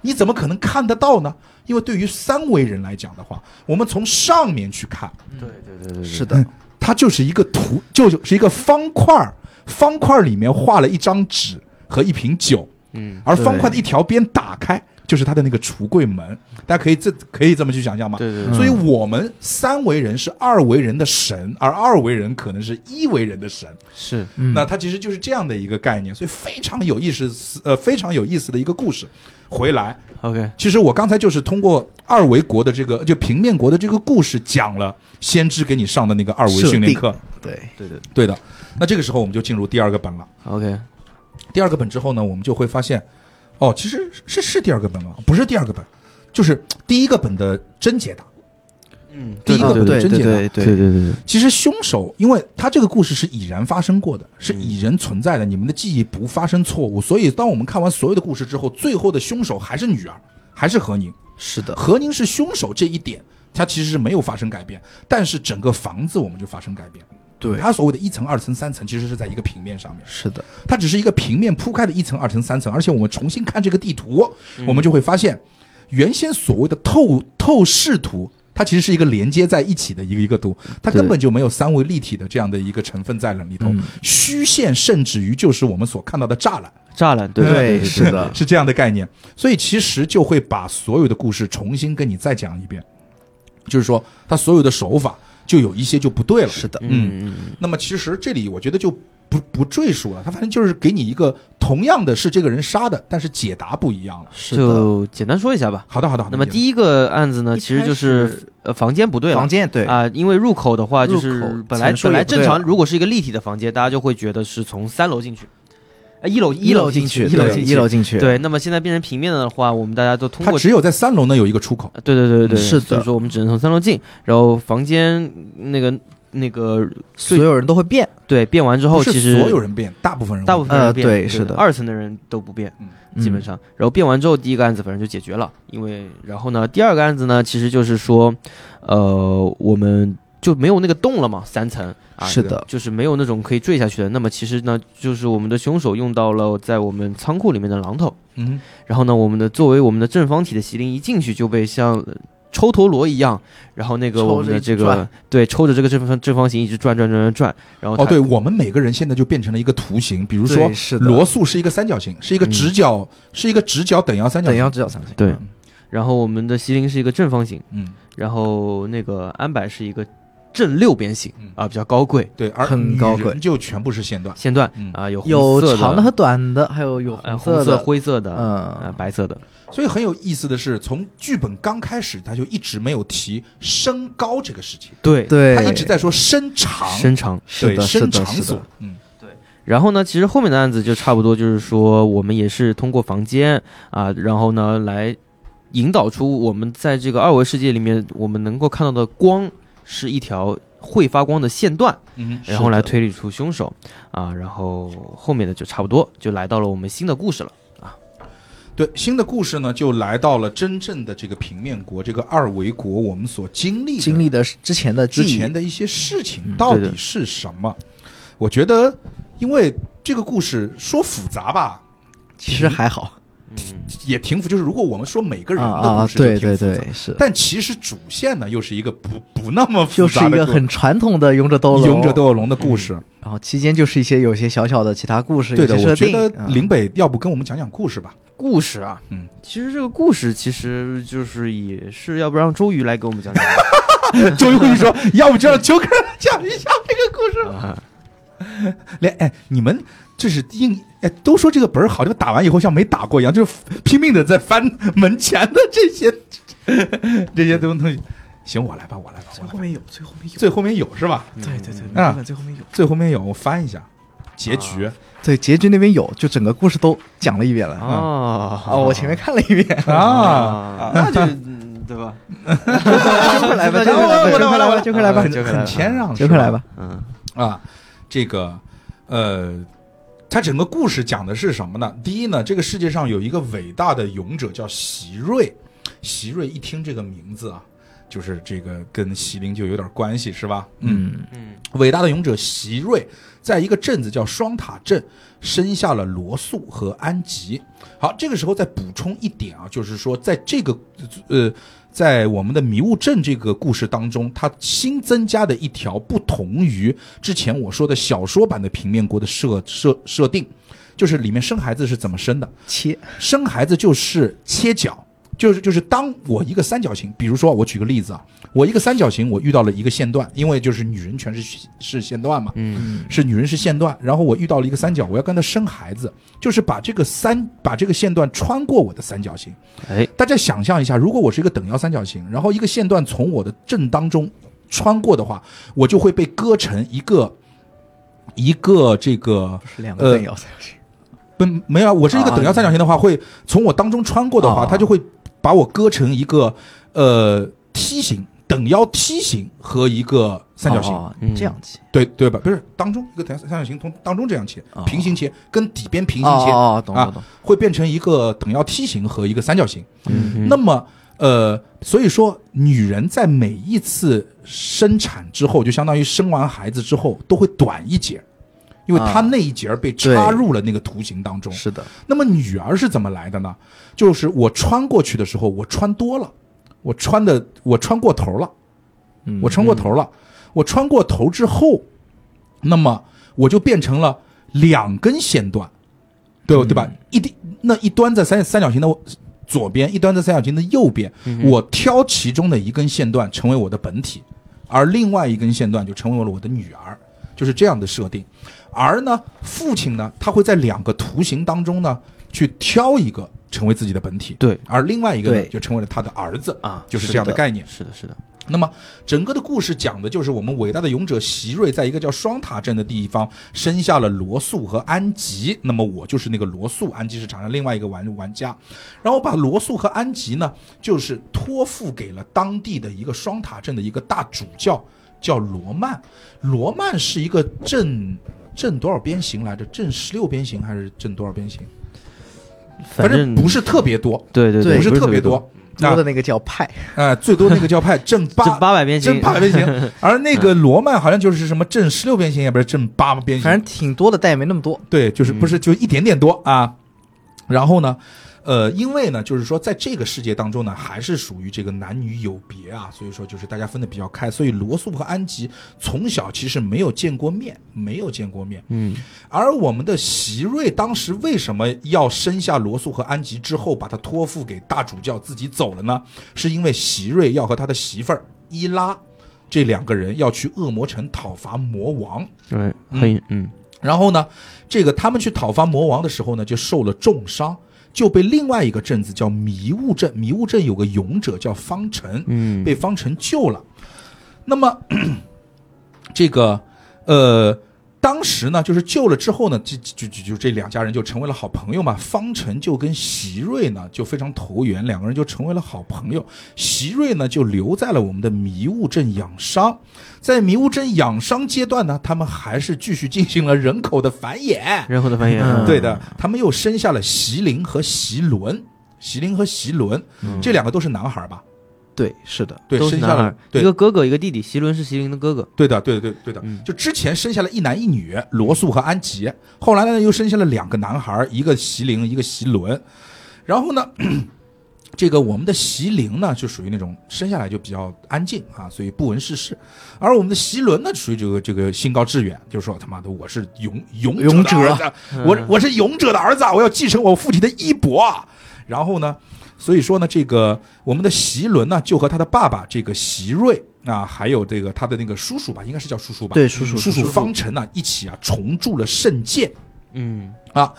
[SPEAKER 2] 你怎么可能看得到呢？因为对于三维人来讲的话，我们从上面去看，
[SPEAKER 1] 对对嗯对对对
[SPEAKER 3] 是的，
[SPEAKER 2] 它就是一个图，就是一个方块儿，方块儿里面画了一张纸和一瓶酒，
[SPEAKER 1] 嗯
[SPEAKER 2] 而方块的一条边打开，就是它的那个橱柜门，大家可以这可以这么去想象吗？
[SPEAKER 1] 对对
[SPEAKER 3] 嗯
[SPEAKER 1] 对，
[SPEAKER 2] 所以我们三维人是二维人的神，而二维人可能是一维人的神。
[SPEAKER 1] 是
[SPEAKER 3] 嗯
[SPEAKER 2] 那它其实就是这样的一个概念，所以非常有意思，呃，非常有意思的一个故事。回来，
[SPEAKER 1] OK，
[SPEAKER 2] 其实我刚才就是通过二维国的这个就平面国的这个故事讲了先知给你上的那个二维训练课，
[SPEAKER 3] 对，
[SPEAKER 1] 对对
[SPEAKER 2] 对的。那这个时候我们就进入第二个本了。
[SPEAKER 1] ，OK，
[SPEAKER 2] 第二个本之后呢，我们就会发现，哦，其实是是第二个本吗？不是第二个本，就是第一个本的真解答。
[SPEAKER 1] 嗯，
[SPEAKER 2] 第一个本
[SPEAKER 3] 对
[SPEAKER 2] 的
[SPEAKER 3] 对
[SPEAKER 2] 真
[SPEAKER 3] 对
[SPEAKER 2] 解答。
[SPEAKER 3] 对
[SPEAKER 1] 对对对对，
[SPEAKER 2] 其实凶手，因为他这个故事是已然发生过的，是已然存在的，你们的记忆不发生错误，所以当我们看完所有的故事之后，最后的凶手还是女儿，还是何宁。
[SPEAKER 3] 是的，
[SPEAKER 2] 何宁是凶手这一点，他其实是没有发生改变，但是整个房子我们就发生改变。
[SPEAKER 3] 对，
[SPEAKER 2] 他所谓的一层、二层、三层，其实是在一个平面上面，
[SPEAKER 3] 是的，
[SPEAKER 2] 它只是一个平面铺开的一层、二层、三层，而且我们重新看这个地图，我们就会发现，原先所谓的透透视图。它其实是一个连接在一起的一个一个图，它根本就没有三维立体的这样的一个成分在里头
[SPEAKER 3] 嗯，
[SPEAKER 2] 虚线甚至于就是我们所看到的栅栏，
[SPEAKER 1] 栅栏，对对对，
[SPEAKER 3] 是的，
[SPEAKER 2] 是这样的概念，所以其实就会把所有的故事重新跟你再讲一遍，就是说他所有的手法就有一些就不对了。
[SPEAKER 3] 是的，
[SPEAKER 1] 嗯嗯嗯，
[SPEAKER 2] 那么其实这里我觉得就不不赘述了，他反正就是给你一个同样的是这个人杀的，但是解答不一样了。
[SPEAKER 3] 是的。
[SPEAKER 1] 就简单说一下吧。
[SPEAKER 2] 好的，好的，好的。
[SPEAKER 1] 那么
[SPEAKER 2] 一
[SPEAKER 1] 第一个案子呢，
[SPEAKER 2] 一
[SPEAKER 1] 其实
[SPEAKER 2] 开
[SPEAKER 1] 就是
[SPEAKER 2] 始
[SPEAKER 1] 呃房间不对了，
[SPEAKER 3] 房间对，
[SPEAKER 1] 啊、因为入口的话就是
[SPEAKER 3] 入口
[SPEAKER 1] 本来
[SPEAKER 3] 层数
[SPEAKER 1] 本来
[SPEAKER 3] 也不对
[SPEAKER 1] 正常，
[SPEAKER 3] 了
[SPEAKER 1] 如果是一个立体的房间，大家就会觉得是从三楼进去，呃，一楼楼进一楼
[SPEAKER 3] 对
[SPEAKER 1] 进
[SPEAKER 3] 一楼进去，
[SPEAKER 1] 对，那么现在变成平面的话，我们大家都通
[SPEAKER 2] 他
[SPEAKER 1] 过。
[SPEAKER 2] 只有在三楼呢有一个出口，
[SPEAKER 1] 对对对对对，
[SPEAKER 3] 嗯是的
[SPEAKER 1] 所以说我们只能从三楼进，然后房间那个那个
[SPEAKER 3] 所有人都会变，
[SPEAKER 1] 对变完之后，
[SPEAKER 2] 不是
[SPEAKER 1] 其实
[SPEAKER 2] 所有人变，大部分人
[SPEAKER 1] 大部分人
[SPEAKER 3] 呃
[SPEAKER 1] 变，
[SPEAKER 3] 对
[SPEAKER 1] 对
[SPEAKER 3] 是的
[SPEAKER 1] 二层的人都不变，
[SPEAKER 3] 嗯
[SPEAKER 1] 基本上。然后变完之后，第一个案子反正就解决了，因为然后呢，第二个案子呢，其实就是说，呃，我们就没有那个洞了嘛，三层啊，
[SPEAKER 3] 是的，
[SPEAKER 1] 就是没有那种可以坠下去的。那么其实呢，就是我们的凶手用到了在我们仓库里面的榔头，
[SPEAKER 2] 嗯，
[SPEAKER 1] 然后呢，我们的作为我们的正方体的席琳一进去就被像呃抽陀螺一样，然后那个
[SPEAKER 3] 抽着
[SPEAKER 1] 我们的这
[SPEAKER 3] 一直
[SPEAKER 1] 个
[SPEAKER 3] 转
[SPEAKER 1] 对抽着这个正方正方形一直转转转转转，然后它
[SPEAKER 2] 哦，对我们每个人现在就变成了一个图形，比如说
[SPEAKER 3] 对是的
[SPEAKER 2] 罗素是一个三角形，是一个直角，是一个直角等腰三角
[SPEAKER 3] 等
[SPEAKER 2] 形
[SPEAKER 3] 腰，直角三角形，
[SPEAKER 1] 对，然后我们的席琳是一个正方形，
[SPEAKER 2] 嗯，
[SPEAKER 1] 然后那个安柏是一个正六边形
[SPEAKER 2] 嗯
[SPEAKER 1] 啊，比较高贵
[SPEAKER 2] 对，而
[SPEAKER 3] 很
[SPEAKER 2] 女
[SPEAKER 3] 高
[SPEAKER 2] 人
[SPEAKER 3] 贵
[SPEAKER 2] 就全部是线段，
[SPEAKER 1] 线段
[SPEAKER 2] 嗯
[SPEAKER 1] 啊，有红色
[SPEAKER 3] 有长的和短的，还有有
[SPEAKER 1] 呃
[SPEAKER 3] 色
[SPEAKER 1] 红
[SPEAKER 3] 的，
[SPEAKER 1] 灰色的，呃
[SPEAKER 3] 嗯，
[SPEAKER 1] 白色的，
[SPEAKER 2] 所以很有意思的是，从剧本刚开始，他就一直没有提身高这个事情，
[SPEAKER 1] 对，
[SPEAKER 3] 对，
[SPEAKER 2] 他一直在说身长，
[SPEAKER 1] 身长。
[SPEAKER 3] 是
[SPEAKER 2] 对
[SPEAKER 3] 的，是
[SPEAKER 2] 身
[SPEAKER 3] 的，
[SPEAKER 2] 长
[SPEAKER 3] 是
[SPEAKER 2] 所
[SPEAKER 3] 的，，
[SPEAKER 2] 嗯，
[SPEAKER 1] 然后呢，其实后面的案子就差不多，就是说我们也是通过房间啊，然后呢来引导出我们在这个二维世界里面我们能够看到的光是一条会发光的线段，
[SPEAKER 2] 嗯
[SPEAKER 1] 然后来推理出凶手啊，然后后面的就差不多就来到了我们新的故事了。
[SPEAKER 2] 对，新的故事呢，就来到了真正的这个平面国，这个二维国，我们所经历的
[SPEAKER 3] 经历的之前的记
[SPEAKER 2] 之
[SPEAKER 3] 忆，
[SPEAKER 2] 前的一些事情到底是什么？我觉得，因为这个故事说复杂吧，
[SPEAKER 3] 其实还好，
[SPEAKER 1] 嗯，
[SPEAKER 2] 也挺复，就是如果我们说每个人
[SPEAKER 3] 啊
[SPEAKER 2] 的
[SPEAKER 3] 啊，
[SPEAKER 2] 故事就
[SPEAKER 3] 对
[SPEAKER 2] 挺复
[SPEAKER 3] 对
[SPEAKER 2] 杂，
[SPEAKER 3] 对，是，
[SPEAKER 2] 但其实主线呢，又是一个不不那么复
[SPEAKER 3] 就是
[SPEAKER 2] 杂
[SPEAKER 3] 一
[SPEAKER 2] 的
[SPEAKER 3] 个
[SPEAKER 2] 故
[SPEAKER 3] 很嗯传统的勇者斗龙，
[SPEAKER 2] 勇者，斗恶龙的故事。
[SPEAKER 3] 然后期间就是一些有些小小的其他故事，
[SPEAKER 2] 对的，
[SPEAKER 3] 有些
[SPEAKER 2] 我
[SPEAKER 3] 设
[SPEAKER 2] 觉
[SPEAKER 3] 定
[SPEAKER 2] 得
[SPEAKER 3] 啊
[SPEAKER 2] 林北要不跟我们讲讲故事吧？ [LAUGHS]
[SPEAKER 1] 故事啊，
[SPEAKER 2] 嗯，
[SPEAKER 1] 其实这个故事其实就是也是要不让周瑜来给我们讲
[SPEAKER 2] [LAUGHS]
[SPEAKER 1] 讲。
[SPEAKER 2] 周瑜故事说，要不就让秋哥讲一下这个故事吧。
[SPEAKER 1] 啊
[SPEAKER 2] 连哎，你们这是硬哎，都说这个本儿好，就打完以后像没打过一样，就是拼命的在翻门前的这些 [LAUGHS] 这些东东西。行，我来吧，我来吧，我来吧。
[SPEAKER 3] 面有，最后面
[SPEAKER 2] 最后面有是吧？
[SPEAKER 1] 嗯
[SPEAKER 2] 没办法
[SPEAKER 3] 最后面有，
[SPEAKER 2] 最后面有，我翻一下结局。
[SPEAKER 3] 啊对，结局那边有，就整个故事都讲了一遍了啊
[SPEAKER 1] 哦，
[SPEAKER 3] 啊，我前面看了一遍，
[SPEAKER 1] 啊
[SPEAKER 2] 啊，
[SPEAKER 1] 那就嗯对吧？
[SPEAKER 3] 就快来吧，
[SPEAKER 1] 那
[SPEAKER 3] 就
[SPEAKER 1] 就
[SPEAKER 3] 快来吧，
[SPEAKER 2] 我
[SPEAKER 3] 就快来吧，
[SPEAKER 2] 我
[SPEAKER 3] 就快来吧
[SPEAKER 2] 很
[SPEAKER 1] 就快来吧
[SPEAKER 2] 很谦让，
[SPEAKER 3] 就快来吧，
[SPEAKER 1] 嗯，
[SPEAKER 2] 是吧啊！这个呃，它整个故事讲的是什么呢？第一呢，这个世界上有一个伟大的勇者叫席瑞，席瑞一听这个名字啊，就是这个跟席琳就有点关系，是吧？
[SPEAKER 3] 嗯，
[SPEAKER 1] 嗯
[SPEAKER 2] 伟大的勇者席瑞，在一个镇子叫双塔镇，生下了罗素和安吉。好，这个时候再补充一点啊，就是说，在这个呃，在我们的迷雾镇这个故事当中，它新增加的一条不同于之前我说的小说版的平面国的设设设定，就是里面生孩子是怎么生的，
[SPEAKER 3] 切，
[SPEAKER 2] 生孩子就是切角，就是就是当我一个三角形，比如说我举个例子啊，我一个三角形，我遇到了一个线段，因为就是女人全是是线段嘛，
[SPEAKER 1] 嗯，
[SPEAKER 3] 嗯，
[SPEAKER 2] 是女人是线段，然后我遇到了一个三角，我要跟她生孩子，就是把这个三把这个线段穿过我的三角形。
[SPEAKER 1] 哎，
[SPEAKER 2] 大家想象一下，如果我是一个等腰三角形，然后一个线段从我的正当中穿过的话，我就会被割成一个一个这个
[SPEAKER 3] 不是两个正腰三角形，
[SPEAKER 2] 不没有啊，我是一个
[SPEAKER 3] 啊
[SPEAKER 2] 等腰三角形的话，会从我当中穿过的话，
[SPEAKER 3] 啊
[SPEAKER 2] 它就会把我割成一个呃梯形。等腰梯形和一个三角形，
[SPEAKER 3] 哦
[SPEAKER 1] 嗯
[SPEAKER 3] 这样切，
[SPEAKER 2] 对对吧？不是当中一个等腰三角形从当中这样切，
[SPEAKER 3] 哦
[SPEAKER 2] 平行切跟底边平行切，
[SPEAKER 3] 哦哦，懂
[SPEAKER 2] 啊
[SPEAKER 3] 懂懂，
[SPEAKER 2] 会变成一个等腰梯形和一个三角形。
[SPEAKER 1] 嗯
[SPEAKER 2] 那么，呃，所以说，女人在每一次生产之后，就相当于生完孩子之后，都会短一截，因为她
[SPEAKER 3] 啊
[SPEAKER 2] 那一截儿被
[SPEAKER 3] 对
[SPEAKER 2] 插入了那个图形当中。
[SPEAKER 3] 是的，
[SPEAKER 2] 那么女儿是怎么来的呢？就是我穿过去的时候，我穿多了，我穿的我穿过头了，
[SPEAKER 3] 嗯
[SPEAKER 2] 我穿过头了，我穿过头之后，那么我就变成了两根线段，对
[SPEAKER 3] 嗯
[SPEAKER 2] 吧对吧？一滴那一端在三三角形的左边，一端在三角形的右边，
[SPEAKER 3] 嗯
[SPEAKER 2] 我挑其中的一根线段成为我的本体，而另外一根线段就成为了我的女儿，就是这样的设定。而呢，父亲呢，他会在两个图形当中呢，去挑一个成为自己的本体，
[SPEAKER 1] 对，
[SPEAKER 2] 而另外一个呢，
[SPEAKER 3] 对
[SPEAKER 2] 就成为了他的儿子，
[SPEAKER 1] 啊
[SPEAKER 2] 就是
[SPEAKER 3] 是
[SPEAKER 2] 这样的
[SPEAKER 3] 的
[SPEAKER 2] 概念。
[SPEAKER 1] 是的，是的，
[SPEAKER 2] 那么整个的故事讲的就是我们伟大的勇者席瑞在一个叫双塔镇的地方生下了罗素和安吉。那么我就是那个罗素，安吉是场上另外一个玩玩家。然后把罗素和安吉呢，就是托付给了当地的一个双塔镇的一个大主教，叫罗曼。罗曼是一个正正多少边形来着？正十六边形还是正多少边形？反
[SPEAKER 1] 正
[SPEAKER 2] 不，是特别多，
[SPEAKER 1] 对对
[SPEAKER 3] 对
[SPEAKER 2] 不
[SPEAKER 1] 不
[SPEAKER 2] 是
[SPEAKER 1] 是
[SPEAKER 2] 特别
[SPEAKER 1] 别
[SPEAKER 2] 多。。
[SPEAKER 3] 多的那个叫派，
[SPEAKER 2] 呃，最多那个叫派正八
[SPEAKER 1] 这八百边
[SPEAKER 2] 正
[SPEAKER 1] 形，
[SPEAKER 2] 八
[SPEAKER 1] [LAUGHS]
[SPEAKER 2] 边形，而那个罗曼好像就是什么正十六边形，也不是正八边
[SPEAKER 3] 反
[SPEAKER 2] 形，
[SPEAKER 3] 正挺多的，但也没那么多，
[SPEAKER 2] 对，就是不是就一点点多啊。然后呢，呃，因为呢，就是说在这个世界当中呢，还是属于这个男女有别啊，所以说就是大家分得比较开，所以罗素和安吉从小其实没有见过面，没有见过面。
[SPEAKER 1] 嗯，
[SPEAKER 2] 而我们的席瑞当时为什么要生下罗素和安吉之后，把他托付给大主教自己走了呢？是因为席瑞要和他的媳妇儿伊拉这两个人要去恶魔城讨伐魔王。
[SPEAKER 1] 哎，黑，嗯，
[SPEAKER 2] 然后呢，这个他们去讨伐魔王的时候呢，就受了重伤，就被另外一个镇子叫迷雾镇，迷雾镇有个勇者叫方辰，
[SPEAKER 1] 嗯，
[SPEAKER 2] 被方辰救了。那么 [CLEARS THROAT] 这个呃，当时呢，就是救了之后呢，这就就就这两家人就成为了好朋友嘛。方辰就跟席瑞呢就非常投缘，两个人就成为了好朋友。席瑞呢就留在了我们的迷雾镇养伤，在迷雾镇养伤阶段呢，他们还是继续进行了人口的繁衍。
[SPEAKER 1] 人后的繁衍，
[SPEAKER 3] 嗯
[SPEAKER 2] 对的，他们又生下了席琳和席伦。席琳和席伦、这两个都是男孩吧？
[SPEAKER 3] 对，是的，
[SPEAKER 2] 对，
[SPEAKER 1] 嗯都是
[SPEAKER 2] 生
[SPEAKER 1] 男
[SPEAKER 2] 下
[SPEAKER 1] 孩
[SPEAKER 2] 了
[SPEAKER 1] 儿，
[SPEAKER 2] 对
[SPEAKER 1] 一个哥哥，一个弟弟。席伦是席琳的哥哥，
[SPEAKER 2] 对的，对的，对的对的，
[SPEAKER 3] 嗯
[SPEAKER 2] 就之前生下了一男一女，罗素和安吉，后来呢又生下了两个男孩，一个席琳，一个席伦，然后呢。 [CLEARS THROAT] 这个我们的席琳呢，就属于那种生下来就比较安静啊，所以不闻世事；而我们的席伦呢，属于这个这个心高志远，就说他妈的我是勇勇
[SPEAKER 3] 勇
[SPEAKER 2] 者
[SPEAKER 3] 者
[SPEAKER 2] 的儿子，我我是勇者的儿子啊，我要继承我父亲的衣钵啊。然后呢，所以说呢，这个我们的席伦呢，就和他的爸爸这个席瑞啊，还有这个他的那个叔叔吧，应该是叫叔叔吧，
[SPEAKER 3] 对，叔叔
[SPEAKER 2] 叔叔方辰呢，一起啊重铸了圣剑
[SPEAKER 1] 嗯，
[SPEAKER 2] 啊。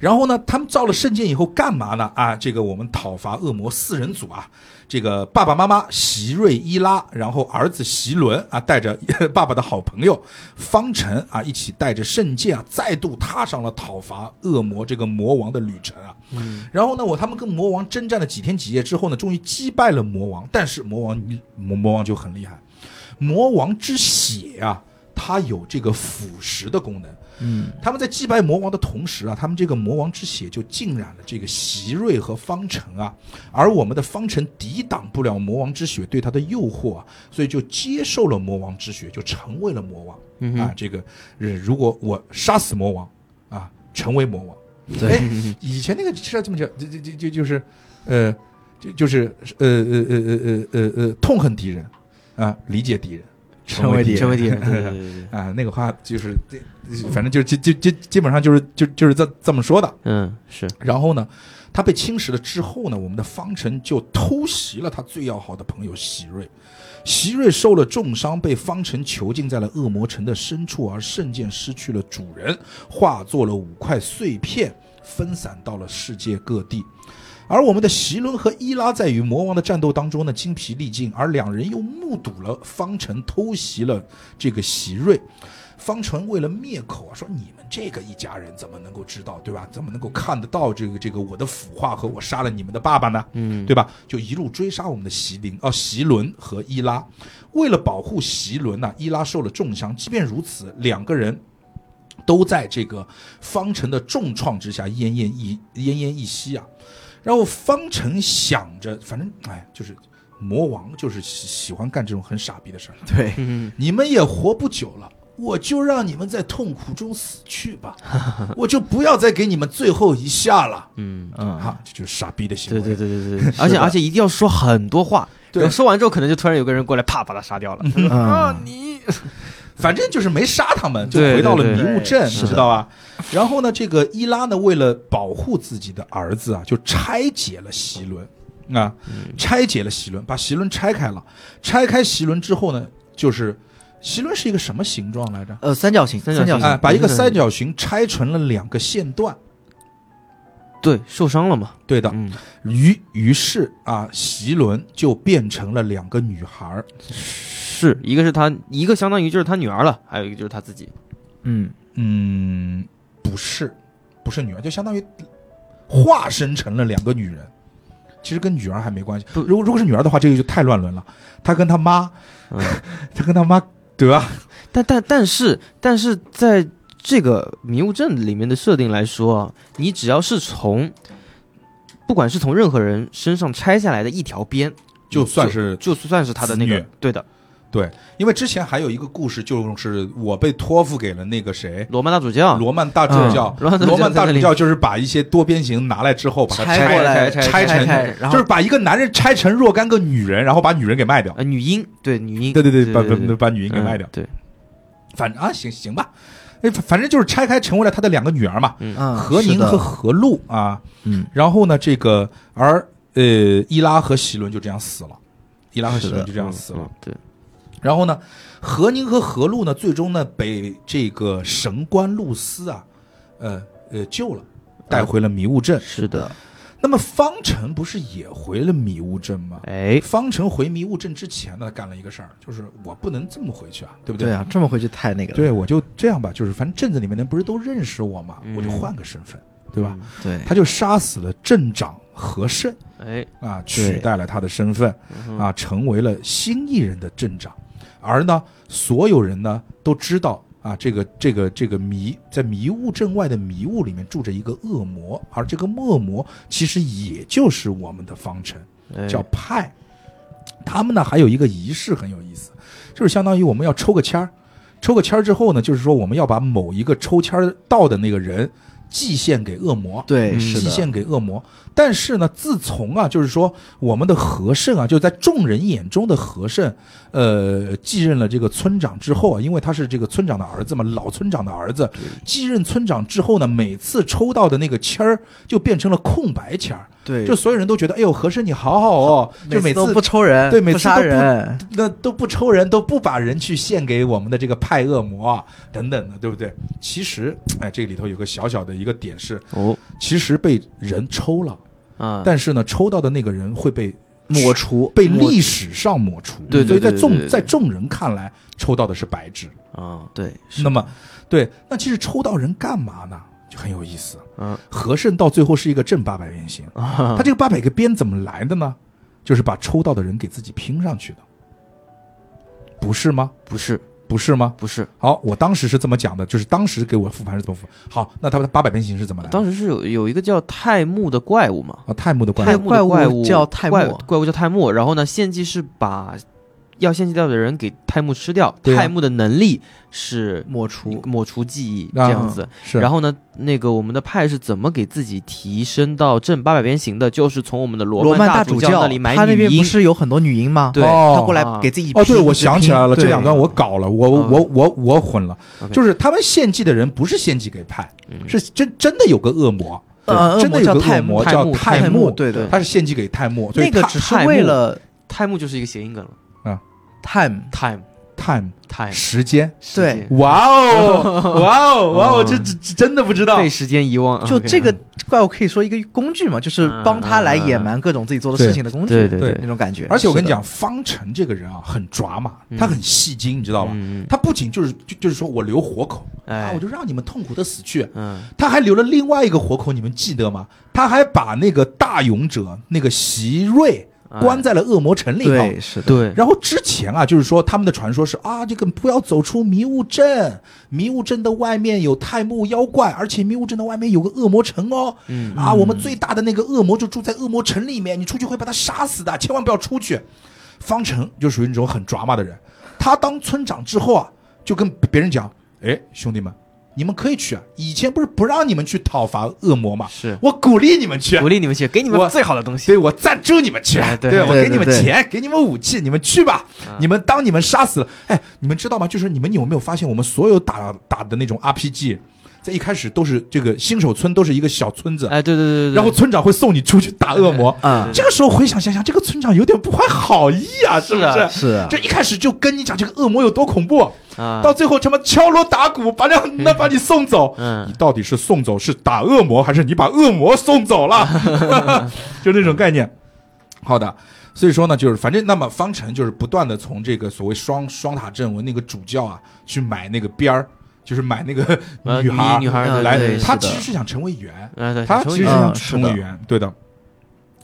[SPEAKER 2] 然后呢，他们造了圣剑以后干嘛呢？啊，这个我们讨伐恶魔四人组啊，这个爸爸妈妈席瑞伊拉，然后儿子席伦啊，带着 [LAUGHS] 爸爸的好朋友方辰啊，一起带着圣剑啊，再度踏上了讨伐恶魔这个魔王的旅程啊。然后呢，我他们跟魔王征战了几天几夜之后呢，终于击败了魔王。但是魔王魔魔王就很厉害，魔王之血啊，它有这个腐蚀的功能。
[SPEAKER 3] 嗯，
[SPEAKER 2] 他们在击败魔王的同时啊，他们这个魔王之血就浸染了这个席瑞和方程啊，而我们的方程抵挡不了魔王之血对他的诱惑啊，所以就接受了魔王之血，就成为了魔王、
[SPEAKER 1] 嗯哼
[SPEAKER 2] 啊。这个，呃如果我杀死魔王啊，成为魔王，
[SPEAKER 3] 对
[SPEAKER 2] 哎，
[SPEAKER 1] 嗯
[SPEAKER 2] 以前那个是要这么讲，就就就就就是，呃，就就是呃呃呃呃呃呃呃，痛恨敌人啊，理解敌人。
[SPEAKER 3] 成为敌
[SPEAKER 1] [LAUGHS]
[SPEAKER 3] 人
[SPEAKER 1] 成为敌人，对对对对对，
[SPEAKER 2] 啊、那个话就是，反正就是基基基基本上就是就就是这这么说的。
[SPEAKER 1] 嗯，是，
[SPEAKER 2] 然后呢，他被侵蚀了之后呢，我们的方辰就偷袭了他最要好的朋友席瑞。席瑞受了重伤，被方辰囚禁在了恶魔城的深处，而圣剑失去了主人，化作了五块碎片，分散到了世界各地。而我们的席伦和伊拉在与魔王的战斗当中呢，精疲力尽，而两人又目睹了方辰偷袭了这个席瑞。方辰为了灭口啊，说你们这个一家人怎么能够知道，对吧？怎么能够看得到这个这个我的腐化和我杀了你们的爸爸呢？
[SPEAKER 1] 嗯，
[SPEAKER 2] 对吧？就一路追杀我们的席琳哦，席伦和伊拉。为了保护席伦呐、伊拉受了重伤。即便如此，两个人都在这个方程的重创之下奄奄一奄奄一息啊。然后方程想着，反正哎，就是魔王就是喜喜欢干这种很傻逼的事儿。
[SPEAKER 3] 对，
[SPEAKER 1] 嗯，
[SPEAKER 2] 你们也活不久了。我就让你们在痛苦中死去吧， [LAUGHS] 我就不要再给你们最后一下了。
[SPEAKER 1] 嗯，
[SPEAKER 3] 嗯，
[SPEAKER 2] 啊，这就是傻逼的行为。
[SPEAKER 1] 对对对对对，而且而且一定要说很多话，
[SPEAKER 2] 对
[SPEAKER 1] 然后说完之后可能就突然有个人过来啪把他杀掉了，
[SPEAKER 3] 啊，
[SPEAKER 1] 你
[SPEAKER 2] 反正就是没杀他们，就
[SPEAKER 1] 对
[SPEAKER 2] 回到了
[SPEAKER 1] 对
[SPEAKER 2] 迷
[SPEAKER 1] 对
[SPEAKER 2] 雾镇，
[SPEAKER 1] 是
[SPEAKER 2] 你
[SPEAKER 1] 的
[SPEAKER 2] 知道吧？然后呢，这个伊拉呢，为了保护自己的儿子啊，就拆解了席伦啊，
[SPEAKER 1] 嗯
[SPEAKER 2] 拆解了席伦，把席伦拆开了。拆开席伦之后呢，就是席伦是一个什么形状来着？
[SPEAKER 3] 呃，三角形，
[SPEAKER 1] 三角
[SPEAKER 3] 角
[SPEAKER 1] 形
[SPEAKER 2] 哎，把一个
[SPEAKER 1] 嗯
[SPEAKER 2] 三角形拆成了两个线段。
[SPEAKER 1] 对受伤了嘛，
[SPEAKER 2] 对的，
[SPEAKER 1] 嗯，
[SPEAKER 2] 于于是啊，席伦就变成了两个女孩儿。
[SPEAKER 1] 是一个是他一个相当于就是他女儿了，还有一个就是他自己，
[SPEAKER 3] 嗯，
[SPEAKER 2] 嗯，不是，不是女儿，就相当于化身成了两个女人。其实跟女儿还没关系。
[SPEAKER 1] 不
[SPEAKER 2] 如果如果是女儿的话，这个就太乱伦了。她跟她妈，
[SPEAKER 1] 嗯
[SPEAKER 2] 她跟她妈，对吧？
[SPEAKER 1] 但但但是但是在这个迷雾镇里面的设定来说啊，你只要是从不管是从任何人身上拆下来的一条边，
[SPEAKER 2] 就算是
[SPEAKER 1] 就算是他的那个
[SPEAKER 2] 子女
[SPEAKER 1] 对的
[SPEAKER 2] 对，因为之前还有一个故事，就是我被托付给了那个谁，
[SPEAKER 1] 罗曼大主教，
[SPEAKER 2] 罗曼大主教。
[SPEAKER 1] 啊罗曼
[SPEAKER 2] 罗曼大
[SPEAKER 1] 在那
[SPEAKER 2] 主
[SPEAKER 1] 里
[SPEAKER 2] 教就是把一些多边形拿来之后，把它
[SPEAKER 3] 拆
[SPEAKER 2] 开
[SPEAKER 3] 过来
[SPEAKER 2] 拆
[SPEAKER 1] 拆
[SPEAKER 2] 成，
[SPEAKER 3] 开然后
[SPEAKER 2] 就是把一个男人拆成若干个女人，然后把女人给卖掉。
[SPEAKER 1] 呃女婴对女婴，
[SPEAKER 2] 对对
[SPEAKER 1] 对
[SPEAKER 2] 把
[SPEAKER 1] 对
[SPEAKER 2] 把把女人给
[SPEAKER 1] 嗯
[SPEAKER 2] 卖掉。
[SPEAKER 1] 对，
[SPEAKER 2] 反正啊，行行吧，哎，反反正就是拆开成为了他的两个女儿嘛，
[SPEAKER 3] 啊
[SPEAKER 2] 何
[SPEAKER 3] 是
[SPEAKER 2] 宁
[SPEAKER 3] 的
[SPEAKER 2] 和何露啊。
[SPEAKER 3] 嗯，
[SPEAKER 2] 然后呢，这个而呃，伊拉和席伦就这样死了，伊拉和席
[SPEAKER 3] 是的
[SPEAKER 2] 伦就这样死了
[SPEAKER 1] 嗯。，对，
[SPEAKER 2] 然后呢，何宁和何露呢，最终呢被这个神官露丝啊，呃呃救了，带回了迷雾镇。
[SPEAKER 1] 是的，
[SPEAKER 2] 那么方辰不是也回了迷雾镇吗？
[SPEAKER 1] 哎，
[SPEAKER 2] 方辰回迷雾镇之前呢，干了一个事儿，就是我不能这么回去啊，对不
[SPEAKER 3] 对啊，这么回去太那个了，
[SPEAKER 2] 对，我就这样吧，就是反正镇子里面的人不是都认识我嘛，我就
[SPEAKER 1] 嗯
[SPEAKER 2] 换个身份，对吧？
[SPEAKER 3] 对，
[SPEAKER 2] 他就杀死了镇长和盛
[SPEAKER 1] 哎，
[SPEAKER 2] 啊，取代了他的身份
[SPEAKER 1] 嗯哼
[SPEAKER 2] 啊，成为了新一人的镇长。而呢，所有人呢都知道啊，这个这个这个迷在迷雾镇外的迷雾里面住着一个恶魔，而这个恶魔其实也就是我们的方辰。
[SPEAKER 1] 哎
[SPEAKER 2] 叫派。他们呢还有一个仪式很有意思，就是相当于我们要抽个签儿，抽个签儿之后呢，就是说我们要把某一个抽签儿到的那个人祭献给恶魔。
[SPEAKER 3] 对，
[SPEAKER 1] 嗯
[SPEAKER 3] 是
[SPEAKER 2] 祭
[SPEAKER 3] 的，
[SPEAKER 2] 献给恶魔，但是呢，自从啊，就是说我们的和盛啊，就在众人眼中的和盛，呃，继任了这个村长之后啊，因为他是这个村长的儿子嘛，老村长的儿子，继任村长之后呢，每次抽到的那个签儿就变成了空白签儿，
[SPEAKER 3] 对，
[SPEAKER 2] 就所有人都觉得，哎呦，和珅你好好哦，就每
[SPEAKER 3] 次都
[SPEAKER 2] 次
[SPEAKER 3] 不抽人，
[SPEAKER 2] 对每
[SPEAKER 3] 不
[SPEAKER 2] 次都
[SPEAKER 3] 杀
[SPEAKER 2] 不
[SPEAKER 3] 人，
[SPEAKER 2] 那都不抽人，都不把人去献给我们的这个派恶魔啊等等的，对不对？其实，哎，这里头有个小小的一个点是，
[SPEAKER 1] 哦
[SPEAKER 2] 其实被人抽了，
[SPEAKER 1] 啊，
[SPEAKER 2] 但是呢，抽到的那个人会被
[SPEAKER 3] 抹除
[SPEAKER 2] 被
[SPEAKER 3] 抹
[SPEAKER 2] 历史上抹除，
[SPEAKER 1] 嗯对对对
[SPEAKER 2] 所以在众
[SPEAKER 1] 对对对
[SPEAKER 2] 在众人看来，抽到的是白纸。
[SPEAKER 1] 啊，对，是
[SPEAKER 2] 那么，对，那其实抽到人干嘛呢？就很有意思。
[SPEAKER 1] 嗯
[SPEAKER 2] 和珅到最后是一个正八百边形，
[SPEAKER 1] 啊，
[SPEAKER 2] 他这个八百个边怎么来的呢？就是把抽到的人给自己拼上去的，不是吗？
[SPEAKER 1] 不是
[SPEAKER 2] 不是吗？
[SPEAKER 1] 不是，
[SPEAKER 2] 好，我当时是这么讲的，就是当时给我复盘是怎么复。好，那他们八百变形是怎么来的？
[SPEAKER 1] 当时是有有一个叫泰木的怪物嘛，
[SPEAKER 2] 啊，太木的怪
[SPEAKER 3] 泰
[SPEAKER 2] 物
[SPEAKER 3] 木
[SPEAKER 1] 怪
[SPEAKER 3] 的
[SPEAKER 1] 物
[SPEAKER 3] 怪物叫泰
[SPEAKER 1] 怪
[SPEAKER 3] 莫
[SPEAKER 1] 怪物叫泰莫，然后呢，献祭是把要献祭掉的人给泰木吃掉，
[SPEAKER 2] 对啊
[SPEAKER 1] 泰木的能力是
[SPEAKER 3] 抹除
[SPEAKER 1] 抹除记忆这
[SPEAKER 2] 啊
[SPEAKER 1] 样子。
[SPEAKER 2] 是
[SPEAKER 1] 然
[SPEAKER 2] 后
[SPEAKER 1] 后呢，那个我们的派是怎么给自己提升到正八百边形的？就是从我们的罗
[SPEAKER 3] 罗曼
[SPEAKER 1] 大
[SPEAKER 3] 主
[SPEAKER 1] 教那里买
[SPEAKER 3] 他那
[SPEAKER 1] 女
[SPEAKER 3] 边不
[SPEAKER 1] 婴。
[SPEAKER 3] 是有很多女婴吗？
[SPEAKER 1] 对
[SPEAKER 2] 哦
[SPEAKER 3] 他过来
[SPEAKER 1] 啊
[SPEAKER 3] 给自己
[SPEAKER 2] 哦，
[SPEAKER 3] 拼
[SPEAKER 2] 对，我想起来了，
[SPEAKER 3] 一
[SPEAKER 2] 这
[SPEAKER 3] 直拼
[SPEAKER 2] 两段我搞了，我我
[SPEAKER 1] 嗯
[SPEAKER 2] 我我我混了
[SPEAKER 1] OK 嗯
[SPEAKER 2] 就是他们献祭的人不是献祭给派，是真真的有个恶魔，
[SPEAKER 3] 对呃恶
[SPEAKER 2] 真的
[SPEAKER 3] 魔
[SPEAKER 2] 有
[SPEAKER 3] 叫
[SPEAKER 2] 个
[SPEAKER 3] 泰
[SPEAKER 2] 恶魔
[SPEAKER 1] 泰
[SPEAKER 2] 叫
[SPEAKER 1] 木
[SPEAKER 2] 泰
[SPEAKER 3] 泰
[SPEAKER 2] 木
[SPEAKER 3] 木，，对对，
[SPEAKER 2] 他是献祭给泰木，所以
[SPEAKER 3] 那个
[SPEAKER 2] 泰
[SPEAKER 3] 只是为了
[SPEAKER 1] 泰木就是一个谐音梗了
[SPEAKER 3] time
[SPEAKER 1] ，time
[SPEAKER 2] time
[SPEAKER 1] time
[SPEAKER 2] 时间，
[SPEAKER 1] 时间
[SPEAKER 3] 对
[SPEAKER 2] 哇哦哇哦哇哦，
[SPEAKER 1] 嗯
[SPEAKER 2] 这这这真的不知道
[SPEAKER 1] 被，时间遗忘。
[SPEAKER 3] 就
[SPEAKER 1] OK 嗯
[SPEAKER 3] 这个怪物可以说一个工具嘛，就是帮他来掩瞒各种自己做的事情的工具，
[SPEAKER 1] 对对
[SPEAKER 2] 对
[SPEAKER 3] 那种感觉。
[SPEAKER 2] 而且我跟你
[SPEAKER 3] 是的，
[SPEAKER 2] 讲，方程这个人啊，很抓马
[SPEAKER 1] 嗯，
[SPEAKER 2] 他很戏精，你知道吧？
[SPEAKER 1] 嗯，
[SPEAKER 2] 他不仅就是就就是说我留活口啊，
[SPEAKER 1] 哎
[SPEAKER 2] 我，就让你们痛苦的死去，
[SPEAKER 1] 嗯，
[SPEAKER 2] 他还留了另外一个活口，你们记得吗？他还把那个大勇者那个席瑞
[SPEAKER 1] 哎
[SPEAKER 2] 关在了恶魔城里头。
[SPEAKER 3] 对是的，
[SPEAKER 1] 对，
[SPEAKER 2] 然后之前啊，就是说他们的传说是啊，这个不要走出迷雾镇，迷雾镇的外面有太木妖怪，而且迷雾镇的外面有个恶魔城哦。
[SPEAKER 1] 嗯
[SPEAKER 2] 啊，我们最大的那个恶魔就住在恶魔城里面，你出去会把他杀死的，千万不要出去。方程就属于那种很抓马的人，他当村长之后啊，就跟别人讲，哎，兄弟们，你们可以去啊，以前不是不让你们去讨伐恶魔吗？
[SPEAKER 1] 是
[SPEAKER 2] 我鼓励你们去啊
[SPEAKER 1] 鼓，励你们去，给你
[SPEAKER 2] 我
[SPEAKER 1] 们最好的东西
[SPEAKER 2] 对。我赞助你们去啊
[SPEAKER 1] 哎，对
[SPEAKER 2] 我
[SPEAKER 3] 对
[SPEAKER 2] 给你们
[SPEAKER 3] 对对
[SPEAKER 2] 钱，给你们武器，你们去吧
[SPEAKER 1] 嗯。
[SPEAKER 2] 你们当你们杀死了，哎，你们知道吗？就是你们有没有发现，我们所有打打的那种 RPG，在一开始都是这个新手村，都是一个小村子，
[SPEAKER 1] 哎，对对对对，哎嗯
[SPEAKER 2] 然后村长会送你出去打恶魔。
[SPEAKER 3] 啊，
[SPEAKER 2] 这个时候回想想想，这个村长有点不怀好意啊，是不
[SPEAKER 1] 是啊
[SPEAKER 2] 是？
[SPEAKER 3] 是啊
[SPEAKER 2] 这，一开始就跟你讲这个恶魔有多恐怖，
[SPEAKER 1] 啊，
[SPEAKER 2] 到最后他妈敲锣打鼓把那那把你送走，你
[SPEAKER 1] 嗯，
[SPEAKER 2] 到底是送走是打恶魔，还是你把恶魔送走了？
[SPEAKER 1] [LAUGHS]
[SPEAKER 2] 就那种概念。好的，所以说呢，就是反正那么方程就是不断的从这个所谓双双塔镇文那个主教啊去买那个边儿，就是买那个
[SPEAKER 1] 呃
[SPEAKER 2] 女孩儿
[SPEAKER 1] 女女孩儿
[SPEAKER 2] 来
[SPEAKER 1] 对，
[SPEAKER 2] 他
[SPEAKER 3] 是的
[SPEAKER 2] 其实是想成为员，
[SPEAKER 1] 哎对，
[SPEAKER 2] 他
[SPEAKER 1] 成
[SPEAKER 2] 其
[SPEAKER 1] 为
[SPEAKER 2] 实
[SPEAKER 1] 一
[SPEAKER 2] 是
[SPEAKER 1] 个
[SPEAKER 3] 嗯
[SPEAKER 2] 想成为
[SPEAKER 3] 是的
[SPEAKER 2] 员，对的。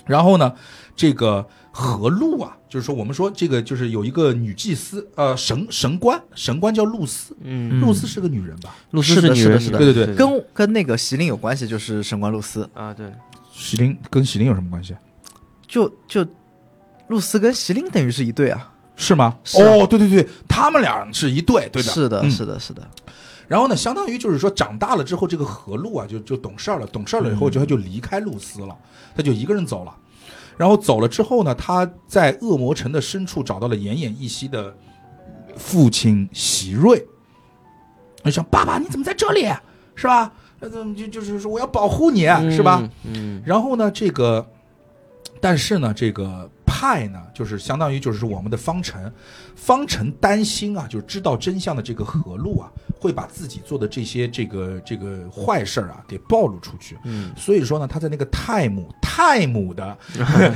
[SPEAKER 2] 然后呢，这个何路啊，就是说我们说这个就是有一个女祭司，呃，神神官，神官叫露丝，
[SPEAKER 1] 嗯，
[SPEAKER 2] 露丝是个女人吧？
[SPEAKER 1] 露丝
[SPEAKER 3] 是的
[SPEAKER 1] 女
[SPEAKER 3] 是的
[SPEAKER 1] 人，
[SPEAKER 3] 是
[SPEAKER 1] 女
[SPEAKER 3] 的
[SPEAKER 1] 人
[SPEAKER 2] 对对对
[SPEAKER 3] 跟跟那个席琳有关系，就是神官露丝，
[SPEAKER 1] 啊对，
[SPEAKER 2] 席琳跟席琳有什么关系？
[SPEAKER 3] 就就露丝跟席琳等于是一对啊，
[SPEAKER 2] 是吗？
[SPEAKER 3] 是啊
[SPEAKER 2] 哦，对对对，他们俩是一对，对的。
[SPEAKER 3] 是的，
[SPEAKER 2] 嗯
[SPEAKER 3] 是的，是的，
[SPEAKER 2] 然后呢，相当于就是说，长大了之后，这个何路啊，就就懂事儿了，懂事儿了以
[SPEAKER 3] 嗯
[SPEAKER 2] 后，就他就离开露丝了，他就一个人走了。然后走了之后呢，他在恶魔城的深处找到了奄奄一息的父亲席瑞，就想爸爸，你怎么在这里？是吧？呃就就是说我要保护你，哎是吧？
[SPEAKER 1] 嗯？嗯，
[SPEAKER 2] 然后呢，这个，但是呢，这个派呢，就是相当于就是我们的方程，方程担心啊，就是知道真相的这个何路啊，会把自己做的这些这个这个坏事儿啊给暴露出去。
[SPEAKER 1] 嗯，
[SPEAKER 2] 所以说呢，他在那个泰姆泰姆的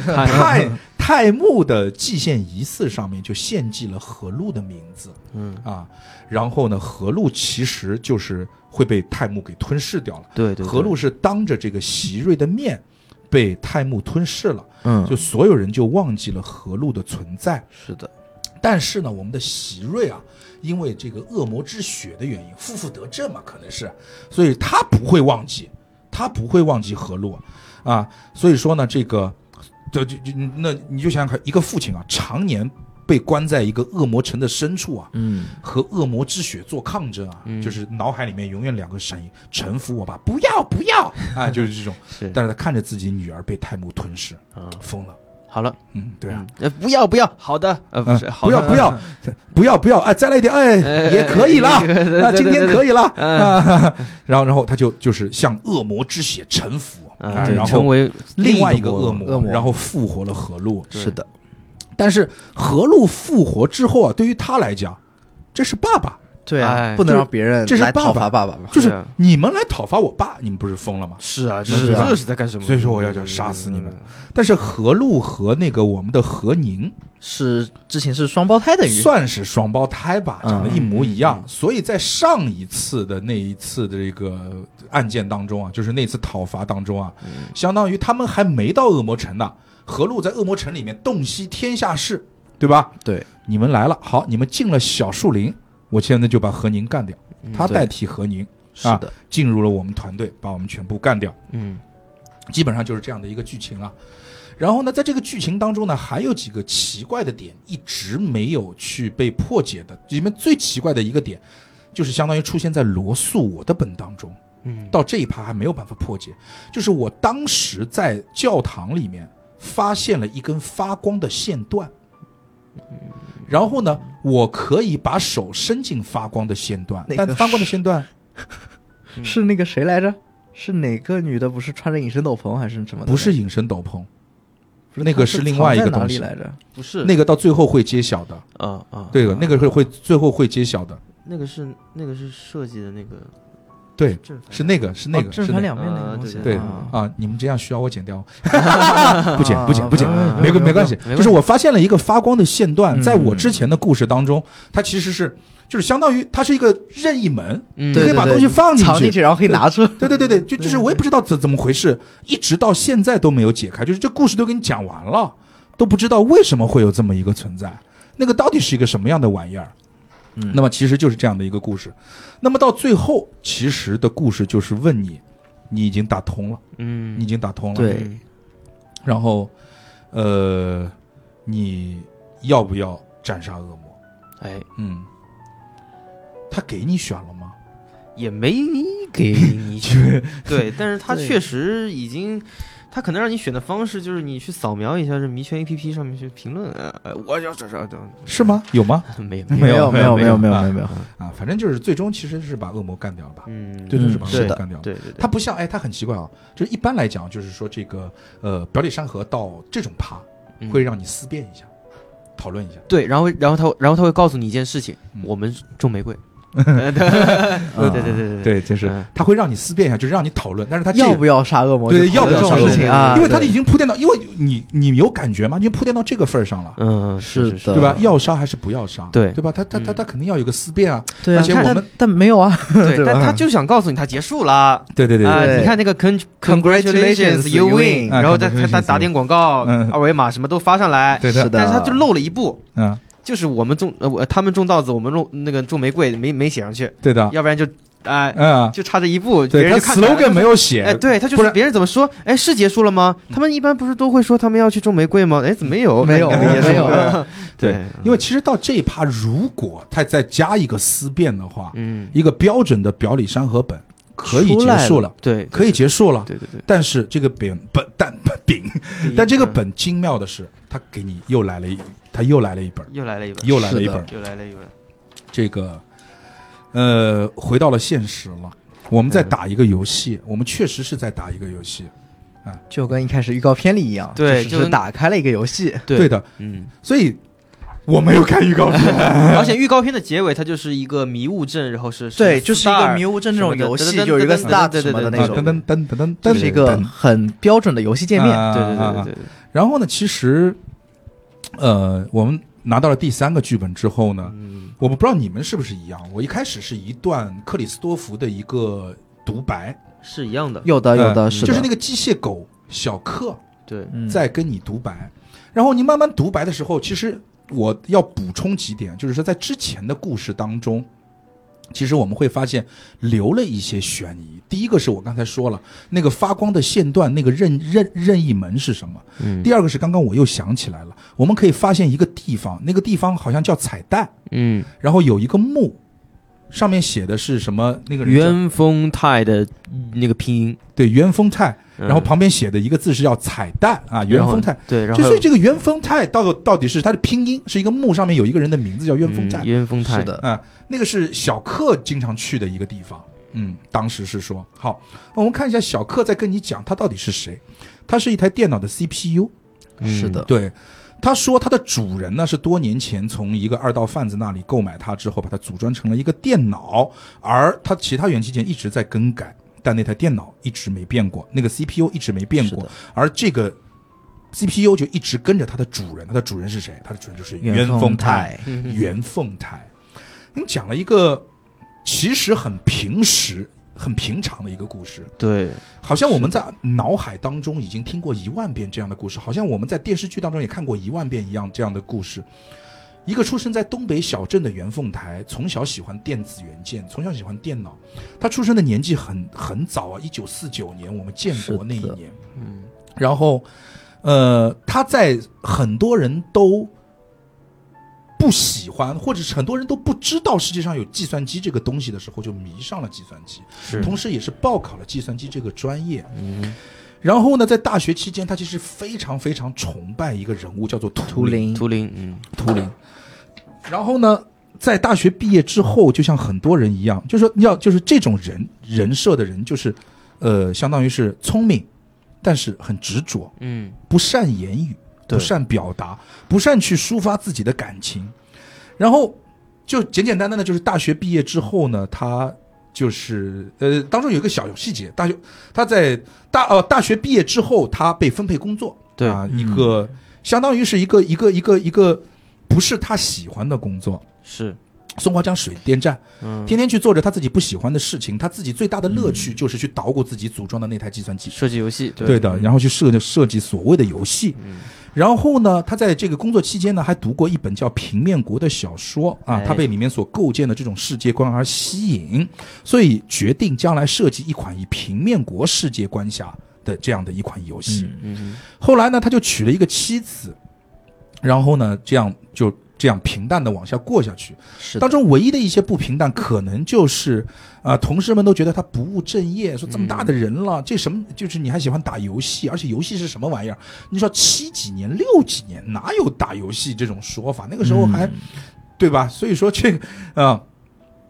[SPEAKER 1] 太，
[SPEAKER 2] 泰泰姆的祭献仪式上面就献祭了何路的名字
[SPEAKER 1] 嗯，
[SPEAKER 2] 啊，然后呢，何路其实就是会被泰姆给吞噬掉了。
[SPEAKER 1] 对对，
[SPEAKER 2] 何路是当着这个席瑞的面被泰木吞噬了，
[SPEAKER 3] 嗯
[SPEAKER 2] 就所有人就忘记了何路的存在。
[SPEAKER 3] 是的，
[SPEAKER 2] 但是呢，我们的席瑞啊，因为这个恶魔之血的原因，负负得正嘛，可能是，啊所以他不会忘记，他不会忘记何路啊。所以说呢，这个，这就就那你就想想看，一个父亲啊，常年被关在一个恶魔城的深处啊，
[SPEAKER 3] 嗯，
[SPEAKER 2] 和恶魔之血做抗争啊，
[SPEAKER 1] 嗯
[SPEAKER 2] 就是脑海里面永远两个声音：臣服我吧，不要不要啊，就是这种。
[SPEAKER 1] 是
[SPEAKER 2] 但是他看着自己女儿被泰姆吞噬，
[SPEAKER 1] 啊，
[SPEAKER 2] 疯了。
[SPEAKER 1] 好了，
[SPEAKER 2] 嗯，对啊，
[SPEAKER 1] 嗯，呃不要不要，好的，呃不
[SPEAKER 2] 嗯
[SPEAKER 1] 是，好
[SPEAKER 2] 不要
[SPEAKER 1] 的 [LAUGHS]
[SPEAKER 2] 不要不要不要，哎，再来一点，哎，
[SPEAKER 1] 哎
[SPEAKER 2] 也可以啦，
[SPEAKER 1] 哎对对
[SPEAKER 2] 啊，
[SPEAKER 1] 对
[SPEAKER 2] 今天
[SPEAKER 1] 对
[SPEAKER 2] 可以啦，
[SPEAKER 1] 对嗯
[SPEAKER 2] 啊， [LAUGHS] 然后然后他就就是向恶魔之血臣服，
[SPEAKER 1] 啊，
[SPEAKER 2] 啊
[SPEAKER 1] 对，
[SPEAKER 2] 然
[SPEAKER 1] 成
[SPEAKER 2] 后
[SPEAKER 1] 为
[SPEAKER 2] 另外一个
[SPEAKER 1] 另一个
[SPEAKER 2] 恶
[SPEAKER 3] 恶魔
[SPEAKER 2] 然后复活了河路。
[SPEAKER 1] 对
[SPEAKER 3] 是的，
[SPEAKER 2] 但是河路复活之后啊，对于他来讲，这是爸爸，
[SPEAKER 3] 对
[SPEAKER 1] 哎
[SPEAKER 3] 啊，不能让别人
[SPEAKER 2] 这是
[SPEAKER 3] 来
[SPEAKER 2] 爸
[SPEAKER 3] 讨
[SPEAKER 2] 爸
[SPEAKER 3] 伐爸爸吧？
[SPEAKER 2] 就是是
[SPEAKER 1] 啊
[SPEAKER 2] 你们来讨伐我爸，你们不是疯了吗？
[SPEAKER 1] 是啊，
[SPEAKER 3] 是啊
[SPEAKER 1] 这是在干什么？
[SPEAKER 2] 所以说我要要杀死你们但是何路和那个我们的何宁
[SPEAKER 3] 是之前是双胞胎，等于
[SPEAKER 2] 算是双胞胎吧，
[SPEAKER 3] 嗯
[SPEAKER 2] 长得一模一样
[SPEAKER 1] 嗯，
[SPEAKER 2] 所以在上一次的那一次的这个案件当中啊，就是那次讨伐当中啊，
[SPEAKER 3] 嗯
[SPEAKER 2] 相当于他们还没到恶魔城呢，何路在恶魔城里面洞悉天下事，对吧？
[SPEAKER 3] 对，
[SPEAKER 2] 你们来了，好，你们进了小树林，我现在就把何宁干掉，他
[SPEAKER 3] 嗯对
[SPEAKER 2] 代替何宁
[SPEAKER 3] 是
[SPEAKER 2] 啊
[SPEAKER 3] 的，
[SPEAKER 2] 进入了我们团队，把我们全部干掉。
[SPEAKER 1] 嗯，
[SPEAKER 2] 基本上就是这样的一个剧情啊。然后呢，在这个剧情当中呢，还有几个奇怪的点一直没有去被破解的。里面最奇怪的一个点，就是相当于出现在罗素我的本当中。
[SPEAKER 1] 嗯，
[SPEAKER 2] 到这一趴还没有办法破解，就是我当时在教堂里面发现了一根发光的线段，
[SPEAKER 3] 嗯
[SPEAKER 2] 然后呢，我可以把手伸进发光的线段，
[SPEAKER 3] 那个
[SPEAKER 2] 但发光的线段
[SPEAKER 1] 嗯
[SPEAKER 3] 是那个谁来着？是哪个女的？不是穿着隐身斗篷还是什么的？
[SPEAKER 2] 不是隐身斗篷，
[SPEAKER 3] 不
[SPEAKER 2] 那个
[SPEAKER 3] 她
[SPEAKER 2] 是
[SPEAKER 3] 藏
[SPEAKER 2] 另外一
[SPEAKER 3] 在
[SPEAKER 2] 个
[SPEAKER 3] 哪
[SPEAKER 2] 东
[SPEAKER 3] 里
[SPEAKER 2] 西
[SPEAKER 3] 来着？
[SPEAKER 1] 不是
[SPEAKER 2] 那个到最后会揭晓的，
[SPEAKER 1] 啊啊，
[SPEAKER 2] 对的，
[SPEAKER 1] 啊
[SPEAKER 2] 那个会会最后会揭晓的，
[SPEAKER 1] 那个是那个是设计的那个
[SPEAKER 2] 对，
[SPEAKER 1] 正反
[SPEAKER 2] 是那个是那个
[SPEAKER 3] 哦
[SPEAKER 2] 是
[SPEAKER 3] 正
[SPEAKER 2] 那个
[SPEAKER 3] 反两面那个东西。
[SPEAKER 1] 啊
[SPEAKER 2] 对
[SPEAKER 3] 啊
[SPEAKER 2] 啊，你们这样需要我剪掉吗？不剪不剪不剪
[SPEAKER 3] 啊，
[SPEAKER 2] 没
[SPEAKER 3] 不用
[SPEAKER 2] 没关系
[SPEAKER 1] 不用没，关系
[SPEAKER 2] 就是我发现了一个发光的线段，
[SPEAKER 3] 嗯
[SPEAKER 2] 在我之前的故事当中，它其实是就是相当于它是一个任意门，
[SPEAKER 1] 嗯
[SPEAKER 2] 你
[SPEAKER 3] 对
[SPEAKER 2] 可以把东西放进
[SPEAKER 3] 藏进
[SPEAKER 2] 去。
[SPEAKER 3] 去，然后可以拿出。
[SPEAKER 2] 对对对对，就就是我也不知道怎怎么回事，一直到现在都没有解开，就是这故事都给你讲完了，都不知道为什么会有这么一个存在，那个到底是一个什么样的玩意儿？
[SPEAKER 3] 嗯
[SPEAKER 2] 那么其实就是这样的一个故事，那么到最后，其实的故事就是问你，你已经打通了，
[SPEAKER 1] 嗯
[SPEAKER 2] 你已经打通了，
[SPEAKER 3] 对
[SPEAKER 1] 嗯
[SPEAKER 2] 然后，呃，你要不要斩杀恶魔？
[SPEAKER 1] 哎
[SPEAKER 2] 嗯，他给你选了吗？
[SPEAKER 1] 也没给
[SPEAKER 2] [LAUGHS]
[SPEAKER 1] 你选，对，但是他
[SPEAKER 3] 对
[SPEAKER 1] 确实已经。他可能让你选的方式就是你去扫描一下这迷圈 A P P 上面去评论，呃，呃我要这这这，
[SPEAKER 2] 是吗？有吗？
[SPEAKER 1] [LAUGHS] 没有
[SPEAKER 2] 没有
[SPEAKER 3] 没
[SPEAKER 2] 没有
[SPEAKER 3] 没有没有
[SPEAKER 2] 啊
[SPEAKER 3] 没有没有，
[SPEAKER 2] 啊，反正就是最终其实是把恶魔干掉了吧？
[SPEAKER 1] 嗯，
[SPEAKER 2] 最终是把
[SPEAKER 1] 嗯
[SPEAKER 2] 恶
[SPEAKER 1] 是
[SPEAKER 2] 魔
[SPEAKER 1] 的
[SPEAKER 2] 干掉了。
[SPEAKER 1] 对对对，
[SPEAKER 2] 他不像哎，他很奇怪啊，就是一般来讲，就是说这个呃表里山河到这种趴
[SPEAKER 1] 嗯
[SPEAKER 2] 会让你思辨一下，讨论一下。
[SPEAKER 1] 对，然后然后他然后他会告诉你一件事情，
[SPEAKER 2] 嗯
[SPEAKER 1] 我们种
[SPEAKER 2] [LAUGHS]
[SPEAKER 1] 玫瑰，对对
[SPEAKER 3] 嗯
[SPEAKER 1] 对对对对，
[SPEAKER 2] 对，就是
[SPEAKER 1] 嗯
[SPEAKER 2] 他会让你思辨一下，就是让你讨论。但是他这
[SPEAKER 3] 要不要杀恶魔？
[SPEAKER 2] 对
[SPEAKER 3] 就
[SPEAKER 2] 要
[SPEAKER 3] 讨论
[SPEAKER 2] 不要
[SPEAKER 3] 这
[SPEAKER 2] 杀恶
[SPEAKER 3] 种
[SPEAKER 2] 魔
[SPEAKER 3] 事情啊？
[SPEAKER 2] 因为他
[SPEAKER 3] 对
[SPEAKER 2] 已经铺垫到，因为你你有感觉吗？你铺垫到这个份儿上了。
[SPEAKER 1] 嗯，
[SPEAKER 3] 是
[SPEAKER 1] 是
[SPEAKER 2] [LAUGHS]
[SPEAKER 3] 的
[SPEAKER 2] 对吧？要杀还是不要杀？
[SPEAKER 1] 对
[SPEAKER 2] 对吧？他他他
[SPEAKER 1] 嗯
[SPEAKER 2] 他肯定要有个思辨啊！
[SPEAKER 3] 对啊，
[SPEAKER 2] 而且我
[SPEAKER 3] 但
[SPEAKER 2] 们
[SPEAKER 3] 但没 [LAUGHS] 有啊，
[SPEAKER 1] 对，
[SPEAKER 3] 吧
[SPEAKER 1] 但他就想告诉你他结束了
[SPEAKER 2] 对对
[SPEAKER 1] 啊！
[SPEAKER 3] 对
[SPEAKER 1] 你看那个 con
[SPEAKER 3] Congratulations,
[SPEAKER 1] you
[SPEAKER 3] you
[SPEAKER 1] win，
[SPEAKER 3] win
[SPEAKER 1] 然后他他
[SPEAKER 2] 啊 Congratulations,
[SPEAKER 1] 他打点广告
[SPEAKER 2] 嗯，
[SPEAKER 1] 二维码什么都发上来，
[SPEAKER 2] 对
[SPEAKER 3] 是的
[SPEAKER 1] 但是他就漏了一步，
[SPEAKER 2] 嗯，
[SPEAKER 1] 就是我们种呃我他们种稻子，我们种那个种玫瑰没没写上去，
[SPEAKER 2] 对的，
[SPEAKER 1] 要不然就啊
[SPEAKER 2] 嗯，
[SPEAKER 1] 就差这一步，别
[SPEAKER 2] 对
[SPEAKER 1] 人
[SPEAKER 2] 他
[SPEAKER 1] 就看出来了
[SPEAKER 2] slogan 没有写，
[SPEAKER 1] 哎，对他就
[SPEAKER 2] 不
[SPEAKER 1] 是
[SPEAKER 2] 然
[SPEAKER 1] 别人怎么说？哎，是结束了吗？他们一般不是都会说他们要去种玫瑰吗？哎，怎么没有？
[SPEAKER 3] 没有
[SPEAKER 1] 哎结束
[SPEAKER 3] 没有
[SPEAKER 1] 了
[SPEAKER 2] [LAUGHS] 对
[SPEAKER 1] 对，
[SPEAKER 2] 因为其实到这一趴，如果他再加一个思辨的话，
[SPEAKER 1] 嗯，
[SPEAKER 2] 一个标准的表里山河本可以结
[SPEAKER 3] 出
[SPEAKER 2] 束
[SPEAKER 3] 来
[SPEAKER 2] 了，
[SPEAKER 1] 对，
[SPEAKER 2] 可以结束了。
[SPEAKER 1] 对对对。
[SPEAKER 2] 但是这个本本但本饼，
[SPEAKER 1] 对
[SPEAKER 2] 但这个本精妙的是，他给你又来了一，他又来了一本，
[SPEAKER 1] 又来了一本，
[SPEAKER 2] 又来了一
[SPEAKER 3] 是的
[SPEAKER 2] 本，
[SPEAKER 1] 又来了一本，
[SPEAKER 2] 这个，呃，回到了现实了。我们在打一个游戏，我们确实是在打一个游戏。
[SPEAKER 3] 就跟一开始预告片里一样，
[SPEAKER 1] 对
[SPEAKER 3] 只
[SPEAKER 1] 就是跟
[SPEAKER 3] 打开了一个游戏，
[SPEAKER 1] 对
[SPEAKER 2] 的，
[SPEAKER 1] 嗯。
[SPEAKER 2] 所以我没有看预告片。
[SPEAKER 1] 而且预告片的结尾，它就是一个迷雾阵，然后是
[SPEAKER 3] 对，就是一个迷
[SPEAKER 1] 雾。
[SPEAKER 3] 雾阵这种游戏
[SPEAKER 1] 什么，的
[SPEAKER 3] 有一个
[SPEAKER 1] 噔噔
[SPEAKER 3] star
[SPEAKER 1] 噔
[SPEAKER 3] 什么的
[SPEAKER 1] 噔
[SPEAKER 3] 那
[SPEAKER 2] 啊噔
[SPEAKER 3] 种，
[SPEAKER 2] 噔噔噔噔
[SPEAKER 3] 这
[SPEAKER 2] 噔，啊
[SPEAKER 3] 是一个很标准的游戏界面。
[SPEAKER 1] 对对对对
[SPEAKER 2] 对。
[SPEAKER 1] 对，
[SPEAKER 2] 然后呢，其实，呃，我们拿到了第三个剧本之后呢，
[SPEAKER 1] 嗯
[SPEAKER 2] 我不知道你们是不是一样。我一开始是一段克里斯多福的一个独白，
[SPEAKER 1] 是一样的。
[SPEAKER 3] 有的啊有
[SPEAKER 2] 呃
[SPEAKER 3] 的，是
[SPEAKER 2] 就是
[SPEAKER 3] 的
[SPEAKER 2] 那个机械狗小克，
[SPEAKER 1] 对，
[SPEAKER 3] 嗯
[SPEAKER 2] 在跟你独白。然后你慢慢独白的时候，其实我要补充几点，就是说在之前的故事当中，其实我们会发现留了一些悬疑。第一个是我刚才说了那个发光的线段，那个任任任意门是什么？
[SPEAKER 1] 嗯
[SPEAKER 2] 第二个是刚刚我又想起来了，我们可以发现一个地方，那个地方好像叫彩蛋，
[SPEAKER 1] 嗯，
[SPEAKER 2] 然后有一个墓，上面写的是什么？那个人叫
[SPEAKER 1] 元丰泰的那个拼音，
[SPEAKER 2] 对元丰泰，
[SPEAKER 1] 嗯
[SPEAKER 2] 然后旁边写的一个字是叫彩蛋啊，元
[SPEAKER 1] 然后
[SPEAKER 2] 丰泰。
[SPEAKER 1] 对，然后
[SPEAKER 2] 就所以这个元丰泰到到底是他的拼音，是一个墓上面有一个人的名字叫元丰泰
[SPEAKER 1] 嗯，元丰泰
[SPEAKER 3] 是的，
[SPEAKER 2] 啊、那个是小克经常去的一个地方。嗯，当时是说好，我们看一下小克在跟你讲他到底是谁，他是一台电脑的 CPU，
[SPEAKER 3] 是的，
[SPEAKER 2] 对。他说，他的主人呢是多年前从一个二道贩子那里购买它之后，把它组装成了一个电脑，而它其他元器件一直在更改，但那台电脑一直没变过，那个 CPU 一直没变
[SPEAKER 3] 是
[SPEAKER 2] 过
[SPEAKER 3] 的，
[SPEAKER 2] 而这个 CPU 就一直跟着它的主人，它的主人是谁？它的主人就是
[SPEAKER 3] 元
[SPEAKER 2] 丰
[SPEAKER 3] 丰
[SPEAKER 2] 泰，
[SPEAKER 3] 泰，
[SPEAKER 1] 嗯
[SPEAKER 2] 袁凤台。你讲了一个其实很平时、很平常的一个故事，
[SPEAKER 1] 对，
[SPEAKER 2] 好像我们在脑海当中已经听过一万遍这样的故事，好像我们在电视剧当中也看过一万遍一样这样的故事。一个出生在东北小镇的袁凤台，从小喜欢电子元件，从小喜欢电脑。他出生的年纪很很早啊，一九四九年，我们建国那一
[SPEAKER 3] 是的
[SPEAKER 2] 年。
[SPEAKER 1] 嗯
[SPEAKER 2] 然后，呃，他在很多人都不喜欢，或者是很多人都不知道世界上有计算机这个东西的时候，就迷上了计算机，
[SPEAKER 1] 是
[SPEAKER 2] 同时也是报考了计算机这个专业。
[SPEAKER 1] 嗯，
[SPEAKER 2] 然后呢，在大学期间，他其实非常非常崇拜一个人物，叫做图
[SPEAKER 3] 图
[SPEAKER 2] 灵。
[SPEAKER 3] 灵，
[SPEAKER 1] 图灵，嗯，
[SPEAKER 2] 图灵。然后呢，在大学毕业之后，就像很多人一样，就是说要就是这种人人设的人，就是呃，相当于是聪明，但是很执着，
[SPEAKER 1] 嗯，
[SPEAKER 2] 不善言语，
[SPEAKER 1] 对
[SPEAKER 2] 不善表达，不善去抒发自己的感情。然后就简简单单的，就是大学毕业之后呢，他。就是呃，当中有一个小细节，大学他在大呃大学毕业之后，他被分配工作，
[SPEAKER 1] 对
[SPEAKER 2] 啊，
[SPEAKER 3] 嗯
[SPEAKER 2] 一个相当于是一个一个一个一个不是他喜欢的工作。
[SPEAKER 1] 是，
[SPEAKER 2] 松花江水电站，
[SPEAKER 1] 嗯，
[SPEAKER 2] 天天去做着他自己不喜欢的事情，他自己最大的乐趣就是去捣鼓自己组装的那台计算机。
[SPEAKER 1] 设计游戏，
[SPEAKER 2] 对的，然后去设计设计所谓的游戏。
[SPEAKER 1] 嗯，
[SPEAKER 2] 然后呢，他在这个工作期间呢，还读过一本叫《平面国》的小说啊
[SPEAKER 1] 哎，
[SPEAKER 2] 他被里面所构建的这种世界观而吸引，所以决定将来设计一款以平面国世界观下的这样的一款游戏。
[SPEAKER 1] 嗯哼，
[SPEAKER 2] 后来呢，他就娶了一个妻子，然后呢，这样就这样平淡的往下过下去。
[SPEAKER 3] 是
[SPEAKER 2] 当
[SPEAKER 3] 的，
[SPEAKER 2] 中唯一的一些不平淡，可能就是啊、呃同事们都觉得他不务正业，说这么
[SPEAKER 3] 嗯
[SPEAKER 2] 大的人了，这什么就是你还喜欢打游戏，而且游戏是什么玩意儿？你说七几年、六几年哪有打游戏这种说法？那个时候
[SPEAKER 3] 嗯
[SPEAKER 2] 还、对吧？所以说这个啊、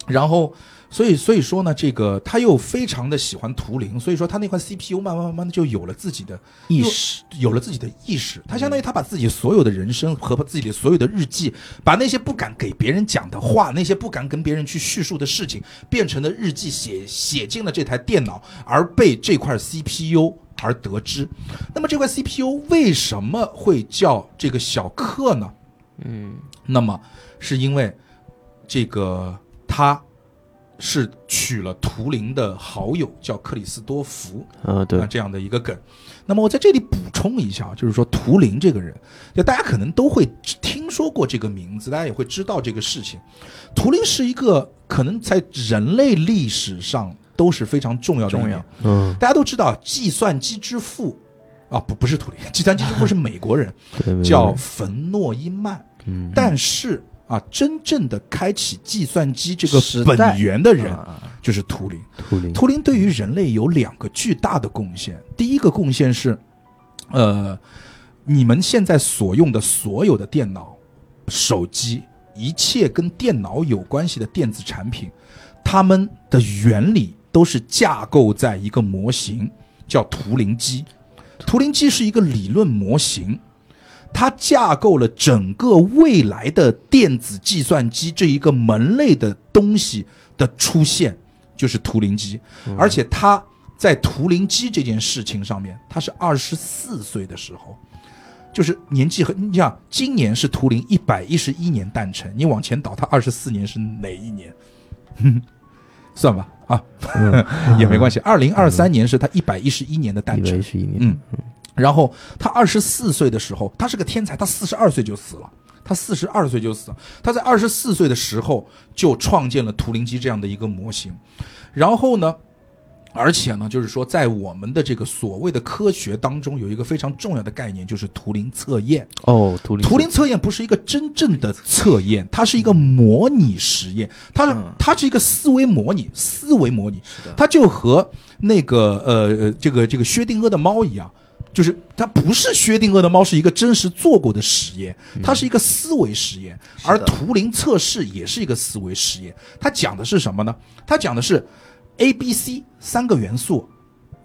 [SPEAKER 2] 然后。所以，所以说呢，这个他又非常的喜欢图灵，所以说他那块 CPU 慢慢慢慢的就有了自己的
[SPEAKER 3] 意识，嗯
[SPEAKER 2] 有了自己的意识，他相当于他把自己所有的人生和自己的所有的日记，把那些不敢给别人讲的话，那些不敢跟别人去叙述的事情，变成了日记写写进了这台电脑，而被这块 CPU 而得知。那么这块 CPU 为什么会叫这个小克呢？
[SPEAKER 1] 嗯，
[SPEAKER 2] 那么是因为这个他是娶了图灵的好友，叫克里斯多福。
[SPEAKER 1] 啊，
[SPEAKER 2] 啊，
[SPEAKER 1] 对，
[SPEAKER 2] 这样的一个梗。那么我在这里补充一下，就是说图灵这个人，就大家可能都会听说过这个名字，大家也会知道这个事情。图灵是一个可能在人类历史上都是非常重要的
[SPEAKER 3] 重
[SPEAKER 2] 人
[SPEAKER 3] 要
[SPEAKER 2] 物。
[SPEAKER 1] 嗯，
[SPEAKER 2] 大家都知道，计算机之父啊，不不是图灵，计算机之父是美国人，
[SPEAKER 1] 对没
[SPEAKER 2] 叫
[SPEAKER 1] 错
[SPEAKER 2] 冯诺依曼。
[SPEAKER 1] 嗯，
[SPEAKER 2] 但是啊，真正的开启计算机这个
[SPEAKER 3] 时代
[SPEAKER 2] 本源的人
[SPEAKER 3] 啊
[SPEAKER 2] 就是图灵。
[SPEAKER 1] 图灵，
[SPEAKER 2] 图灵对于人类有两个巨大的贡献。第一个贡献是，呃，你们现在所用的所有的电脑、手机，一切跟电脑有关系的电子产品，它们的原理都是架构在一个模型，叫图灵机。图灵机是一个理论模型。它架构了整个未来的电子计算机这一个门类的东西的出现，就是图灵机，而且他在图灵机这件事情上面，他是二十四岁的时候，就是年纪很，你想今年是图灵一百一十一年诞辰，你往前倒，他二十四年是哪一年？ [LAUGHS] 算吧，啊， [LAUGHS] 也没关系。二零二三年是他一百一十一年的诞
[SPEAKER 1] 一百
[SPEAKER 2] 辰
[SPEAKER 1] 一，十一年，
[SPEAKER 2] 嗯，然后他二十四岁的时候，他是个天才，他四十二岁就死了。他四十二岁就死了，他在二十四岁的时候就创建了图灵机这样的一个模型，然后呢，而且呢，就是说在我们的这个所谓的科学当中，有一个非常重要的概念，就是图灵测验。
[SPEAKER 1] 哦，图灵，
[SPEAKER 2] 图灵测验不是一个真正的测验，它是一个模拟实验，它是、
[SPEAKER 3] 嗯
[SPEAKER 2] 它是一个思维模拟，思维模拟，它就和那个呃呃这个这个薛定谔的猫一样。就是它不是薛定谔的猫，是一个真实做过的实验，它是一个思维实验，
[SPEAKER 3] 是的
[SPEAKER 2] 而图灵测试也是一个思维实验。它讲的是什么呢？它讲的是 A、B、C 三个元素，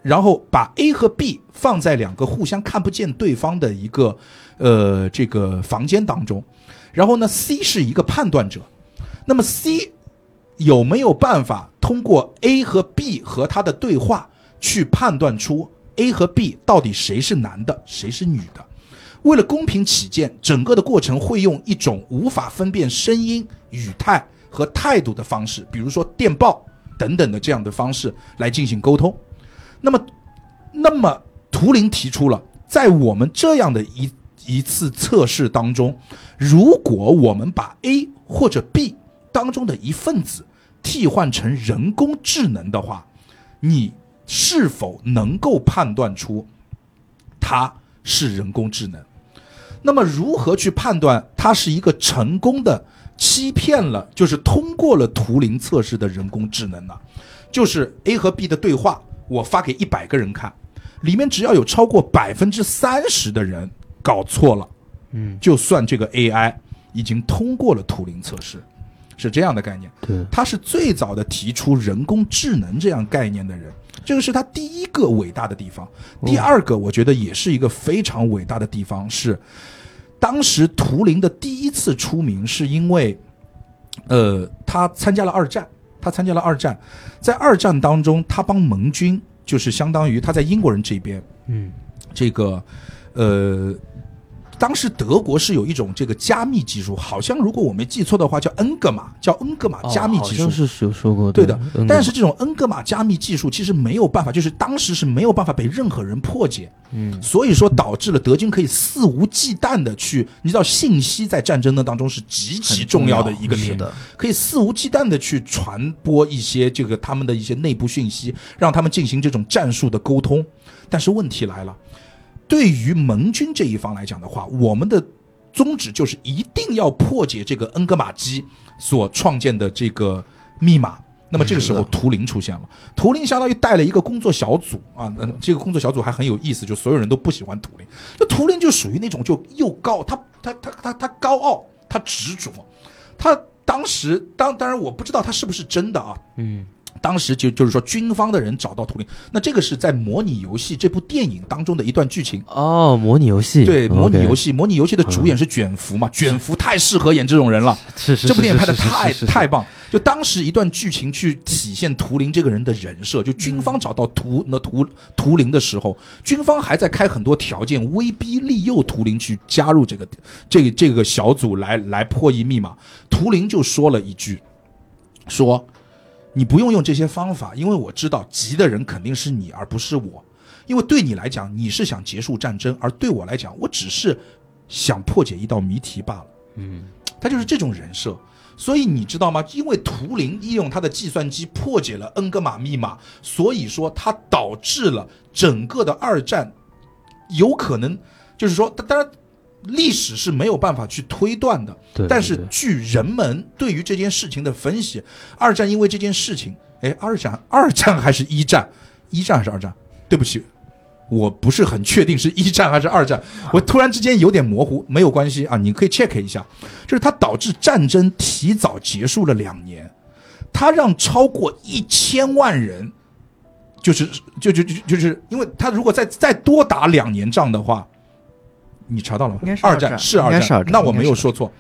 [SPEAKER 2] 然后把 A 和 B 放在两个互相看不见对方的一个呃这个房间当中，然后呢 C 是一个判断者，那么 C 有没有办法通过 A 和 B 和他的对话去判断出 A 和 B 到底谁是男的，谁是女的？为了公平起见，整个的过程会用一种无法分辨声音、语态和态度的方式，比如说电报等等的这样的方式来进行沟通。那么，那么图灵提出了，在我们这样的一一次测试当中，如果我们把 A 或者 B 当中的一份子替换成人工智能的话，你是否能够判断出它是人工智能。那么，如何去判断它是一个成功的欺骗了，就是通过了图灵测试的人工智能呢？就是 A 和 B 的对话，我发给一百个人看，里面只要有超过百分之三十的人搞错了，
[SPEAKER 1] 嗯，
[SPEAKER 2] 就算这个 AI 已经通过了图灵测试，是这样的概念。
[SPEAKER 1] 对，
[SPEAKER 2] 他是最早的提出人工智能这样概念的人，这个是他第一个伟大的地方。
[SPEAKER 1] 哦
[SPEAKER 2] 第二个，我觉得也是一个非常伟大的地方是，当时图灵的第一次出名是因为，呃，他参加了二战，他参加了二战，在二战当中，他帮盟军，就是相当于他在英国人这边，
[SPEAKER 1] 嗯，
[SPEAKER 2] 这个，呃。当时德国是有一种这个加密技术，好像如果我没记错的话，叫恩格玛，叫恩格玛加密
[SPEAKER 1] 哦好
[SPEAKER 2] 技术。
[SPEAKER 1] 像是有说过
[SPEAKER 2] 对的，
[SPEAKER 1] 嗯
[SPEAKER 2] 但是这种恩格玛加密技术其实没有办法，就是当时是没有办法被任何人破解，
[SPEAKER 1] 嗯，
[SPEAKER 2] 所以说导致了德军可以肆无忌惮的去，你知道信息在战争的当中是极其重要的一个
[SPEAKER 3] 是
[SPEAKER 2] 点，
[SPEAKER 3] 的，
[SPEAKER 2] 可以肆无忌惮的去传播一些这个他们的一些内部讯息，让他们进行这种战术的沟通。但是问题来了，对于盟军这一方来讲的话，我们的宗旨就是一定要破解这个恩格玛基所创建的这个密码。那么这个时候，图灵出现了。图灵相当于带了一个工作小组啊，嗯，这个工作小组还很有意思，就所有人都不喜欢图灵。这图灵就属于那种就又高，他他他他他高傲，他执着，他当时当当然我不知道他是不是真的啊，
[SPEAKER 1] 嗯，
[SPEAKER 2] 当时就就是说军方的人找到图灵，那这个是在《模拟游戏》这部电影当中的一段剧情。
[SPEAKER 1] 哦，模拟游戏，
[SPEAKER 2] 对，模拟游
[SPEAKER 1] 戏
[SPEAKER 2] 戏，模拟游戏的主演是卷福嘛？卷福太适合演这种人了，
[SPEAKER 1] 是是
[SPEAKER 2] 这部电影拍的
[SPEAKER 1] 是是是
[SPEAKER 2] 太
[SPEAKER 1] 是是
[SPEAKER 2] 太棒。就当时一段剧情去体现图灵这个人的人设，就军方找到图那图图灵的时候，军方还在开很多条件，威逼利诱图灵去加入这个这个这个小组来来破译密码。图灵就说了一句，说你不用用这些方法，因为我知道急的人肯定是你，而不是我。因为对你来讲，你是想结束战争，而对我来讲，我只是想破解一道谜题罢了。
[SPEAKER 1] 嗯，
[SPEAKER 2] 他就是这种人设。所以你知道吗？因为图灵利用他的计算机破解了恩格玛密码，所以说它导致了整个的二战有可能，就是说，当当然历史是没有办法去推断的，
[SPEAKER 1] 对，
[SPEAKER 2] 但是
[SPEAKER 1] 对
[SPEAKER 2] 据人们对于这件事情的分析，二战因为这件事情，哎，二战二战还是一战，一战还是二战？对不起，我不是很确定是一战还是二战，我突然之间有点模糊，没有关系啊，你可以 check 一下，就是它导致战争提早结束了两年，它让超过一千万人。就是就就就就是因为他如果再再多打两年仗的话，你查到了吗
[SPEAKER 3] 应该？是
[SPEAKER 2] 二
[SPEAKER 3] 二
[SPEAKER 2] 战
[SPEAKER 3] 战
[SPEAKER 2] 是
[SPEAKER 3] 应
[SPEAKER 2] 二
[SPEAKER 3] 该
[SPEAKER 2] 战，
[SPEAKER 3] 是二战
[SPEAKER 2] 那我没
[SPEAKER 3] 应
[SPEAKER 2] 有
[SPEAKER 3] 该是
[SPEAKER 2] 说错。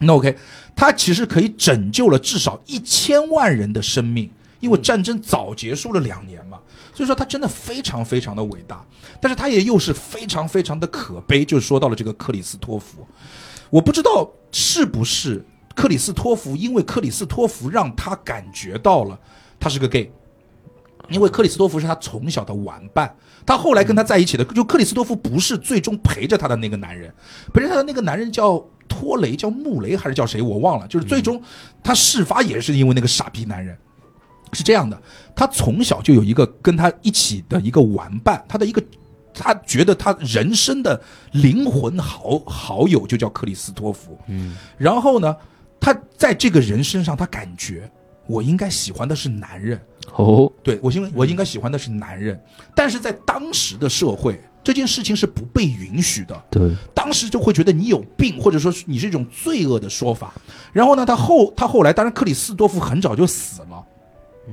[SPEAKER 2] 那 OK，它其实可以拯救了至少一千万人的生命，因为战争早结束了两年嘛，所以说它真的非常非常的伟大，但是它也又是非常非常的可悲，就说到了这个克里斯托弗，我不知道是不是克里斯托弗，因为克里斯托弗让他感觉到了他是个 gay。因为克里斯托弗是他从小的玩伴，他后来跟他在一起的，就克里斯托弗不是最终陪着他的那个男人，陪着他的那个男人叫托雷，叫穆雷还是叫谁，我忘了。就是最终他事发也是因为那个傻逼男人。是这样的，他从小就有一个跟他一起的一个玩伴，他的一个，他觉得他人生的灵魂好好友就叫克里斯托弗。
[SPEAKER 1] 嗯，
[SPEAKER 2] 然后呢，他在这个人身上，他感觉我应该喜欢的是男人，
[SPEAKER 1] 哦，
[SPEAKER 2] 对我应我应该喜欢的是男人，但是在当时的社会，这件事情是不被允许的。
[SPEAKER 1] 对，
[SPEAKER 2] 当时就会觉得你有病，或者说是你是一种罪恶的说法。然后呢，他后他后来，当然克里斯多夫很早就死了。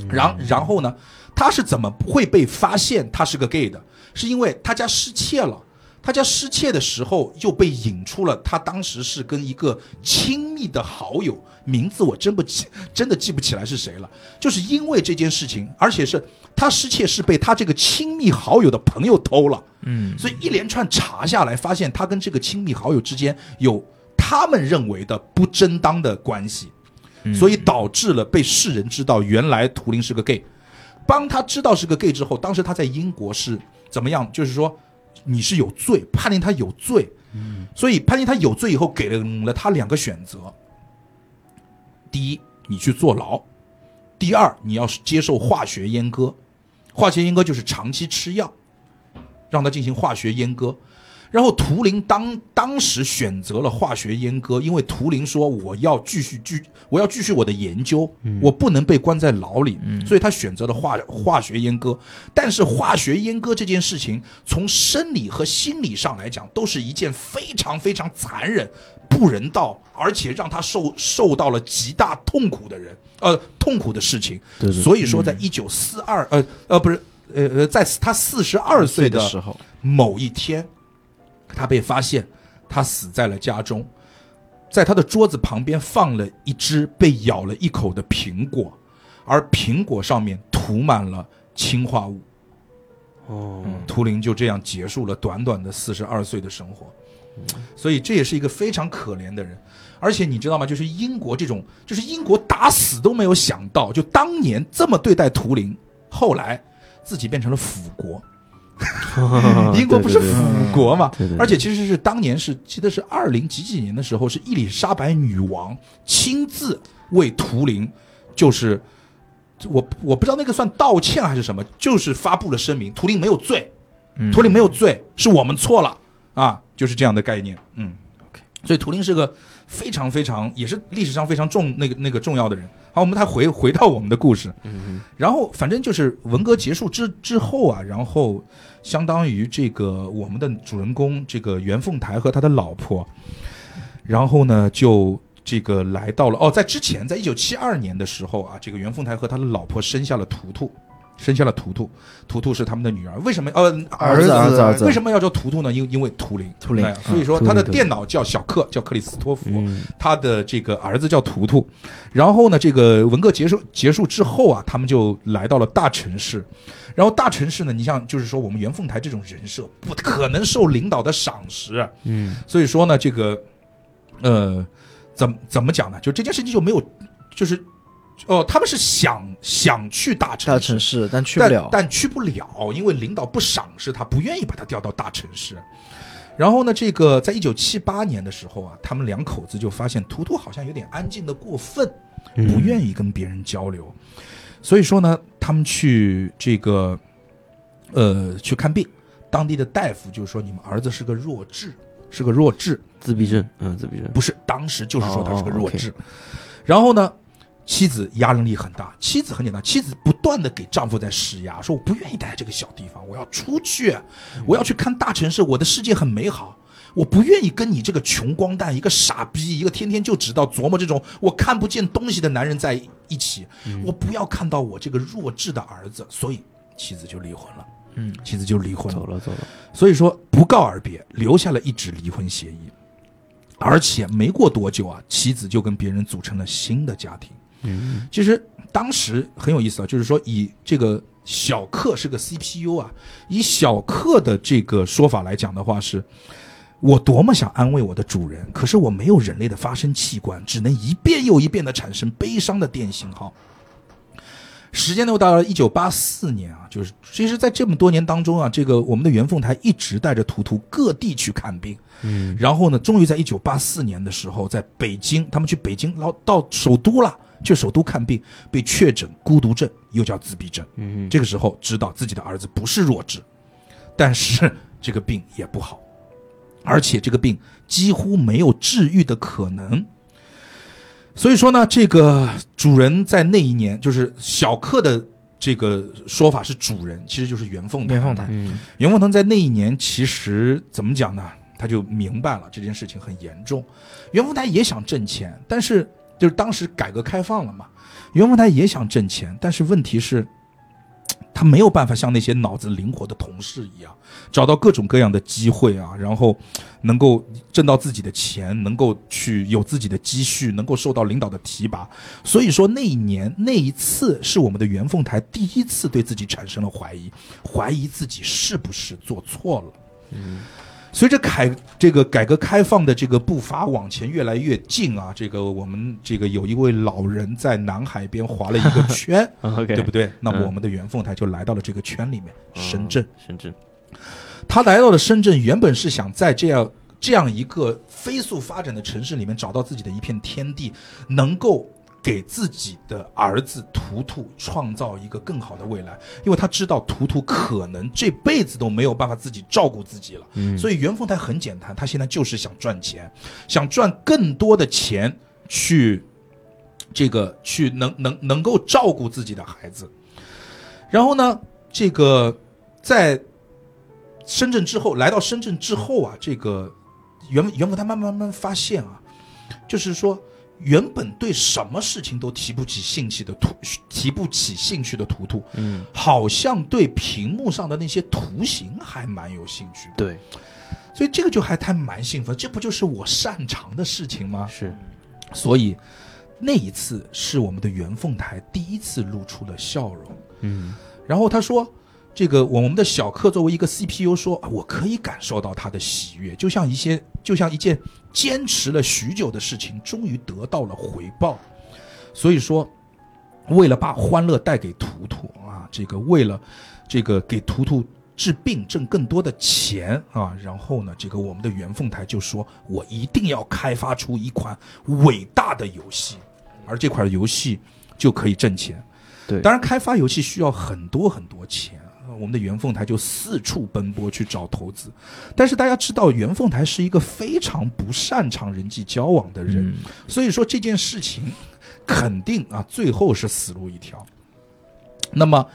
[SPEAKER 2] 然然后呢，他是怎么会被发现他是个 gay 的？是因为他家失窃了。他家失窃的时候，又被引出了他当时是跟一个亲密的好友，名字我真不记，真的记不起来是谁了。就是因为这件事情，而且是他失窃是被他这个亲密好友的朋友偷了。
[SPEAKER 3] 嗯，
[SPEAKER 2] 所以一连串查下来，发现他跟这个亲密好友之间有他们认为的不正当的关系，所以导致了被世人知道原来图灵是个 gay。帮他知道是个 gay 之后，当时他在英国是怎么样？就是说你是有罪，判定他有罪。所以判定他有罪以后，给了了他两个选择：第一，你去坐牢；第二，你要是接受化学阉割。化学阉割就是长期吃药，让他进行化学阉割。然后图灵当当时选择了化学阉割，因为图灵说我要继续继我要继续我的研究，我不能被关在牢里，所以他选择了化化学阉割。但是化学阉割这件事情，从生理和心理上来讲，都是一件非常非常残忍、不人道，而且让他受受到了极大痛苦的人，呃，痛苦的事情。
[SPEAKER 1] 对对
[SPEAKER 2] 所以说，在一九四二，呃呃，不是，呃呃，在他四十二岁的
[SPEAKER 4] 时候，
[SPEAKER 2] 某一天，他被发现，他死在了家中，在他的桌子旁边放了一只被咬了一口的苹果，而苹果上面涂满了氰化物。
[SPEAKER 1] 哦，
[SPEAKER 2] 图灵就这样结束了短短的四十二岁的生活，所以这也是一个非常可怜的人。而且你知道吗？就是英国这种，就是英国打死都没有想到，就当年这么对待图灵，后来自己变成了腐国。 [LAUGHS] 英国不是
[SPEAKER 1] 啊对对
[SPEAKER 2] 腐
[SPEAKER 1] 对
[SPEAKER 2] 国嘛
[SPEAKER 1] 对对对？
[SPEAKER 2] 而且其实是当年是记得是二零几几年的时候，是伊丽莎白女王亲自为图灵，就是我我不知道那个算道歉还是什么，就是发布了声明，图灵没有罪，
[SPEAKER 1] 嗯
[SPEAKER 2] 图灵没有罪，是我们错了啊，就是这样的概念。嗯所以图灵是个非常非常也是历史上非常重那个那个重要的人。好，我们再回回到我们的故事，然后反正就是文革结束之之后啊，然后相当于这个我们的主人公这个袁凤台和他的老婆，然后呢就这个来到了哦，在之前，在一九七二年的时候啊，这个袁凤台和他的老婆生下了图图，生下了图图，图图是他们的女儿，为什么？呃，
[SPEAKER 3] 儿
[SPEAKER 4] 子
[SPEAKER 3] 儿
[SPEAKER 4] 儿子儿
[SPEAKER 3] 子
[SPEAKER 2] 为，什么要叫图图呢？因因为图灵，
[SPEAKER 3] 图灵
[SPEAKER 2] 哎所以说
[SPEAKER 1] 嗯图灵
[SPEAKER 2] 他的
[SPEAKER 1] 对
[SPEAKER 2] 电脑叫小克，叫克里斯托弗，
[SPEAKER 1] 嗯
[SPEAKER 2] 他的这个儿子叫图图。然后呢，这个文革结束结束之后啊，他们就来到了大城市。然后大城市呢，你像就是说我们袁凤台这种人设，不可能受领导的赏识，
[SPEAKER 1] 嗯
[SPEAKER 2] 所以说呢，这个呃，怎么怎么讲呢？就这件事情就没有，就是哦、他们是想想去大城
[SPEAKER 3] 大
[SPEAKER 2] 市
[SPEAKER 3] 城。市，但去不了。
[SPEAKER 2] 但，但去不了，因为领导不赏识他，不愿意把他调到大城市。然后呢，这个在一九七八年的时候啊，他们两口子就发现图图好像有点安静的过分，
[SPEAKER 3] 嗯
[SPEAKER 2] 不愿意跟别人交流。所以说呢，他们去这个呃去看病，当地的大夫就说你们儿子是个弱智，是个弱智。
[SPEAKER 1] 自闭症，嗯，自闭症，
[SPEAKER 2] 不是，当时就是说他是个
[SPEAKER 1] 哦
[SPEAKER 2] 弱
[SPEAKER 1] OK
[SPEAKER 2] 智。然后呢，妻子压力很大，妻子很简单，妻子不断的给丈夫在施压，说我不愿意待在这个小地方，我要出去，
[SPEAKER 1] 嗯
[SPEAKER 2] 我要去看大城市，我的世界很美好。我不愿意跟你这个穷光蛋、一个傻逼、一个天天就知道琢磨这种我看不见东西的男人在一起。
[SPEAKER 1] 嗯
[SPEAKER 2] 我不要看到我这个弱智的儿子，所以妻子就离婚了。
[SPEAKER 3] 嗯，
[SPEAKER 2] 妻子就离婚了
[SPEAKER 1] 走。了走了，
[SPEAKER 2] 所以说不告而别，留下了一纸离婚协议。而且没过多久啊，妻子就跟别人组成了新的家庭。
[SPEAKER 1] 嗯
[SPEAKER 2] 其实当时很有意思啊，就是说以这个小克是个 CPU 啊，以小克的这个说法来讲的话是。我多么想安慰我的主人，可是我没有人类的发声器官，只能一遍又一遍地产生悲伤的电信号。时间又到了一九八四年啊，就是其实，在这么多年当中啊，这个我们的袁凤台一直带着图图各地去看病，
[SPEAKER 1] 嗯，
[SPEAKER 2] 然后呢，终于在一九八四年的时候，在北京，他们去北京，然后到首都了，去首都看病，被确诊孤独症，又叫自闭症。
[SPEAKER 1] 嗯
[SPEAKER 2] 这个时候知道自己的儿子不是弱智，但是这个病也不好，而且这个病几乎没有治愈的可能。所以说呢，这个主人在那一年，就是小克的这个说法是主人，其实就是袁凤台
[SPEAKER 3] 袁。凤台，
[SPEAKER 1] 嗯，
[SPEAKER 2] 袁凤堂在那一年其实怎么讲呢？他就明白了这件事情很严重。袁凤台也想挣钱，但是就是当时改革开放了嘛，袁凤台也想挣钱，但是问题是，他没有办法像那些脑子灵活的同事一样，找到各种各样的机会啊，然后能够挣到自己的钱，能够去有自己的积蓄，能够受到领导的提拔。所以说那一年那一次是我们的袁凤台第一次对自己产生了怀疑，怀疑自己是不是做错了。随着改这个改革开放的这个步伐往前越来越近啊，这个我们这个有一位老人在南海边划了一个圈
[SPEAKER 1] ，OK，
[SPEAKER 2] 对不对？那么
[SPEAKER 1] 嗯
[SPEAKER 2] 我们的袁凤台就来到了这个圈里面，
[SPEAKER 1] 哦
[SPEAKER 2] 深圳。
[SPEAKER 1] 深圳，
[SPEAKER 2] 他来到了深圳，原本是想在这样这样一个飞速发展的城市里面找到自己的一片天地，能够给自己的儿子图图创造一个更好的未来，因为他知道图图可能这辈子都没有办法自己照顾自己了，
[SPEAKER 1] 嗯
[SPEAKER 2] 所以袁凤台很简单，他现在就是想赚钱，想赚更多的钱去这个去能能能够照顾自己的孩子。然后呢，这个在深圳之后，来到深圳之后啊，这个袁袁凤台慢慢慢慢发现啊，就是说。原本对什么事情都提不起兴趣的图，提不起兴趣的图图，
[SPEAKER 1] 嗯，
[SPEAKER 2] 好像对屏幕上的那些图形还蛮有兴趣的。
[SPEAKER 1] 对，
[SPEAKER 2] 所以这个就还他蛮兴奋，这不就是我擅长的事情吗？
[SPEAKER 1] 是，
[SPEAKER 2] 所以那一次是我们的袁凤台第一次露出了笑容。
[SPEAKER 1] 嗯
[SPEAKER 2] 然后他说，这个我们的小克作为一个 CPU 说，啊我可以感受到他的喜悦，就像一些就像一件坚持了许久的事情终于得到了回报。所以说，为了把欢乐带给图图啊，这个为了这个给图图。治病挣更多的钱啊，然后呢，这个我们的袁凤台就说，我一定要开发出一款伟大的游戏，而这款游戏就可以挣钱。
[SPEAKER 1] 对
[SPEAKER 2] 当然开发游戏需要很多很多钱，呃我们的袁凤台就四处奔波去找投资。但是大家知道，袁凤台是一个非常不擅长人际交往的人，
[SPEAKER 3] 嗯，
[SPEAKER 2] 所以说这件事情肯定啊，最后是死路一条。那么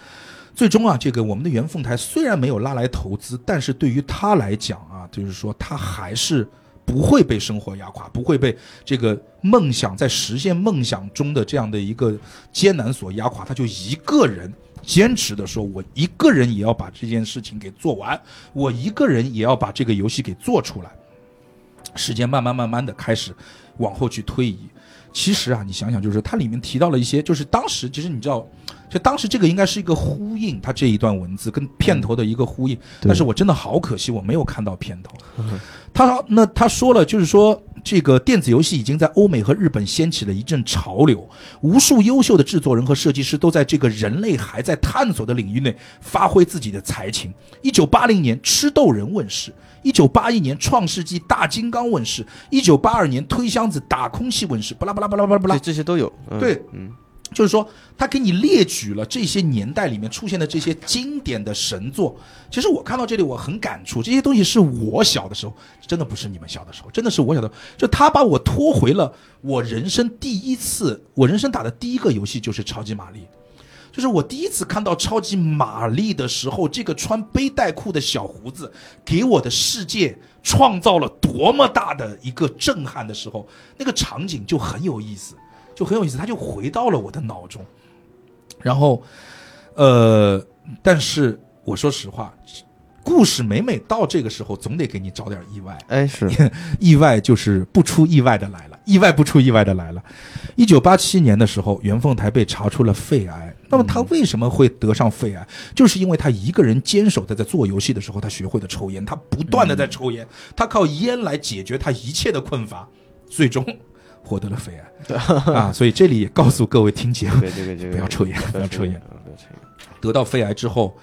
[SPEAKER 2] 最终啊，这个我们的袁凤台虽然没有拉来投资，但是对于他来讲啊，就是说他还是不会被生活压垮，不会被这个梦想在实现梦想中的这样的一个艰难所压垮，他就一个人。坚持的说，我一个人也要把这件事情给做完，我一个人也要把这个游戏给做出来。时间慢慢慢慢的开始往后去推移。其实啊，你想想，就是它里面提到了一些，就是当时其实你知道，就当时这个应该是一个呼应，它这一段文字跟片头的一个呼应。
[SPEAKER 1] 对
[SPEAKER 2] 但是我真的好可惜，我没有看到片头。他那他说了，就是说这个电子游戏已经在欧美和日本掀起了一阵潮流，无数优秀的制作人和设计师都在这个人类还在探索的领域内发挥自己的才情。一九八零年，《吃豆人》问世；一九八一年，《创世纪大金刚》问世；一九八二年，《推箱子打空气》问世。巴拉巴拉巴拉巴拉巴
[SPEAKER 1] 这
[SPEAKER 2] 拉，
[SPEAKER 1] 这些都有，嗯
[SPEAKER 2] 对，
[SPEAKER 1] 嗯，
[SPEAKER 2] 就是说，他给你列举了这些年代里面出现的这些经典的神作。其实我看到这里，我很感触，这些东西是我小的时候，真的不是你们小的时候，真的是我小的时候。就他把我拖回了我人生第一次，我人生打的第一个游戏就是超级玛丽。就是我第一次看到超级玛丽的时候，这个穿背带裤的小胡子给我的世界创造了多么大的一个震撼的时候，那个场景就很有意思，就很有意思，它就回到了我的脑中。然后，呃，但是我说实话，故事每每到这个时候，总得给你找点意外。
[SPEAKER 1] 哎
[SPEAKER 2] [LAUGHS]
[SPEAKER 1] 是，
[SPEAKER 2] 意外就是不出意外的来了，意外不出意外的来了。一九八七年的时候，袁凤台被查出了肺癌。那么他为什么会得上肺癌？就是因为他一个人坚守的在做游戏的时候，他学会了抽烟，他不断的在抽烟，他靠烟来解决他一切的困乏，最终获得了肺癌啊！所以这里也告诉各位听节目，
[SPEAKER 1] 对这个这个
[SPEAKER 2] 不要抽烟，不要抽烟。
[SPEAKER 1] 啊不要抽烟，
[SPEAKER 2] 得到肺癌之后，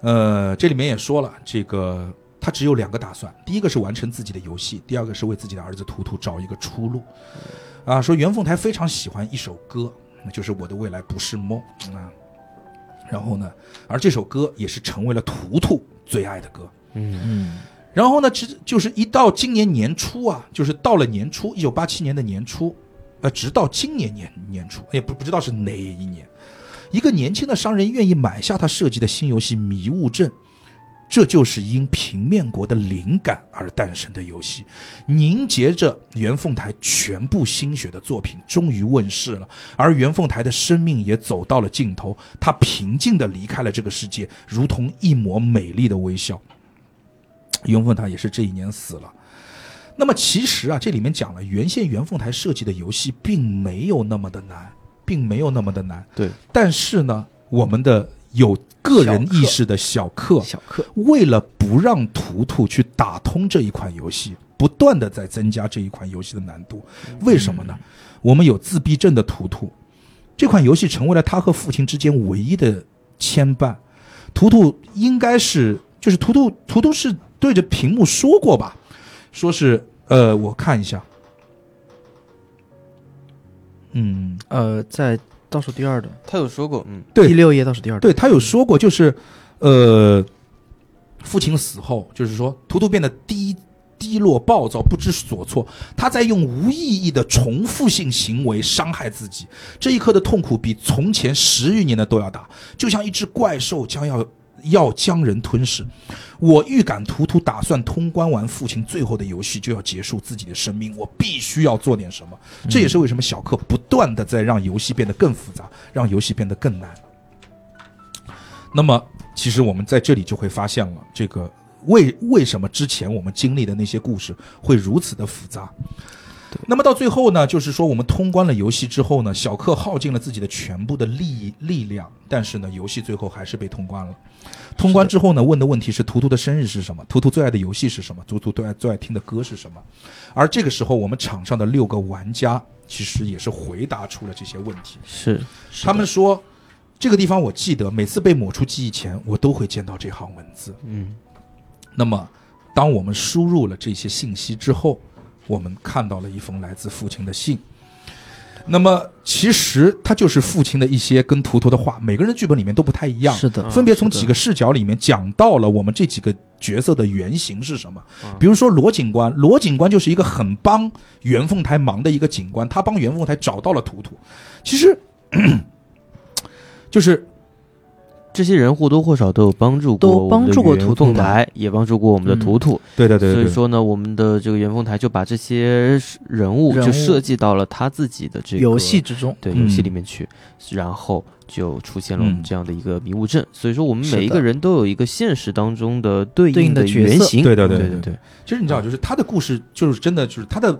[SPEAKER 2] 呃，这里面也说了，这个他只有两个打算，第一个是完成自己的游戏，第二个是为自己的儿子图图找一个出路。啊，说袁凤台非常喜欢一首歌，那就是《我的未来不是梦》啊。然后呢，而这首歌也是成为了图图最爱的歌。
[SPEAKER 1] 嗯
[SPEAKER 3] 嗯
[SPEAKER 2] 然后呢，其实就是一到今年年初啊，就是到了年初，一九八七年的年初，呃，直到今年年年初，也不不知道是哪一年，一个年轻的商人愿意买下他设计的新游戏《迷雾镇》，这就是因平面国的灵感而诞生的游戏，凝结着袁凤台全部心血的作品终于问世了，而袁凤台的生命也走到了尽头，他平静地离开了这个世界，如同一抹美丽的微笑。袁凤台也是这一年死了。那么其实啊，这里面讲了，原先袁凤台设计的游戏并没有那么的难，并没有那么的难。
[SPEAKER 1] 对，
[SPEAKER 2] 但是呢，我们的有个人意识的小克，
[SPEAKER 3] 小克，
[SPEAKER 2] 为了不让图图去打通这一款游戏，不断的在增加这一款游戏的难度。为什么呢？我们有自闭症的图图，这款游戏成为了他和父亲之间唯一的牵绊。图图应该是，就是图图，图图是对着屏幕说过吧，说是，呃，我看一下，嗯，
[SPEAKER 3] 呃，在倒数第二的
[SPEAKER 1] 他有说过，嗯，
[SPEAKER 2] 对
[SPEAKER 3] 第六页倒数第二的，
[SPEAKER 2] 对他有说过，就是呃，父亲死后，就是说图图变得低低落、暴躁、不知所措，他在用无意义的重复性行为伤害自己。这一刻的痛苦比从前十余年的都要大，就像一只怪兽将要。要将人吞噬，我预感图图打算通关完父亲最后的游戏就要结束自己的生命，我必须要做点什么。这也是为什么小克不断的在让游戏变得更复杂，让游戏变得更难。那么，其实我们在这里就会发现了，这个为为什么之前我们经历的那些故事会如此的复杂。那么到最后呢，就是说我们通关了游戏之后呢，小克耗尽了自己的全部的力力量，但是呢，游戏最后还是被通关了。通关之后呢，问的问题是图图的生日是什么，图图最爱的游戏是什么，图图最爱最爱听的歌是什么。而这个时候，我们场上的六个玩家其实也是回答出了这些问题。
[SPEAKER 1] 是
[SPEAKER 2] 他们说，这个地方我记得，每次被抹除记忆前，我都会见到这行文字。
[SPEAKER 1] 嗯，
[SPEAKER 2] 那么，当我们输入了这些信息之后，我们看到了一封来自父亲的信。那么，其实它就是父亲的一些跟图图的话，每个人的剧本里面都不太一样。
[SPEAKER 3] 是的，
[SPEAKER 2] 分别从
[SPEAKER 1] 是的
[SPEAKER 2] 几个视角里面讲到了我们这几个角色的原型是什么
[SPEAKER 1] 嗯。
[SPEAKER 2] 比如说罗警官，罗警官就是一个很帮袁凤台忙的一个警官，他帮袁凤台找到了图图。其实， [CLEARS THROAT] 就是 [CLEARS THROAT]
[SPEAKER 1] 这些人或多或少都有帮助过
[SPEAKER 3] 都帮助过
[SPEAKER 1] 我们的
[SPEAKER 3] 图
[SPEAKER 1] 袁
[SPEAKER 3] 图
[SPEAKER 1] 凤
[SPEAKER 3] 嘛
[SPEAKER 1] 台，也帮助过我们的图图。
[SPEAKER 2] 对嗯对对
[SPEAKER 1] 所以说呢，我们的这个袁凤台就把这些人物
[SPEAKER 3] 人物
[SPEAKER 1] 就设计到了他自己的这个
[SPEAKER 3] 游戏之中，
[SPEAKER 1] 对
[SPEAKER 2] 嗯
[SPEAKER 1] 游戏里面去，然后就出现了我们
[SPEAKER 2] 嗯
[SPEAKER 1] 这样的一个迷雾阵。所以说，我们
[SPEAKER 3] 是
[SPEAKER 1] 每一
[SPEAKER 3] 的
[SPEAKER 1] 个人都有一个现实当中的对
[SPEAKER 3] 对应的
[SPEAKER 1] 的
[SPEAKER 3] 角
[SPEAKER 1] 原
[SPEAKER 3] 色
[SPEAKER 1] 型。
[SPEAKER 2] 对对对
[SPEAKER 1] 对
[SPEAKER 2] 对
[SPEAKER 1] 对
[SPEAKER 2] 对其实你知道，
[SPEAKER 1] 嗯
[SPEAKER 2] 就是他的故事，就是真的，就是他的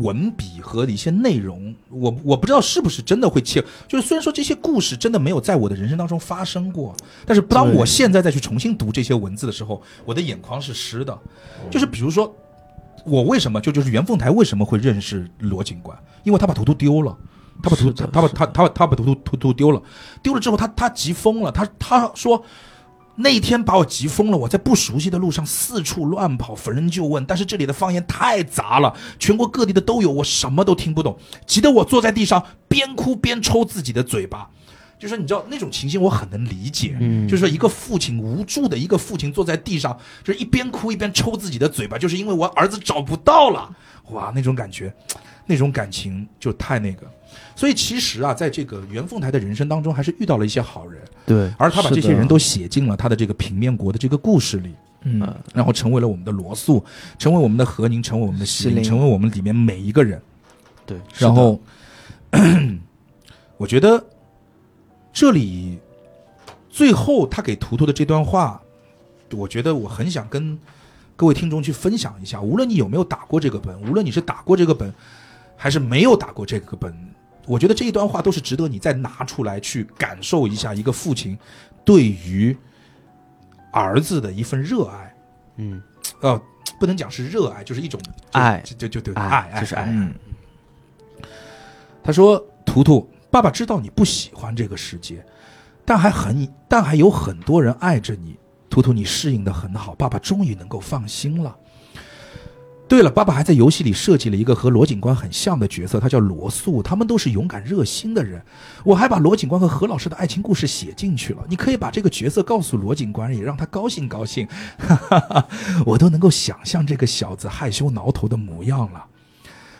[SPEAKER 2] 文笔和一些内容，我我不知道是不是真的会切。就是虽然说这些故事真的没有在我的人生当中发生过，但是当
[SPEAKER 1] 对
[SPEAKER 2] 我现在再去重新读这些文字的时候，我的眼眶是湿的。
[SPEAKER 1] 嗯
[SPEAKER 2] 就是比如说，我为什么就就是袁凤台为什么会认识罗警官？因为他把图图丢了。他把图
[SPEAKER 1] 是的
[SPEAKER 2] 他把
[SPEAKER 1] 是
[SPEAKER 2] 他他他把图图图图丢了，丢了之后他他急疯了，他他说那一天把我急疯了，我在不熟悉的路上四处乱跑，逢人就问，但是这里的方言太杂了，全国各地的都有，我什么都听不懂，急得我坐在地上边哭边抽自己的嘴巴。就是你知道那种情形，我很能理解。
[SPEAKER 1] 嗯
[SPEAKER 2] 就是说一个父亲无助的一个父亲坐在地上，就是一边哭一边抽自己的嘴巴，就是因为我儿子找不到了，哇，那种感觉，那种感情就太那个。所以其实啊，在这个袁凤台的人生当中，还是遇到了一些好人，
[SPEAKER 1] 对，
[SPEAKER 2] 而他把
[SPEAKER 3] 是
[SPEAKER 2] 这
[SPEAKER 3] 的
[SPEAKER 2] 些人都写进了他的这个平面国的这个故事里，
[SPEAKER 3] 嗯
[SPEAKER 1] 呃，
[SPEAKER 2] 然后成为了我们的罗素，成为我们的何宁，成为我们的席
[SPEAKER 3] 席
[SPEAKER 2] 琳，
[SPEAKER 3] 琳
[SPEAKER 2] 成为我们里面每一个人。
[SPEAKER 1] 对。是
[SPEAKER 2] 然
[SPEAKER 1] 的
[SPEAKER 2] 后， [CLEARS THROAT] 我觉得这里最后他给图图的这段话，我觉得我很想跟各位听众去分享一下。无论你有没有打过这个本，无论你是打过这个本，还是没有打过这个本，我觉得这一段话都是值得你再拿出来去感受一下一个父亲对于儿子的一份热爱。
[SPEAKER 1] 嗯，
[SPEAKER 2] 呃，不能讲是热爱，就是一种就
[SPEAKER 1] 爱
[SPEAKER 2] 就就就对
[SPEAKER 1] 爱
[SPEAKER 2] 爱，
[SPEAKER 1] 就是爱
[SPEAKER 3] 嗯，
[SPEAKER 2] 他说：“图图，爸爸知道你不喜欢这个世界，但还很，但还有很多人爱着你。图图，你适应的很好，爸爸终于能够放心了。对了，爸爸还在游戏里设计了一个和罗警官很像的角色，他叫罗素，他们都是勇敢热心的人。我还把罗警官和何老师的爱情故事写进去了，你可以把这个角色告诉罗警官，也让他高兴高兴。哈哈哈，我都能够想象这个小子害羞挠头的模样了。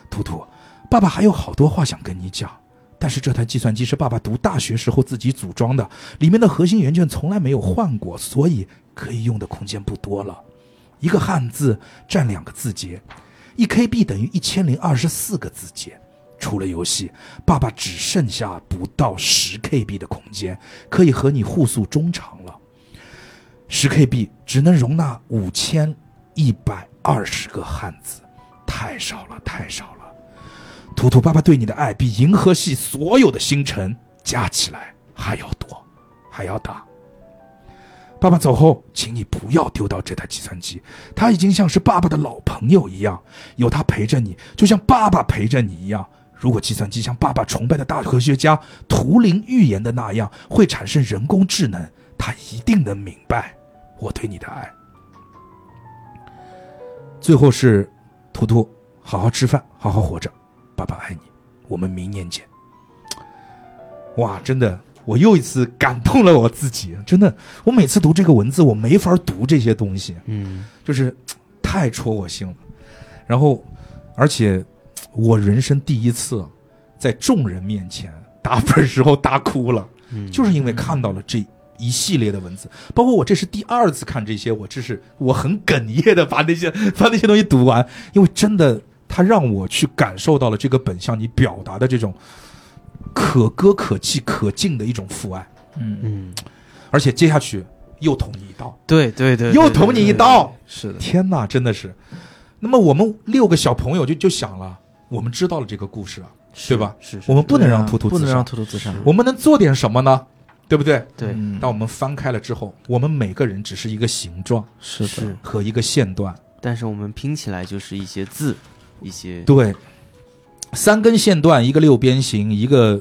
[SPEAKER 2] 图图，爸爸还有好多话想跟你讲，但是这台计算机是爸爸读大学时候自己组装的，里面的核心元件从来没有换过，所以可以用的空间不多了。一个汉字占两个字节，一 KB 等于一千零二十四个字节。除了游戏，爸爸只剩下不到十 KB 的空间，可以和你互诉衷肠了。十 KB 只能容纳五千一百二十个汉字，太少了，太少了。图图爸爸对你的爱比银河系所有的星辰加起来还要多，还要大。爸爸走后，请你不要丢掉这台计算机，它已经像是爸爸的老朋友一样，有它陪着你，就像爸爸陪着你一样。如果计算机像爸爸崇拜的大科学家图灵预言的那样，会产生人工智能，他一定能明白我对你的爱。最后是图图，好好吃饭，好好活着，爸爸爱你，我们明年见。哇，真的，我又一次感动了我自己。真的，我每次读这个文字，我没法读这些东西，
[SPEAKER 1] 嗯
[SPEAKER 2] 就是嘖太戳我心了。然后，而且嘖我人生第一次在众人面前打本时候大哭了，
[SPEAKER 1] 嗯，
[SPEAKER 2] 就是因为看到了这。一系列的文字，包括我这是第二次看这些，我这是我很哽咽的把那些把那些东西读完，因为真的它让我去感受到了这个本向你表达的这种可歌可泣可敬的一种父爱，
[SPEAKER 3] 嗯，
[SPEAKER 1] 嗯，
[SPEAKER 2] 而且接下去又捅你一刀，
[SPEAKER 1] 对对对，
[SPEAKER 2] 又捅你一刀，
[SPEAKER 3] 是的，
[SPEAKER 2] 天哪，真的是。那么我们六个小朋友就就想了，我们知道了这个故事啊，对吧？
[SPEAKER 1] 是，
[SPEAKER 2] 我们不能
[SPEAKER 3] 对啊
[SPEAKER 2] 让图图
[SPEAKER 3] 不
[SPEAKER 2] 自
[SPEAKER 3] 能
[SPEAKER 2] 杀
[SPEAKER 3] 让，图图自杀，
[SPEAKER 2] 我们能做点什么呢？对不对？
[SPEAKER 1] 对，
[SPEAKER 3] 嗯
[SPEAKER 2] 当我们翻开了之后，我们每个人只是一个形状
[SPEAKER 3] 是的
[SPEAKER 1] 是，
[SPEAKER 2] 和一个线段，
[SPEAKER 1] 但是我们拼起来就是一些字，一些
[SPEAKER 2] 对，三根线段，一个六边形，一个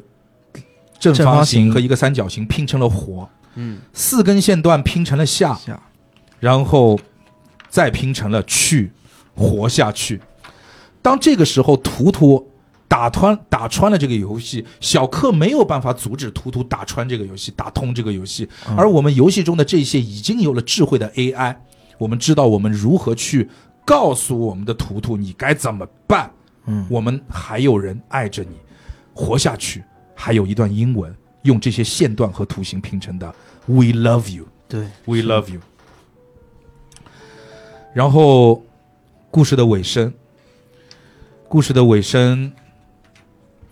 [SPEAKER 2] 正
[SPEAKER 3] 正
[SPEAKER 2] 方
[SPEAKER 3] 方
[SPEAKER 2] 形
[SPEAKER 3] 形
[SPEAKER 2] 和一个三角形拼成了火，
[SPEAKER 1] 嗯
[SPEAKER 2] 四根线段拼成了下，
[SPEAKER 3] 下
[SPEAKER 2] 然后再拼成了去活下去。当这个时候，图图打穿打穿了这个游戏，小克没有办法阻止图图打穿这个游戏，打通这个游戏。
[SPEAKER 3] 嗯
[SPEAKER 2] 而我们游戏中的这些已经有了智慧的 AI，我们知道我们如何去告诉我们的图图你该怎么办。
[SPEAKER 3] 嗯
[SPEAKER 2] 我们还有人爱着你，活下去。还有一段英文，用这些线段和图形拼成的 “We love you”。
[SPEAKER 1] 对，
[SPEAKER 2] We love you。然后，故事的尾声，故事的尾声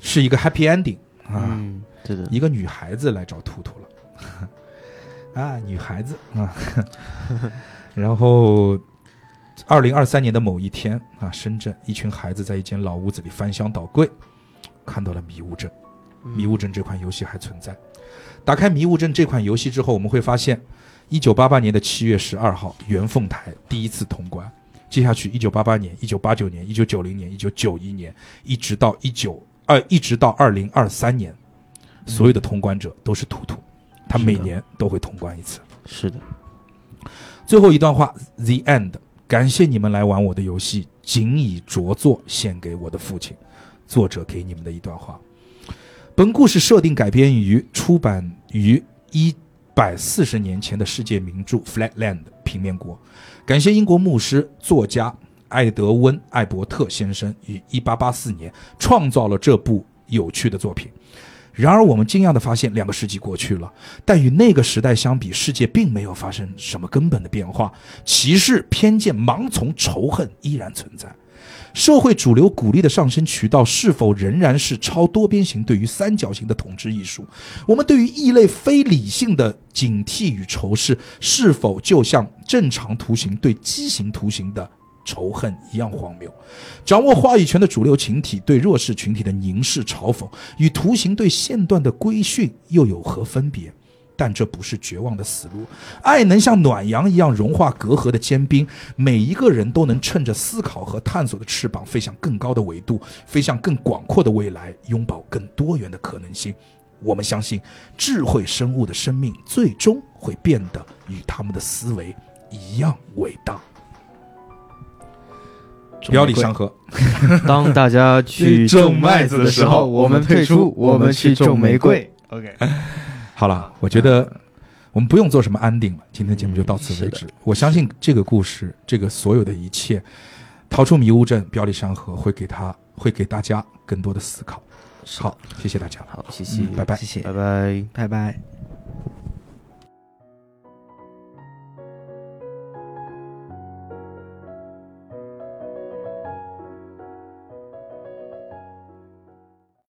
[SPEAKER 2] 是一个 happy ending 啊，
[SPEAKER 1] 嗯，对的，
[SPEAKER 2] 一个女孩子来找图图了， [LAUGHS] 啊，女孩子啊， [LAUGHS] 然后。二零二三年的某一天啊，深圳一群孩子在一间老屋子里翻箱倒柜，看到了迷雾阵。《迷雾阵》这款游戏还存在。打开《迷雾阵》这款游戏之后，我们会发现，一九八八年的七月十二号，袁凤台第一次通关。接下去，一九八八年、一九八九年、一九九零年、一九九一年，一直到一九二，一直到二零二三年，所有的通关者都是图图，他每
[SPEAKER 1] 嗯是的
[SPEAKER 2] 年都会通关一次。
[SPEAKER 1] 是的，
[SPEAKER 2] 最后一段话，The End。感谢你们来玩我的游戏，仅以着作献给我的父亲。作者给你们的一段话。本故事设定改编于出版于一百四十年前的世界名著《Flatland》平面国。感谢英国牧师、作家艾德温·艾伯特先生于一八八四年创造了这部有趣的作品。然而，我们惊讶地发现，两个世纪过去了，但与那个时代相比，世界并没有发生什么根本的变化。歧视、偏见、盲从、仇恨依然存在。社会主流鼓励的上升渠道是否仍然是超多边形对于三角形的统治艺术？我们对于异类非理性的警惕与仇视，是否就像正常图形对畸形图形的仇恨一样荒谬？掌握话语权的主流群体对弱势群体的凝视、嘲讽，与图形对线段的规训又有何分别？但这不是绝望的死路，爱能像暖阳一样融化隔阂的坚冰，每一个人都能趁着思考和探索的翅膀，飞向更高的维度，飞向更广阔的未来，拥抱更多元的可能性。我们相信，智慧生物的生命最终会变得与他们的思维一样伟大。表里相合，
[SPEAKER 1] 当大家去
[SPEAKER 2] 种麦子的时候
[SPEAKER 3] 我们退出，我们去种玫瑰。OK，
[SPEAKER 2] 好了，我觉得我们不用做什么安定了，今天节目就到此为止。我相信这个故事，这个所有的一切，逃出迷雾阵，表里山河会给他，会给大家更多的思考。好，谢谢大家。
[SPEAKER 1] 好，谢谢，
[SPEAKER 2] 嗯拜拜
[SPEAKER 3] 谢谢，
[SPEAKER 1] 拜拜。
[SPEAKER 3] 拜拜。